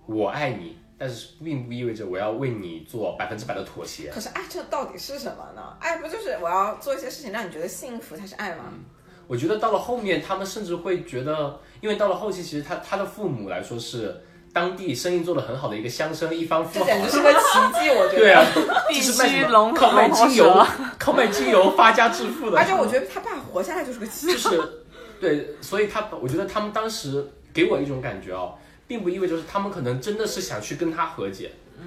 [SPEAKER 1] 我爱你，但是并不意味着我要为你做百分之百的妥协。
[SPEAKER 3] 可是爱这到底是什么呢？爱不就是我要做一些事情让你觉得幸福才是爱吗？
[SPEAKER 1] 嗯我觉得到了后面，他们甚至会觉得，因为到了后期，其实他他的父母来说是当地生意做得很好的一个乡绅一方富
[SPEAKER 3] 这
[SPEAKER 1] 豪
[SPEAKER 3] 简，直是个奇迹，我觉 得。
[SPEAKER 1] 对啊，
[SPEAKER 2] 必
[SPEAKER 1] 就是卖
[SPEAKER 2] 须
[SPEAKER 1] 什么
[SPEAKER 2] 龙
[SPEAKER 1] 靠卖
[SPEAKER 2] 龙头
[SPEAKER 1] 精油
[SPEAKER 2] 蛇，
[SPEAKER 1] 靠卖精油发家致富的，
[SPEAKER 3] 而且我觉得他爸活下来就是个奇迹。
[SPEAKER 1] 就是对，所以他我觉得他们当时给我一种感觉哦，并不意味着是他们可能真的是想去跟他和解，嗯，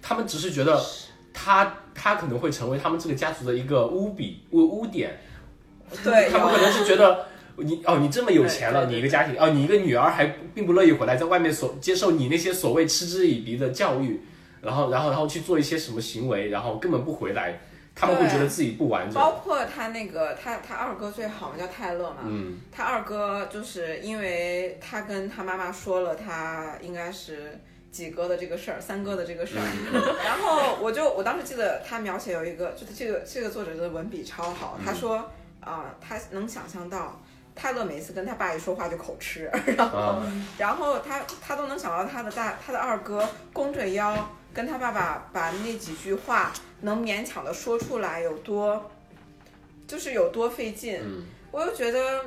[SPEAKER 1] 他们只是觉得他他可能会成为他们这个家族的一个污笔污污点，
[SPEAKER 3] 对，
[SPEAKER 1] 他们可
[SPEAKER 3] 有
[SPEAKER 1] 能是觉得你哦，你这么有钱了，
[SPEAKER 2] 对对对
[SPEAKER 1] 你一个家庭哦，你一个女儿还并不乐意回来，在外面所接受你那些所谓嗤之以鼻的教育，然后然后然后去做一些什么行为，然后根本不回来，他们会
[SPEAKER 3] 对
[SPEAKER 1] 觉得自己不完整。啊
[SPEAKER 3] 包括他那个他他二哥最好嘛，叫泰勒嘛。
[SPEAKER 1] 嗯
[SPEAKER 3] 他二哥就是因为他跟他妈妈说了，他应该是。几哥的这个事儿，三哥的这个事
[SPEAKER 1] 嗯
[SPEAKER 3] 儿， 然后我就我当时记得他描写有一个，就是这个这个作者的文笔超好，
[SPEAKER 1] 嗯
[SPEAKER 3] 他说啊、他能想象到泰勒每次跟他爸一说话就口吃，然后
[SPEAKER 1] 啊，
[SPEAKER 3] 然后他他都能想到他的大他的二哥弓着腰跟他爸爸把那几句话能勉强的说出来有多，就是有多费劲。
[SPEAKER 1] 嗯
[SPEAKER 3] 我又觉得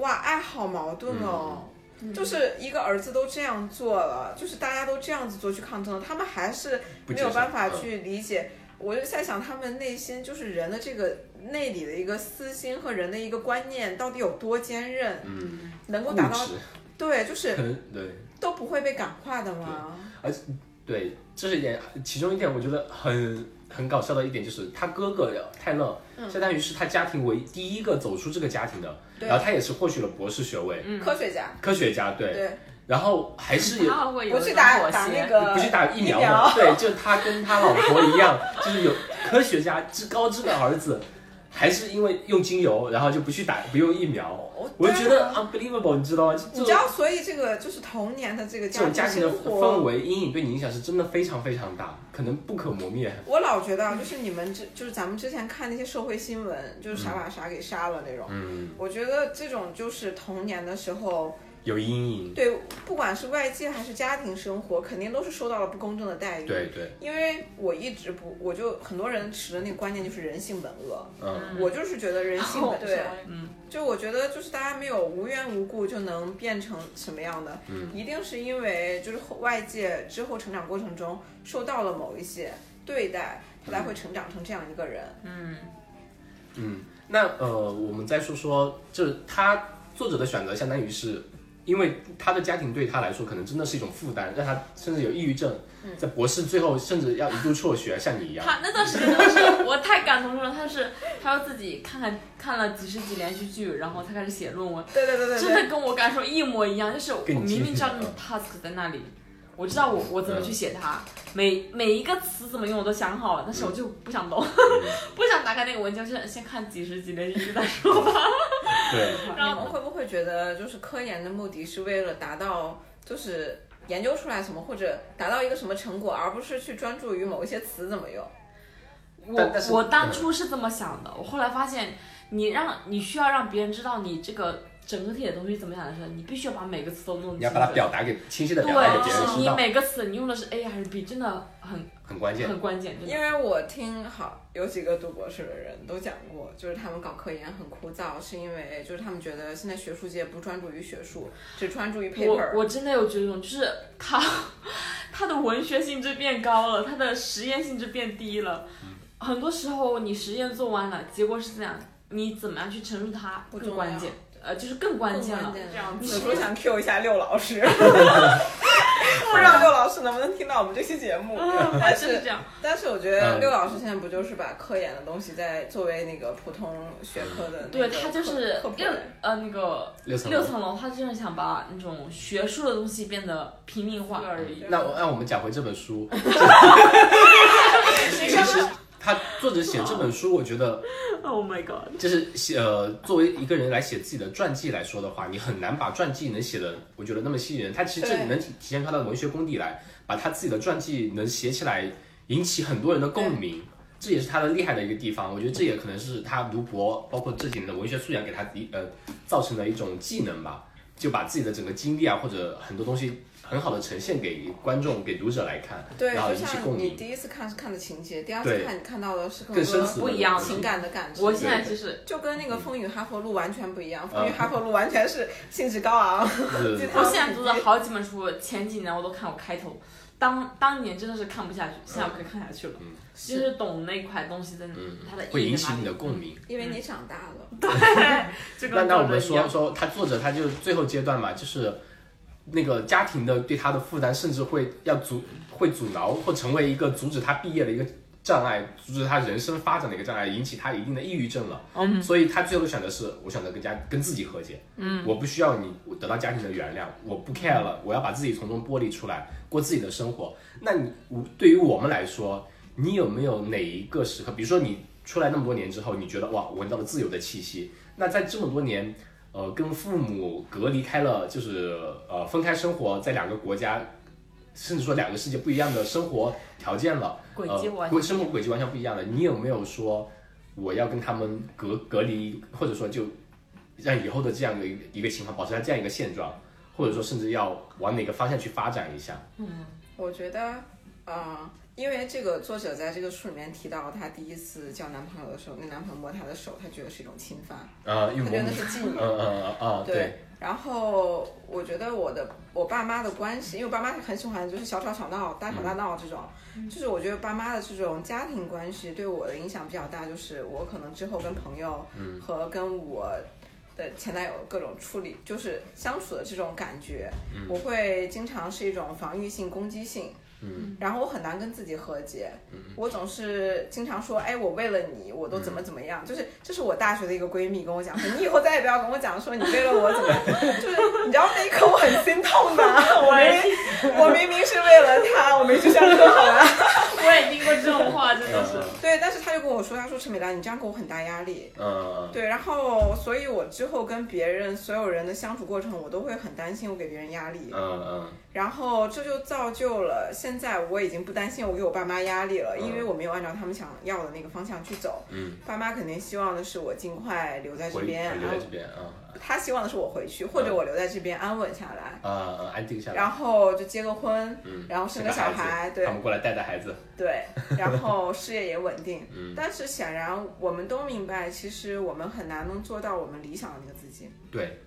[SPEAKER 3] 哇，爱好矛盾哦。
[SPEAKER 1] 嗯
[SPEAKER 3] 就是一个儿子都这样做了，就是大家都这样子做去抗争了，他们还是
[SPEAKER 1] 不
[SPEAKER 3] 没
[SPEAKER 1] 接
[SPEAKER 3] 有
[SPEAKER 1] 受
[SPEAKER 3] 办法
[SPEAKER 1] 嗯
[SPEAKER 3] 去理解。我就在想，他们内心就是人的这个内里的一个私心和人的一个观念到底有多坚韧，
[SPEAKER 1] 嗯，
[SPEAKER 3] 能够
[SPEAKER 1] 固
[SPEAKER 3] 达到
[SPEAKER 1] 执，
[SPEAKER 3] 对，就是
[SPEAKER 1] 可能对
[SPEAKER 3] 都不会被感化的吗？
[SPEAKER 1] 对，这是一点，其中一点我觉得很很搞笑的一点就是他哥哥泰勒，相当于是他家庭唯一第一个走出这个家庭的，
[SPEAKER 3] 嗯对
[SPEAKER 1] 然后他也是获取了博士学位，
[SPEAKER 2] 嗯
[SPEAKER 3] 科学家，
[SPEAKER 1] 科学家对，
[SPEAKER 3] 对，
[SPEAKER 1] 然后还是
[SPEAKER 2] 他会有
[SPEAKER 3] 不
[SPEAKER 2] 一
[SPEAKER 3] 去
[SPEAKER 2] 种
[SPEAKER 3] 打
[SPEAKER 2] 妥
[SPEAKER 3] 打那
[SPEAKER 2] 协。
[SPEAKER 3] 个
[SPEAKER 1] 不去打疫
[SPEAKER 3] 疫
[SPEAKER 1] 苗的，对，就是他跟他老婆一样，就是有科学家之高知的儿子，还是因为用精油，然后就不去打，不用疫苗，
[SPEAKER 3] 我
[SPEAKER 1] 我就觉得
[SPEAKER 3] 当然
[SPEAKER 1] unbelievable，你知道吗？
[SPEAKER 3] 哦啊你
[SPEAKER 1] 这
[SPEAKER 3] 知
[SPEAKER 1] 种
[SPEAKER 3] 道，所以这个就是童年的这个
[SPEAKER 1] 这种家
[SPEAKER 3] 庭
[SPEAKER 1] 庭的
[SPEAKER 3] 生活
[SPEAKER 1] 氛围阴影对你影响是真的非常非常大，可能不可磨灭。
[SPEAKER 2] 嗯
[SPEAKER 3] 我老觉得啊，就是你们之，就是咱们之前看那些社会新闻，就是啥把啥给杀了那种。
[SPEAKER 1] 嗯，
[SPEAKER 3] 我觉得这种就是童年的时候，
[SPEAKER 1] 有阴影。
[SPEAKER 3] 对，不管是外界还是家庭生活，肯定都是受到了不公正的待遇。，
[SPEAKER 1] 对对，
[SPEAKER 3] 因为我一直不，我就很多人持的那个观念就是人性本恶，
[SPEAKER 1] 嗯，
[SPEAKER 3] 我就是觉得人 性本对，
[SPEAKER 2] 嗯，
[SPEAKER 3] 就我觉得就是大家没有无缘无故就能变成什么样的，一定是因为就是后外界之后成长过程中受到了某一些对待，他才会成长成这样一个人。
[SPEAKER 2] 嗯
[SPEAKER 1] 那呃，我们再说说，就是他作者的选择，相当于是因为他的家庭对他来说可能真的是一种负担，让他甚至有抑郁症，在博士最后甚至要一度辍学，像你一样。
[SPEAKER 2] 嗯他那段时间真的是我太感同身受，他是他要自己看看看了几十集连续剧，然后才开始写论文，
[SPEAKER 3] 对对对对
[SPEAKER 2] 真
[SPEAKER 3] 对，
[SPEAKER 2] 的跟我感受一模一样。就是我
[SPEAKER 1] 跟你
[SPEAKER 2] 明明知道
[SPEAKER 1] 经
[SPEAKER 2] 那
[SPEAKER 1] 历
[SPEAKER 2] 个
[SPEAKER 1] 的
[SPEAKER 2] task 在那里，我知道我我
[SPEAKER 3] 嗯
[SPEAKER 2] 怎么去写它，每每一个词怎么用我都想好了，但是
[SPEAKER 3] 嗯
[SPEAKER 2] 我就不想动，
[SPEAKER 1] 嗯
[SPEAKER 2] 不想打开那个文件，就是先看几十集连续剧再说吧。
[SPEAKER 1] 对，
[SPEAKER 3] 你们会不会觉得就是科研的目的是为了达到就是研究出来什么或者达到一个什么成果，而不是去专注于某一些词怎么用？
[SPEAKER 1] 但
[SPEAKER 2] 我
[SPEAKER 1] 但是嗯
[SPEAKER 2] 我当初是这么想的，我后来发现，你让你需要让别人知道你这个整个体的东西怎么想的时候，你必须要把每个词都弄
[SPEAKER 1] 你
[SPEAKER 2] 清
[SPEAKER 1] 要
[SPEAKER 2] 楚。
[SPEAKER 1] 把它表达给清晰的表达给别人
[SPEAKER 2] 对，啊
[SPEAKER 1] 知
[SPEAKER 2] 你
[SPEAKER 1] 道，
[SPEAKER 2] 每个词你用的是 A 还是 B，真的很
[SPEAKER 1] 很关键。
[SPEAKER 2] 很关键，真的。
[SPEAKER 3] 因为我听好有几个读博士的人都讲过，就是他们搞科研很枯燥，是因为就是他们觉得现在学术界不专注于学术，只专注于
[SPEAKER 2] 我
[SPEAKER 3] paper。
[SPEAKER 2] 我真的有这种，就是他他的文学性质变高了，他的实验性质变低了。
[SPEAKER 1] 嗯
[SPEAKER 2] 很多时候你实验做完了，结果是这样，你怎么样去陈述它
[SPEAKER 3] 不
[SPEAKER 2] 更
[SPEAKER 3] 重
[SPEAKER 2] 关
[SPEAKER 3] 要
[SPEAKER 2] 键，呃，就是更关键了。
[SPEAKER 3] 这样
[SPEAKER 2] 子
[SPEAKER 3] 子，我想 Q 一下六老师， 不知道六老师能不能听到我们这期节目？但
[SPEAKER 2] 真是
[SPEAKER 3] 是
[SPEAKER 2] 这样，
[SPEAKER 3] 但是我觉
[SPEAKER 1] 嗯
[SPEAKER 3] 得六老师现在不就是把科研的东西在作为那个普通学科的那
[SPEAKER 2] 对
[SPEAKER 3] 个
[SPEAKER 2] 他就是
[SPEAKER 3] 科科普
[SPEAKER 2] 六
[SPEAKER 3] 人
[SPEAKER 2] 呃那个
[SPEAKER 1] 六层楼
[SPEAKER 2] 六层楼，他就是想把那种学术的东西变得平民化而已。
[SPEAKER 1] 那我那我们讲回这本 书，其实他作者写这本书，我觉得
[SPEAKER 2] Oh my god！
[SPEAKER 1] 就是写呃，作为一个人来写自己的传记来说的话，你很难把传记能写的，我觉得那么吸引人。他其实这
[SPEAKER 3] 对
[SPEAKER 1] 里能体体现出他的文学功底来，把他自己的传记能写起来，引起很多人的共鸣，这也是他的厉害的一个地方。我觉得这也可能是他读博，包括这几年的文学素养给他一呃造成的一种技能吧，就把自己的整个经历啊或者很多东西很好的呈现给观众、给读者来看，
[SPEAKER 3] 对，
[SPEAKER 1] 然后
[SPEAKER 3] 就
[SPEAKER 1] 引起
[SPEAKER 3] 像
[SPEAKER 1] 共
[SPEAKER 3] 你
[SPEAKER 1] 鸣。
[SPEAKER 3] 第一次看是看的情节，第二次
[SPEAKER 1] 对
[SPEAKER 3] 看你看到的是
[SPEAKER 1] 更深
[SPEAKER 3] 多
[SPEAKER 1] 层
[SPEAKER 2] 不一样
[SPEAKER 3] 情感的感知。
[SPEAKER 2] 我现在就是
[SPEAKER 3] 就跟那个《风雨哈佛路》完全不一样，《风雨
[SPEAKER 1] 嗯
[SPEAKER 3] 哈佛路》完全是兴致高昂，
[SPEAKER 1] 就是
[SPEAKER 3] 鸡汤
[SPEAKER 2] 我现在读的好几本书，前几年我都看过开头，当当年真的是看不下去，现在我可以看下去了，就是懂那块东西在哪
[SPEAKER 1] 嗯，
[SPEAKER 2] 它的
[SPEAKER 1] 会
[SPEAKER 2] 意
[SPEAKER 1] 引
[SPEAKER 2] 义
[SPEAKER 1] 起
[SPEAKER 2] 在哪
[SPEAKER 1] 你的
[SPEAKER 2] 里。
[SPEAKER 1] 共鸣。
[SPEAKER 3] 因为你长大了。
[SPEAKER 2] 就
[SPEAKER 1] 那
[SPEAKER 2] 跟
[SPEAKER 1] 那我
[SPEAKER 2] 作者
[SPEAKER 1] 们
[SPEAKER 2] 一样
[SPEAKER 1] 说说他作者，他就最后阶段嘛，就是那个家庭的对他的负担，甚至会要阻会阻挠或成为一个阻止他毕业的一个障碍，阻止他人生发展的一个障碍，引起他一定的抑郁症了。嗯，所以他最后的选择是，我选择跟家跟自己和解。嗯，我不需要你得到家庭的原谅，我不 care 了，我要把自己从中剥离出来，过自己的生活。那你我对于我们来说，你有没有哪一个时刻，比如说你出来那么多年之后，你觉得哇，我闻到了自由的气息？那在这么多年，呃，跟父母隔离开了，就是呃分开生活，在两个国家，甚至说两个世界不一样的生活条件了，
[SPEAKER 2] 轨迹
[SPEAKER 1] 呃
[SPEAKER 2] 完
[SPEAKER 1] 轨、生活轨迹完全不一样了。你有没有说我要跟他们隔隔离，或者说就让以后的这样的一个一个情况保持在这样一个现状，或者说甚至要往哪个方向去发展一下？
[SPEAKER 3] 我觉得，呃，因为这个作者在这个书里面提到，她第一次交男朋友的时候，那男朋友摸她的手，她觉得是一种侵犯，
[SPEAKER 1] 啊，一
[SPEAKER 3] 她
[SPEAKER 1] 模
[SPEAKER 3] 觉得
[SPEAKER 1] 一
[SPEAKER 3] 那
[SPEAKER 1] 样
[SPEAKER 3] 是禁欲
[SPEAKER 1] 嗯。嗯嗯啊，对，
[SPEAKER 3] 然后我觉得我的我爸妈的关系，因为我爸妈很喜欢就是小吵小闹、大吵大闹这种，就是我觉得爸妈的这种家庭关系对我的影响比较大，就是我可能之后跟朋友和跟我的前男友各种处理，就是相处的这种感觉，我会经常是一种防御性、攻击性。
[SPEAKER 1] 嗯，
[SPEAKER 3] 然后我很难跟自己和解，我总是经常说，哎，我为了你，我都怎么怎么样，就是这是我大学的一个闺蜜跟我讲说，你以后再也不要跟我讲说你为了我怎么， 就是你知道那一刻我很心痛 的，我明我明明是为了她，我没去上课好吗？
[SPEAKER 2] 我也听过这种话，真
[SPEAKER 1] 嗯
[SPEAKER 2] 的是。
[SPEAKER 3] 对，但是她就跟我说，她说陈美兰，你这样给我很大压力，
[SPEAKER 1] 嗯
[SPEAKER 3] 对，然后所以我之后跟别人所有人的相处过程，我都会很担心我给别人压力，
[SPEAKER 1] 嗯
[SPEAKER 3] 然后这就造就了现在我已经不担心我给我爸妈压力了，
[SPEAKER 1] 嗯
[SPEAKER 3] 因为我没有按照他们想要的那个方向去走。
[SPEAKER 1] 嗯，
[SPEAKER 3] 爸妈肯定希望的是我尽快留在这
[SPEAKER 1] 回
[SPEAKER 3] 边，
[SPEAKER 1] 留
[SPEAKER 3] 然
[SPEAKER 1] 在
[SPEAKER 3] 后
[SPEAKER 1] 这边嗯啊
[SPEAKER 3] 他希望的是我回去，或者我留在这边安稳下来，
[SPEAKER 1] 啊啊，安定下来，
[SPEAKER 3] 然后就结个婚，
[SPEAKER 1] 嗯，
[SPEAKER 3] 然后生小
[SPEAKER 1] 孩子
[SPEAKER 3] 孩，对
[SPEAKER 1] 他们过来带带孩子，
[SPEAKER 3] 对，然后事业也稳定。
[SPEAKER 1] 嗯，
[SPEAKER 3] 但是显然我们都明白，其实我们很难能做到我们理想的那个自己。
[SPEAKER 1] 对，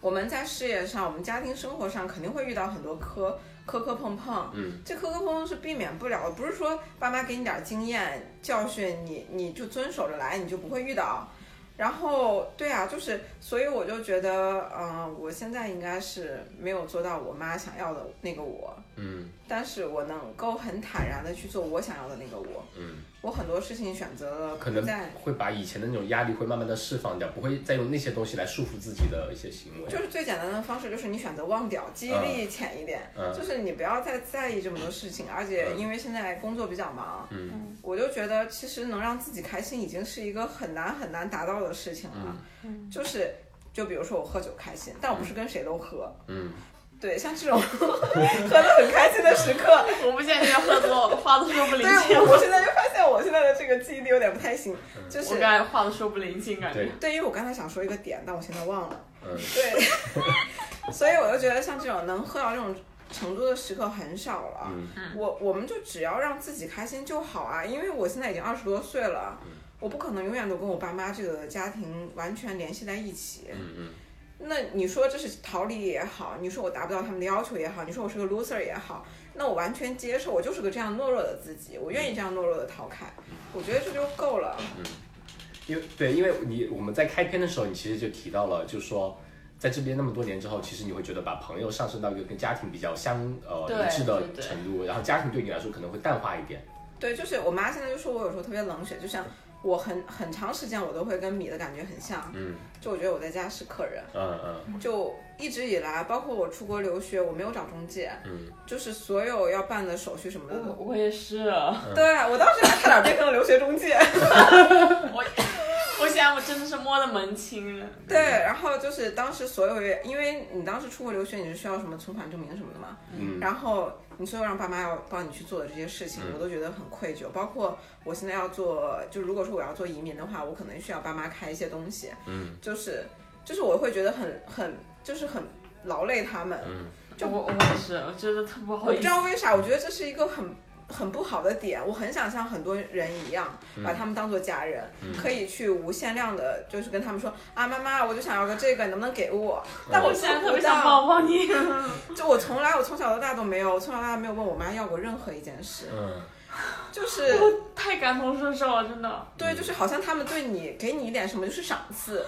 [SPEAKER 3] 我们在事业上，我们家庭生活上肯定会遇到很多磕磕磕碰碰，
[SPEAKER 1] 嗯，
[SPEAKER 3] 这磕磕碰碰是避免不了的，不是说爸妈给你点经验教训你，你就遵守着来，你就不会遇到。然后，对啊，就是，所以我就觉得，嗯、我现在应该是没有做到我妈想要的那个我，
[SPEAKER 1] 嗯
[SPEAKER 3] 但是我能够很坦然的去做我想要的那个我。
[SPEAKER 1] 嗯，
[SPEAKER 3] 我很多事情选择了
[SPEAKER 1] 可能
[SPEAKER 3] 在
[SPEAKER 1] 会把以前的那种压力会慢慢的释放掉，不会再用那些东西来束缚自己的一些行为，
[SPEAKER 3] 就是最简单的方式，就是你选择忘掉，记
[SPEAKER 1] 啊
[SPEAKER 3] 忆力浅一点，
[SPEAKER 1] 嗯
[SPEAKER 3] 就是你不要再在意这么多事情，而且因为现在工作比较忙，
[SPEAKER 1] 嗯
[SPEAKER 3] 我就觉得其实能让自己开心已经是一个很难很难达到的事情了，就是。就比如说我喝酒开心，但我不是跟谁都喝，
[SPEAKER 1] 嗯，
[SPEAKER 3] 对，像这种 喝的很开心的时刻，
[SPEAKER 1] 嗯
[SPEAKER 2] 我们现在就要喝多，我话都说不灵
[SPEAKER 3] 对
[SPEAKER 2] 清，
[SPEAKER 3] 我我现在就发现我现在的这个记忆力有点不太行，就是
[SPEAKER 2] 我刚才话都说不灵清，感觉
[SPEAKER 1] 对。
[SPEAKER 3] 对，因为我刚才想说一个点，但我现在忘了。
[SPEAKER 1] 嗯
[SPEAKER 3] 对， 所以我就觉得像这种能喝到这种程度的时刻很少了。
[SPEAKER 1] 嗯
[SPEAKER 3] 我我们就只要让自己开心就好啊，因为我现在已经二十多岁了，我不可能永远都跟我爸妈这个家庭完全联系在一起。
[SPEAKER 1] 嗯嗯
[SPEAKER 3] 那你说这是逃离也好，你说我达不到他们的要求也好，你说我是个 loser 也好，那我完全接受，我就是个这样懦弱的自己，我愿意这样懦弱的逃开，我觉得这就够了。
[SPEAKER 1] 因为对，因为你我们在开篇的时候，你其实就提到了，就是说，在这边那么多年之后，其实你会觉得把朋友上升到一个跟家庭比较相呃
[SPEAKER 2] 对
[SPEAKER 1] 一致的
[SPEAKER 2] 对对
[SPEAKER 1] 程度，然后家庭对你来说可能会淡化一点。
[SPEAKER 3] 对，就是我妈现在就说我有时候特别冷血，就像我很很长时间我都会跟米的感觉很像，
[SPEAKER 1] 嗯
[SPEAKER 3] 就我觉得我在家是客人，
[SPEAKER 1] 嗯嗯
[SPEAKER 3] 就一直以来，包括我出国留学，我没有找中介，
[SPEAKER 1] 嗯，就是
[SPEAKER 3] 所有要办的手续什么的
[SPEAKER 2] 我
[SPEAKER 3] 都。
[SPEAKER 2] 我也是，
[SPEAKER 1] 嗯
[SPEAKER 3] 对啊我当时还差点变成了留学中介，
[SPEAKER 2] 我我想我真的是摸得门清了。
[SPEAKER 3] 对，然后就是当时所有，因为你当时出国留学，你是需要什么存款证明什么的嘛，
[SPEAKER 1] 嗯
[SPEAKER 3] 然后你所有让爸妈要帮你去做的这些事情，
[SPEAKER 1] 嗯
[SPEAKER 3] 我都觉得很愧疚。包括我现在要做，就如果说我要做移民的话，我可能需要爸妈开一些东西，
[SPEAKER 1] 嗯
[SPEAKER 3] 就是就是我会觉得很很就是很劳累他们。
[SPEAKER 1] 嗯
[SPEAKER 3] 就
[SPEAKER 2] 我我也是，我觉得特不好
[SPEAKER 3] 我不
[SPEAKER 2] 意
[SPEAKER 3] 知
[SPEAKER 2] 思。
[SPEAKER 3] 道为啥，我觉得这是一个很很不好的点。我很想像很多人一样，把他们当做家人，可以去无限量的，就是跟他们说啊，妈妈，我就想要个这个，你能不能给我？但我
[SPEAKER 2] 我现在
[SPEAKER 3] 做
[SPEAKER 2] 特
[SPEAKER 3] 不
[SPEAKER 2] 别想
[SPEAKER 3] 到，
[SPEAKER 2] 抱抱你。
[SPEAKER 3] 就我从来我从小到大都没有，我从小到大没有问我妈要过任何一件事，
[SPEAKER 1] 嗯
[SPEAKER 3] 就是
[SPEAKER 2] 我太感同身受了，真的，
[SPEAKER 3] 对，就是好像他们对你给你一点什么就是赏赐，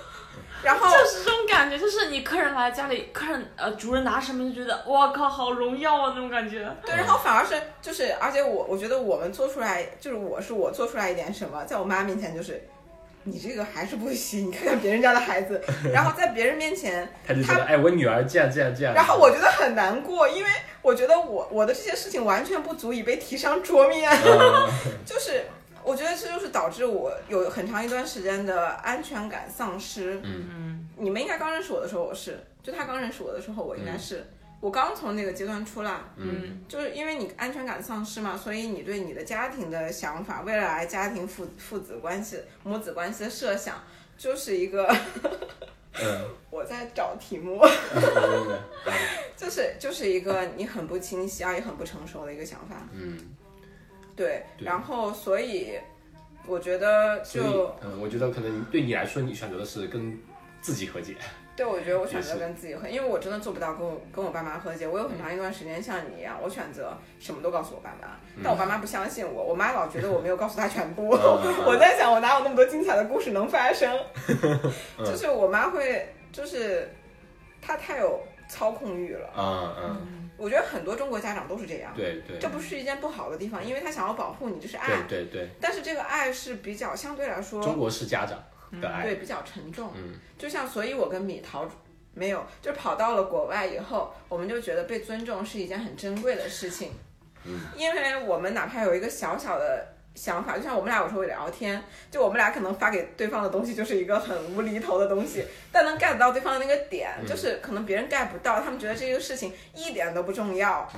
[SPEAKER 3] 然后
[SPEAKER 2] 就是这种感觉，就是你客人来家里，客人呃主人拿什么就觉得哇靠，好荣耀啊那种感觉。
[SPEAKER 3] 对，然后反而是就是，而且我我觉得我们做出来，就是我是我做出来一点什么，在我妈面前就是，你这个还是不行，你看看别人家的孩子，然后在别人面前，
[SPEAKER 1] 他就觉得哎，我女儿这样这样这样。
[SPEAKER 3] 然后我觉得很难过，因为我觉得我我的这些事情完全不足以被提上桌面，
[SPEAKER 1] 嗯
[SPEAKER 3] 就是我觉得这就是导致我有很长一段时间的安全感丧失。
[SPEAKER 1] 嗯
[SPEAKER 3] 你们应该刚认识我的时候，我是，就他刚认识我的时候，我应该是，我刚从那个阶段出来。
[SPEAKER 1] 嗯
[SPEAKER 3] 就是因为你安全感丧失嘛，所以你对你的家庭的想法、未来家庭父父子关系、母子关系的设想，就是一个
[SPEAKER 1] 嗯，
[SPEAKER 3] 我在找题目，
[SPEAKER 1] 嗯嗯
[SPEAKER 3] 就是就是一个你很不清晰而也很不成熟的一个想法。
[SPEAKER 1] 嗯，
[SPEAKER 3] 对，
[SPEAKER 1] 对
[SPEAKER 3] 然后所以我觉得
[SPEAKER 1] 所以
[SPEAKER 3] 就
[SPEAKER 1] 嗯，我觉得可能对你来说，你选择的是跟自己和解。
[SPEAKER 3] 对，我觉得我选
[SPEAKER 1] 也
[SPEAKER 3] 择
[SPEAKER 1] 是
[SPEAKER 3] 跟自己和，因为我真的做不到跟我跟我爸妈和解。我有很长一段时间像你一样，我选择什么都告诉我爸妈，
[SPEAKER 1] 嗯
[SPEAKER 3] 但我爸妈不相信我，我妈老觉得我没有告诉她全 部。
[SPEAKER 1] 哦
[SPEAKER 3] 我在想，我哪有那么多精彩的故事能发生？
[SPEAKER 1] 嗯
[SPEAKER 3] 就是我妈会，就是她太有操控欲了。
[SPEAKER 1] 嗯嗯，
[SPEAKER 3] 我觉得很多中国家长都是这样，
[SPEAKER 1] 对对
[SPEAKER 3] 这不是一件不好的地方，因为她想要保护你，这是爱。
[SPEAKER 1] 对对对，
[SPEAKER 3] 但是这个爱是比较相对来说
[SPEAKER 1] 中国式家长的爱，
[SPEAKER 3] 对，比较沉重。
[SPEAKER 1] 嗯，
[SPEAKER 3] 就像所以我跟米桃没有，就跑到了国外以后，我们就觉得被尊重是一件很珍贵的事情。
[SPEAKER 1] 嗯，
[SPEAKER 3] 因为我们哪怕有一个小小的。想法就像我们俩有时候聊天，就我们俩可能发给对方的东西就是一个很无厘头的东西，但能 get 到对方的那个点，
[SPEAKER 1] 嗯
[SPEAKER 3] 就是可能别人 get 不到，他们觉得这个事情一点都不重要。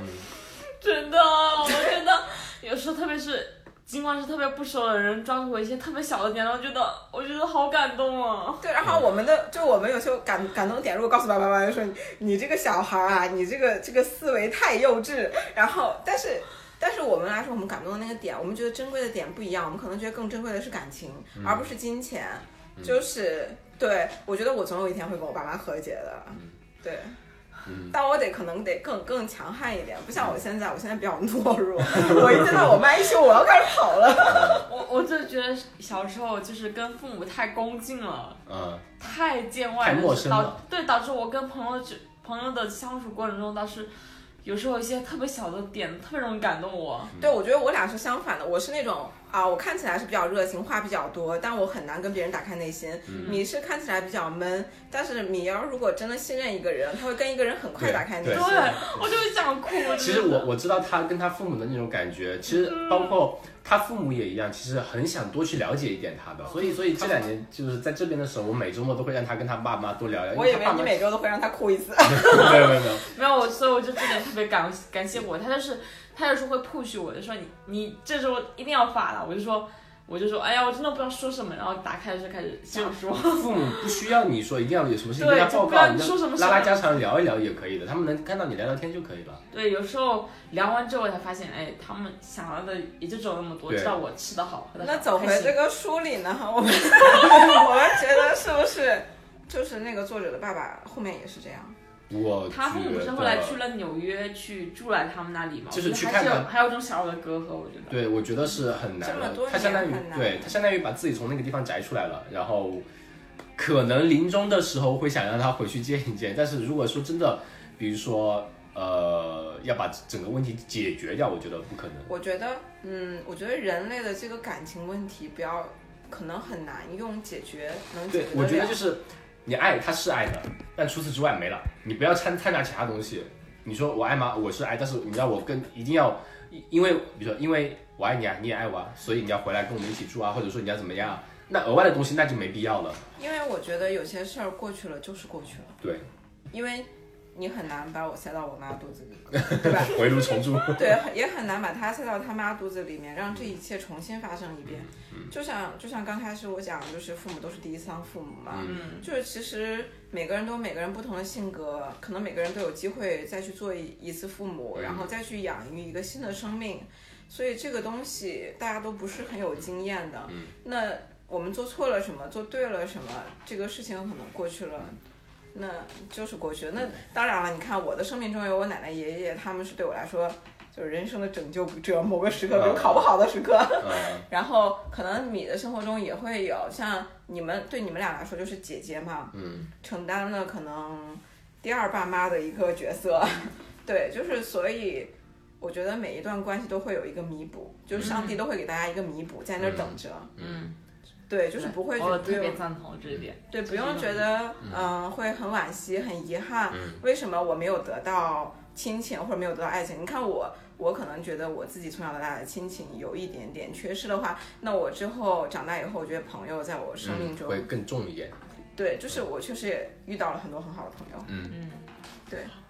[SPEAKER 2] 真的，我觉得有时候特别是。尽管是特别不熟的人抓住我一些特别小的点，然后觉得我觉得好感动啊！
[SPEAKER 3] 对，然后我们的就我们有时候感感动点，如果告诉爸爸妈妈就说你你这个小孩儿啊，你这个这个思维太幼稚，然后但是。但是我们来说，我们感动的那个点，我们觉得珍贵的点不一样，我们可能觉得更珍贵的是感情，而不是金钱。就是对我觉得我总有一天会跟我爸妈和解的，对。但我得可能得更更强悍一点，不像我现在，我现在比较懦弱。 我一见到我妈一凶，我要开始跑了。
[SPEAKER 2] 我我就觉得小时候就是跟父母太恭敬了，
[SPEAKER 1] 嗯
[SPEAKER 2] 太见外
[SPEAKER 1] 太
[SPEAKER 2] 了，
[SPEAKER 1] 陌
[SPEAKER 2] 就是
[SPEAKER 1] 生
[SPEAKER 2] 导
[SPEAKER 1] 了
[SPEAKER 2] 对导致我跟朋友之朋友的相处过程中，倒是有时候有一些特别小的点特别容易感动我。
[SPEAKER 3] 对，我觉得我俩是相反的。我是那种啊，我看起来是比较热情，话比较多，但我很难跟别人打开内心。
[SPEAKER 1] 嗯
[SPEAKER 3] 你是看起来比较闷，但是米瑶如果真的信任一个人，他会跟一个人很快
[SPEAKER 1] 对
[SPEAKER 3] 打开内
[SPEAKER 1] 对
[SPEAKER 3] 心
[SPEAKER 2] 对，。我就想哭。
[SPEAKER 1] 其实我我知道他跟他父母的那种感觉，其实包括他父母也一样，其实很想多去了解一点他的，所以所以这两年就是在这边的时候，我每周末都会让他跟他爸妈多聊聊。因
[SPEAKER 3] 我以
[SPEAKER 1] 他
[SPEAKER 3] 为
[SPEAKER 1] 爸
[SPEAKER 3] 你
[SPEAKER 1] 妈
[SPEAKER 3] 每周都会让他哭一次。
[SPEAKER 1] 没有没有没有，
[SPEAKER 2] 没有我，所以我就这点特别感感谢我。他就是他有时候会 push 我，就说你你这周一定要发了，我就说我就说哎呀，我真的不知道说什么，然后打开就开始想说。
[SPEAKER 1] 父母不需要你说一定要有什么事情跟
[SPEAKER 2] 对
[SPEAKER 1] 他报
[SPEAKER 2] 就不要
[SPEAKER 1] 告，
[SPEAKER 2] 你说什么
[SPEAKER 1] 拉拉
[SPEAKER 2] 事
[SPEAKER 1] 家常聊一聊也可以的，他们能看到你聊聊天就可以了。
[SPEAKER 2] 对，有时候聊完之后我才发现，哎，他们想要的也就只有那么多，
[SPEAKER 1] 对
[SPEAKER 2] 知道我吃的好喝的
[SPEAKER 3] 那
[SPEAKER 2] 好
[SPEAKER 3] 走回
[SPEAKER 2] 开心
[SPEAKER 3] 这个书里呢， 我们我们觉得是不是就是那个作者的爸爸后面也是这样？
[SPEAKER 1] 我
[SPEAKER 2] 他父母
[SPEAKER 1] 觉
[SPEAKER 2] 是
[SPEAKER 1] 得
[SPEAKER 2] 后来去了纽约，去住来他们那里嘛，
[SPEAKER 1] 就是
[SPEAKER 2] 我觉得
[SPEAKER 1] 去
[SPEAKER 2] 还是
[SPEAKER 1] 看
[SPEAKER 2] 有还有一种小小的隔阂，我觉得。
[SPEAKER 1] 对，我觉得是很难
[SPEAKER 3] 这么
[SPEAKER 1] 的
[SPEAKER 3] 多。
[SPEAKER 1] 他相当于
[SPEAKER 3] 年很难
[SPEAKER 1] 对他相当于把自己从那个地方摘出来了，然后可能临终的时候会想让他回去见一见，但是如果说真的，比如说呃要把整个问题解决掉，我觉得不可能。
[SPEAKER 3] 我觉得，嗯，我觉得人类的这个感情问题，不要可能很难用解决能解
[SPEAKER 1] 对
[SPEAKER 3] 决，
[SPEAKER 1] 我觉
[SPEAKER 3] 了
[SPEAKER 1] 得就是你爱他是爱的，但除此之外没了，你不要掺掺杂其他东西。你说我爱吗？我是爱，但是你让我跟一定要，因因为比如说因为我爱你啊，你也爱我啊，所以你要回来跟我们一起住啊，或者说你要怎么样啊，那额外的东西那就没必要了。
[SPEAKER 3] 因为我觉得有些事儿过去了就是过去了，
[SPEAKER 1] 对。
[SPEAKER 3] 因为你很难把我塞到我妈肚子里，对吧？
[SPEAKER 1] 回炉重铸。
[SPEAKER 3] 对，也很难把她塞到她妈肚子里面，让这一切重新发生一遍。就像就像刚开始我讲，就是父母都是第一次当父母嘛，
[SPEAKER 2] 嗯，
[SPEAKER 3] 就是其实每个人都有每个人不同的性格，可能每个人都有机会再去做一一次父母，然后再去养育一个新的生命，所以这个东西大家都不是很有经验的。那我们做错了什么，做对了什么，这个事情可能过去了。那就是过去了。那当然了，你看我的生命中有我奶奶、爷爷，他们是对我来说就是人生的拯救者，某个时刻，比如考不好的时刻，
[SPEAKER 1] 嗯，
[SPEAKER 3] 然后可能你的生活中也会有，像你们对你们俩来说就是姐姐嘛，
[SPEAKER 1] 嗯，
[SPEAKER 3] 承担了可能第二爸妈的一个角色，对，就是所以我觉得每一段关系都会有一个弥补，就是上帝都会给大家一个弥补，在那儿等着，
[SPEAKER 2] 嗯，
[SPEAKER 3] 对，就是不会觉
[SPEAKER 2] 我
[SPEAKER 3] 得
[SPEAKER 2] 特别赞同这一点。
[SPEAKER 3] 对，
[SPEAKER 2] 就
[SPEAKER 3] 不
[SPEAKER 2] 是
[SPEAKER 3] 用
[SPEAKER 2] 一
[SPEAKER 3] 觉
[SPEAKER 2] 种
[SPEAKER 3] 得嗯、呃会很惋惜、很遗憾，
[SPEAKER 2] 嗯
[SPEAKER 3] 为什么我没有得到亲情或者没有得到爱情？你看我，我可能觉得我自己从小到大的亲情有一点点缺失的话，那我之后长大以后，我觉得朋友在我生
[SPEAKER 2] 嗯
[SPEAKER 3] 命中，
[SPEAKER 1] 会更重一点。
[SPEAKER 3] 对，就是我确实也遇到了很多很好的朋友。
[SPEAKER 2] 嗯，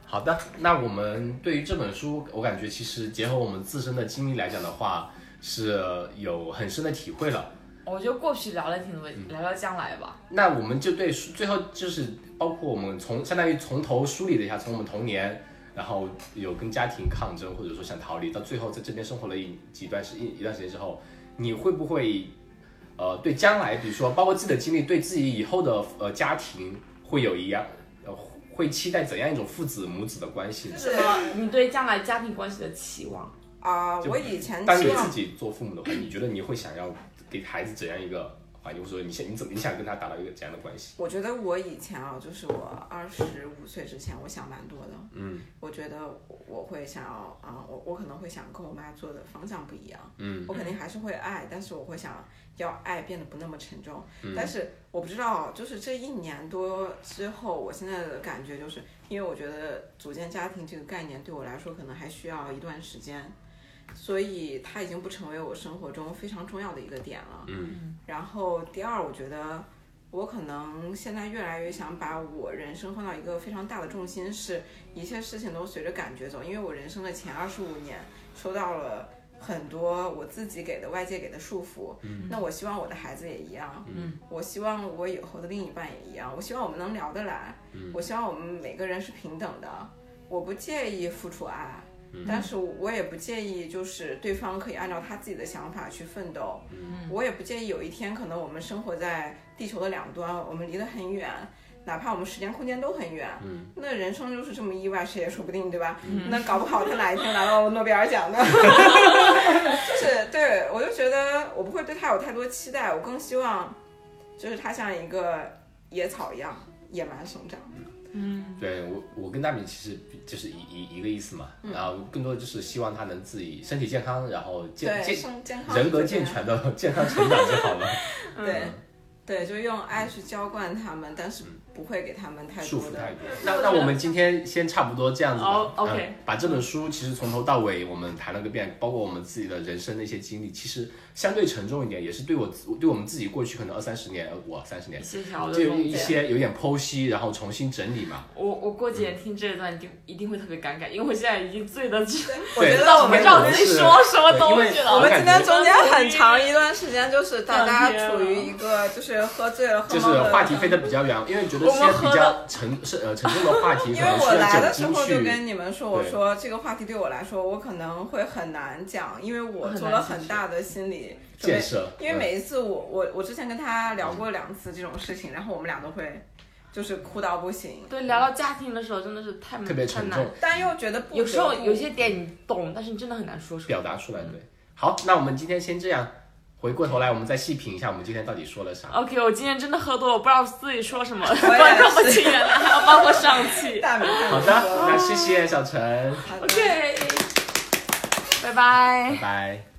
[SPEAKER 1] 好的，那我们对于这本书，我感觉其实结合我们自身的经历来讲的话，是有很深的体会了。
[SPEAKER 2] 我觉得过去聊了挺多，
[SPEAKER 1] 嗯
[SPEAKER 2] 聊聊将来吧。
[SPEAKER 1] 那我们就对书最后就是包括我们从相当于从头梳理了一下，从我们童年然后有跟家庭抗争，或者说想逃离，到最后在这边生活了一几段时一一段时间之后，你会不会呃对将来，比如说包括自己的经历，对自己以后的呃家庭会有一样呃会期待怎样一种父子母子的关系呢？
[SPEAKER 3] 是
[SPEAKER 2] 呃，你对将来家庭关系的期望，
[SPEAKER 3] 啊，
[SPEAKER 1] 就
[SPEAKER 3] 我以前
[SPEAKER 1] 当
[SPEAKER 3] 期
[SPEAKER 1] 你
[SPEAKER 3] 望
[SPEAKER 1] 自己做父母的话，你觉得你会想要给孩子怎样一个环境，或者说你想你怎么你想跟他达到一个怎样的关系？
[SPEAKER 3] 我觉得我以前啊，就是我二十五岁之前，我想蛮多的。嗯，我觉得我会想要啊、我我可能会想跟我妈做的方向不一样。嗯，我肯定还是会爱，但是我会想要爱变得不那么沉重。但是我不知道，就是这一年多之后，我现在的感觉就是，因为我觉得组建家庭这个概念对我来说可能还需要一段时间，所以它已经不成为我生活中非常重要的一个点了。嗯，然后第二，我觉得。我可能现在越来越想把我人生放到一个非常大的重心，是一切事情都随着感觉走。因为我人生的前二十五年收到了很多我自己给的、外界给的束缚，嗯、那我希望我的孩子也一样，嗯、我希望我以后的另一半也一样，我希望我们能聊得来，我希望我们每个人是平等的，我不介意付出爱。但是我也不介意，就是对方可以按照他自己的想法去奋斗，我也不介意有一天可能我们生活在地球的两端，我们离得很远，哪怕我们时间空间都很远，嗯，那人生就是这么意外，谁也说不定，对吧？
[SPEAKER 1] 嗯
[SPEAKER 3] 那搞不好他哪一天拿到诺贝尔 奖呢？ 就是对我就觉得我不会对他有太多期待，我更希望就是他像一个野草一样野蛮生长。
[SPEAKER 1] 对我，我跟大米其实比就是一一一个意思嘛，然后更多的就是希望他能自己身体健康，然后健
[SPEAKER 3] 对，
[SPEAKER 1] 健
[SPEAKER 3] 生健康
[SPEAKER 1] 人
[SPEAKER 3] 是
[SPEAKER 1] 格
[SPEAKER 3] 最
[SPEAKER 1] 健
[SPEAKER 3] 重要的
[SPEAKER 1] 全的健康成长就好了。
[SPEAKER 3] 对，对，就用爱去浇灌他们，但是不会给他们太
[SPEAKER 1] 束
[SPEAKER 3] 多
[SPEAKER 1] 缚太
[SPEAKER 3] 的。
[SPEAKER 1] 多。那那我们今天先差不多这样子吧。
[SPEAKER 2] 哦，OK
[SPEAKER 1] 嗯把这本书其实从头到尾我们谈了个遍，包括我们自己的人生的一些经历，其实相对沉重一点，也是对我自对我们自己过去可能二三十年，呃我三十年
[SPEAKER 2] 一，些条
[SPEAKER 1] 就
[SPEAKER 2] 的
[SPEAKER 1] 有
[SPEAKER 2] 总
[SPEAKER 1] 一
[SPEAKER 2] 结。
[SPEAKER 1] 些有点剖析，然后重新整理嘛。
[SPEAKER 2] 我我过几
[SPEAKER 1] 嗯
[SPEAKER 2] 天听这一段，一定一定会特别感慨，因为我现在已经醉的，
[SPEAKER 3] 我觉
[SPEAKER 1] 对
[SPEAKER 3] 得我
[SPEAKER 2] 我不
[SPEAKER 3] 们
[SPEAKER 2] 知
[SPEAKER 1] 这样
[SPEAKER 2] 道
[SPEAKER 1] 子
[SPEAKER 2] 自己说什么东西了。
[SPEAKER 3] 我们
[SPEAKER 1] 感
[SPEAKER 3] 今天
[SPEAKER 1] 觉
[SPEAKER 3] 中间很长一段时间，就是大
[SPEAKER 2] 两天啊
[SPEAKER 3] 家
[SPEAKER 2] 了
[SPEAKER 3] 处于一个就是喝醉了、喝
[SPEAKER 1] 就是
[SPEAKER 3] 懵了。
[SPEAKER 1] 话题飞得比较远，因为觉得
[SPEAKER 2] 我
[SPEAKER 1] 一些
[SPEAKER 2] 们喝
[SPEAKER 1] 比较
[SPEAKER 2] 了
[SPEAKER 1] 沉是呃沉重的话题，
[SPEAKER 3] 因
[SPEAKER 1] 可
[SPEAKER 3] 为
[SPEAKER 1] 能
[SPEAKER 3] 我
[SPEAKER 1] 需
[SPEAKER 3] 来
[SPEAKER 1] 要
[SPEAKER 3] 的
[SPEAKER 1] 酒
[SPEAKER 3] 时
[SPEAKER 1] 精
[SPEAKER 3] 候就
[SPEAKER 1] 去。
[SPEAKER 3] 跟你们说，我说这个话题对我来说，我可能会很难讲，因为我做了很大的心理准备
[SPEAKER 1] 建设
[SPEAKER 3] 因为每一次我我我之前跟他聊过两次这种事情，然后我们俩都会就是哭到不行，
[SPEAKER 2] 对，聊到家庭的时候真的是太
[SPEAKER 1] 特别
[SPEAKER 2] 太
[SPEAKER 1] 沉
[SPEAKER 2] 难
[SPEAKER 1] 重，
[SPEAKER 3] 但又觉得不
[SPEAKER 2] 有时候
[SPEAKER 3] 得不
[SPEAKER 2] 有些点你懂，但是你真的很难说出来。
[SPEAKER 1] 表达出来，对。好，那我们今天先这样，回过头来我们再细品一下我们今天到底说了啥。
[SPEAKER 2] OK，我今天真的喝多了，我不知道自己说什么，
[SPEAKER 3] 是
[SPEAKER 2] 观 众们请原谅，还要帮我上 气。
[SPEAKER 3] 大明
[SPEAKER 1] 好的，那谢谢小陈，
[SPEAKER 3] 好的
[SPEAKER 2] OK，拜拜
[SPEAKER 1] 拜。拜。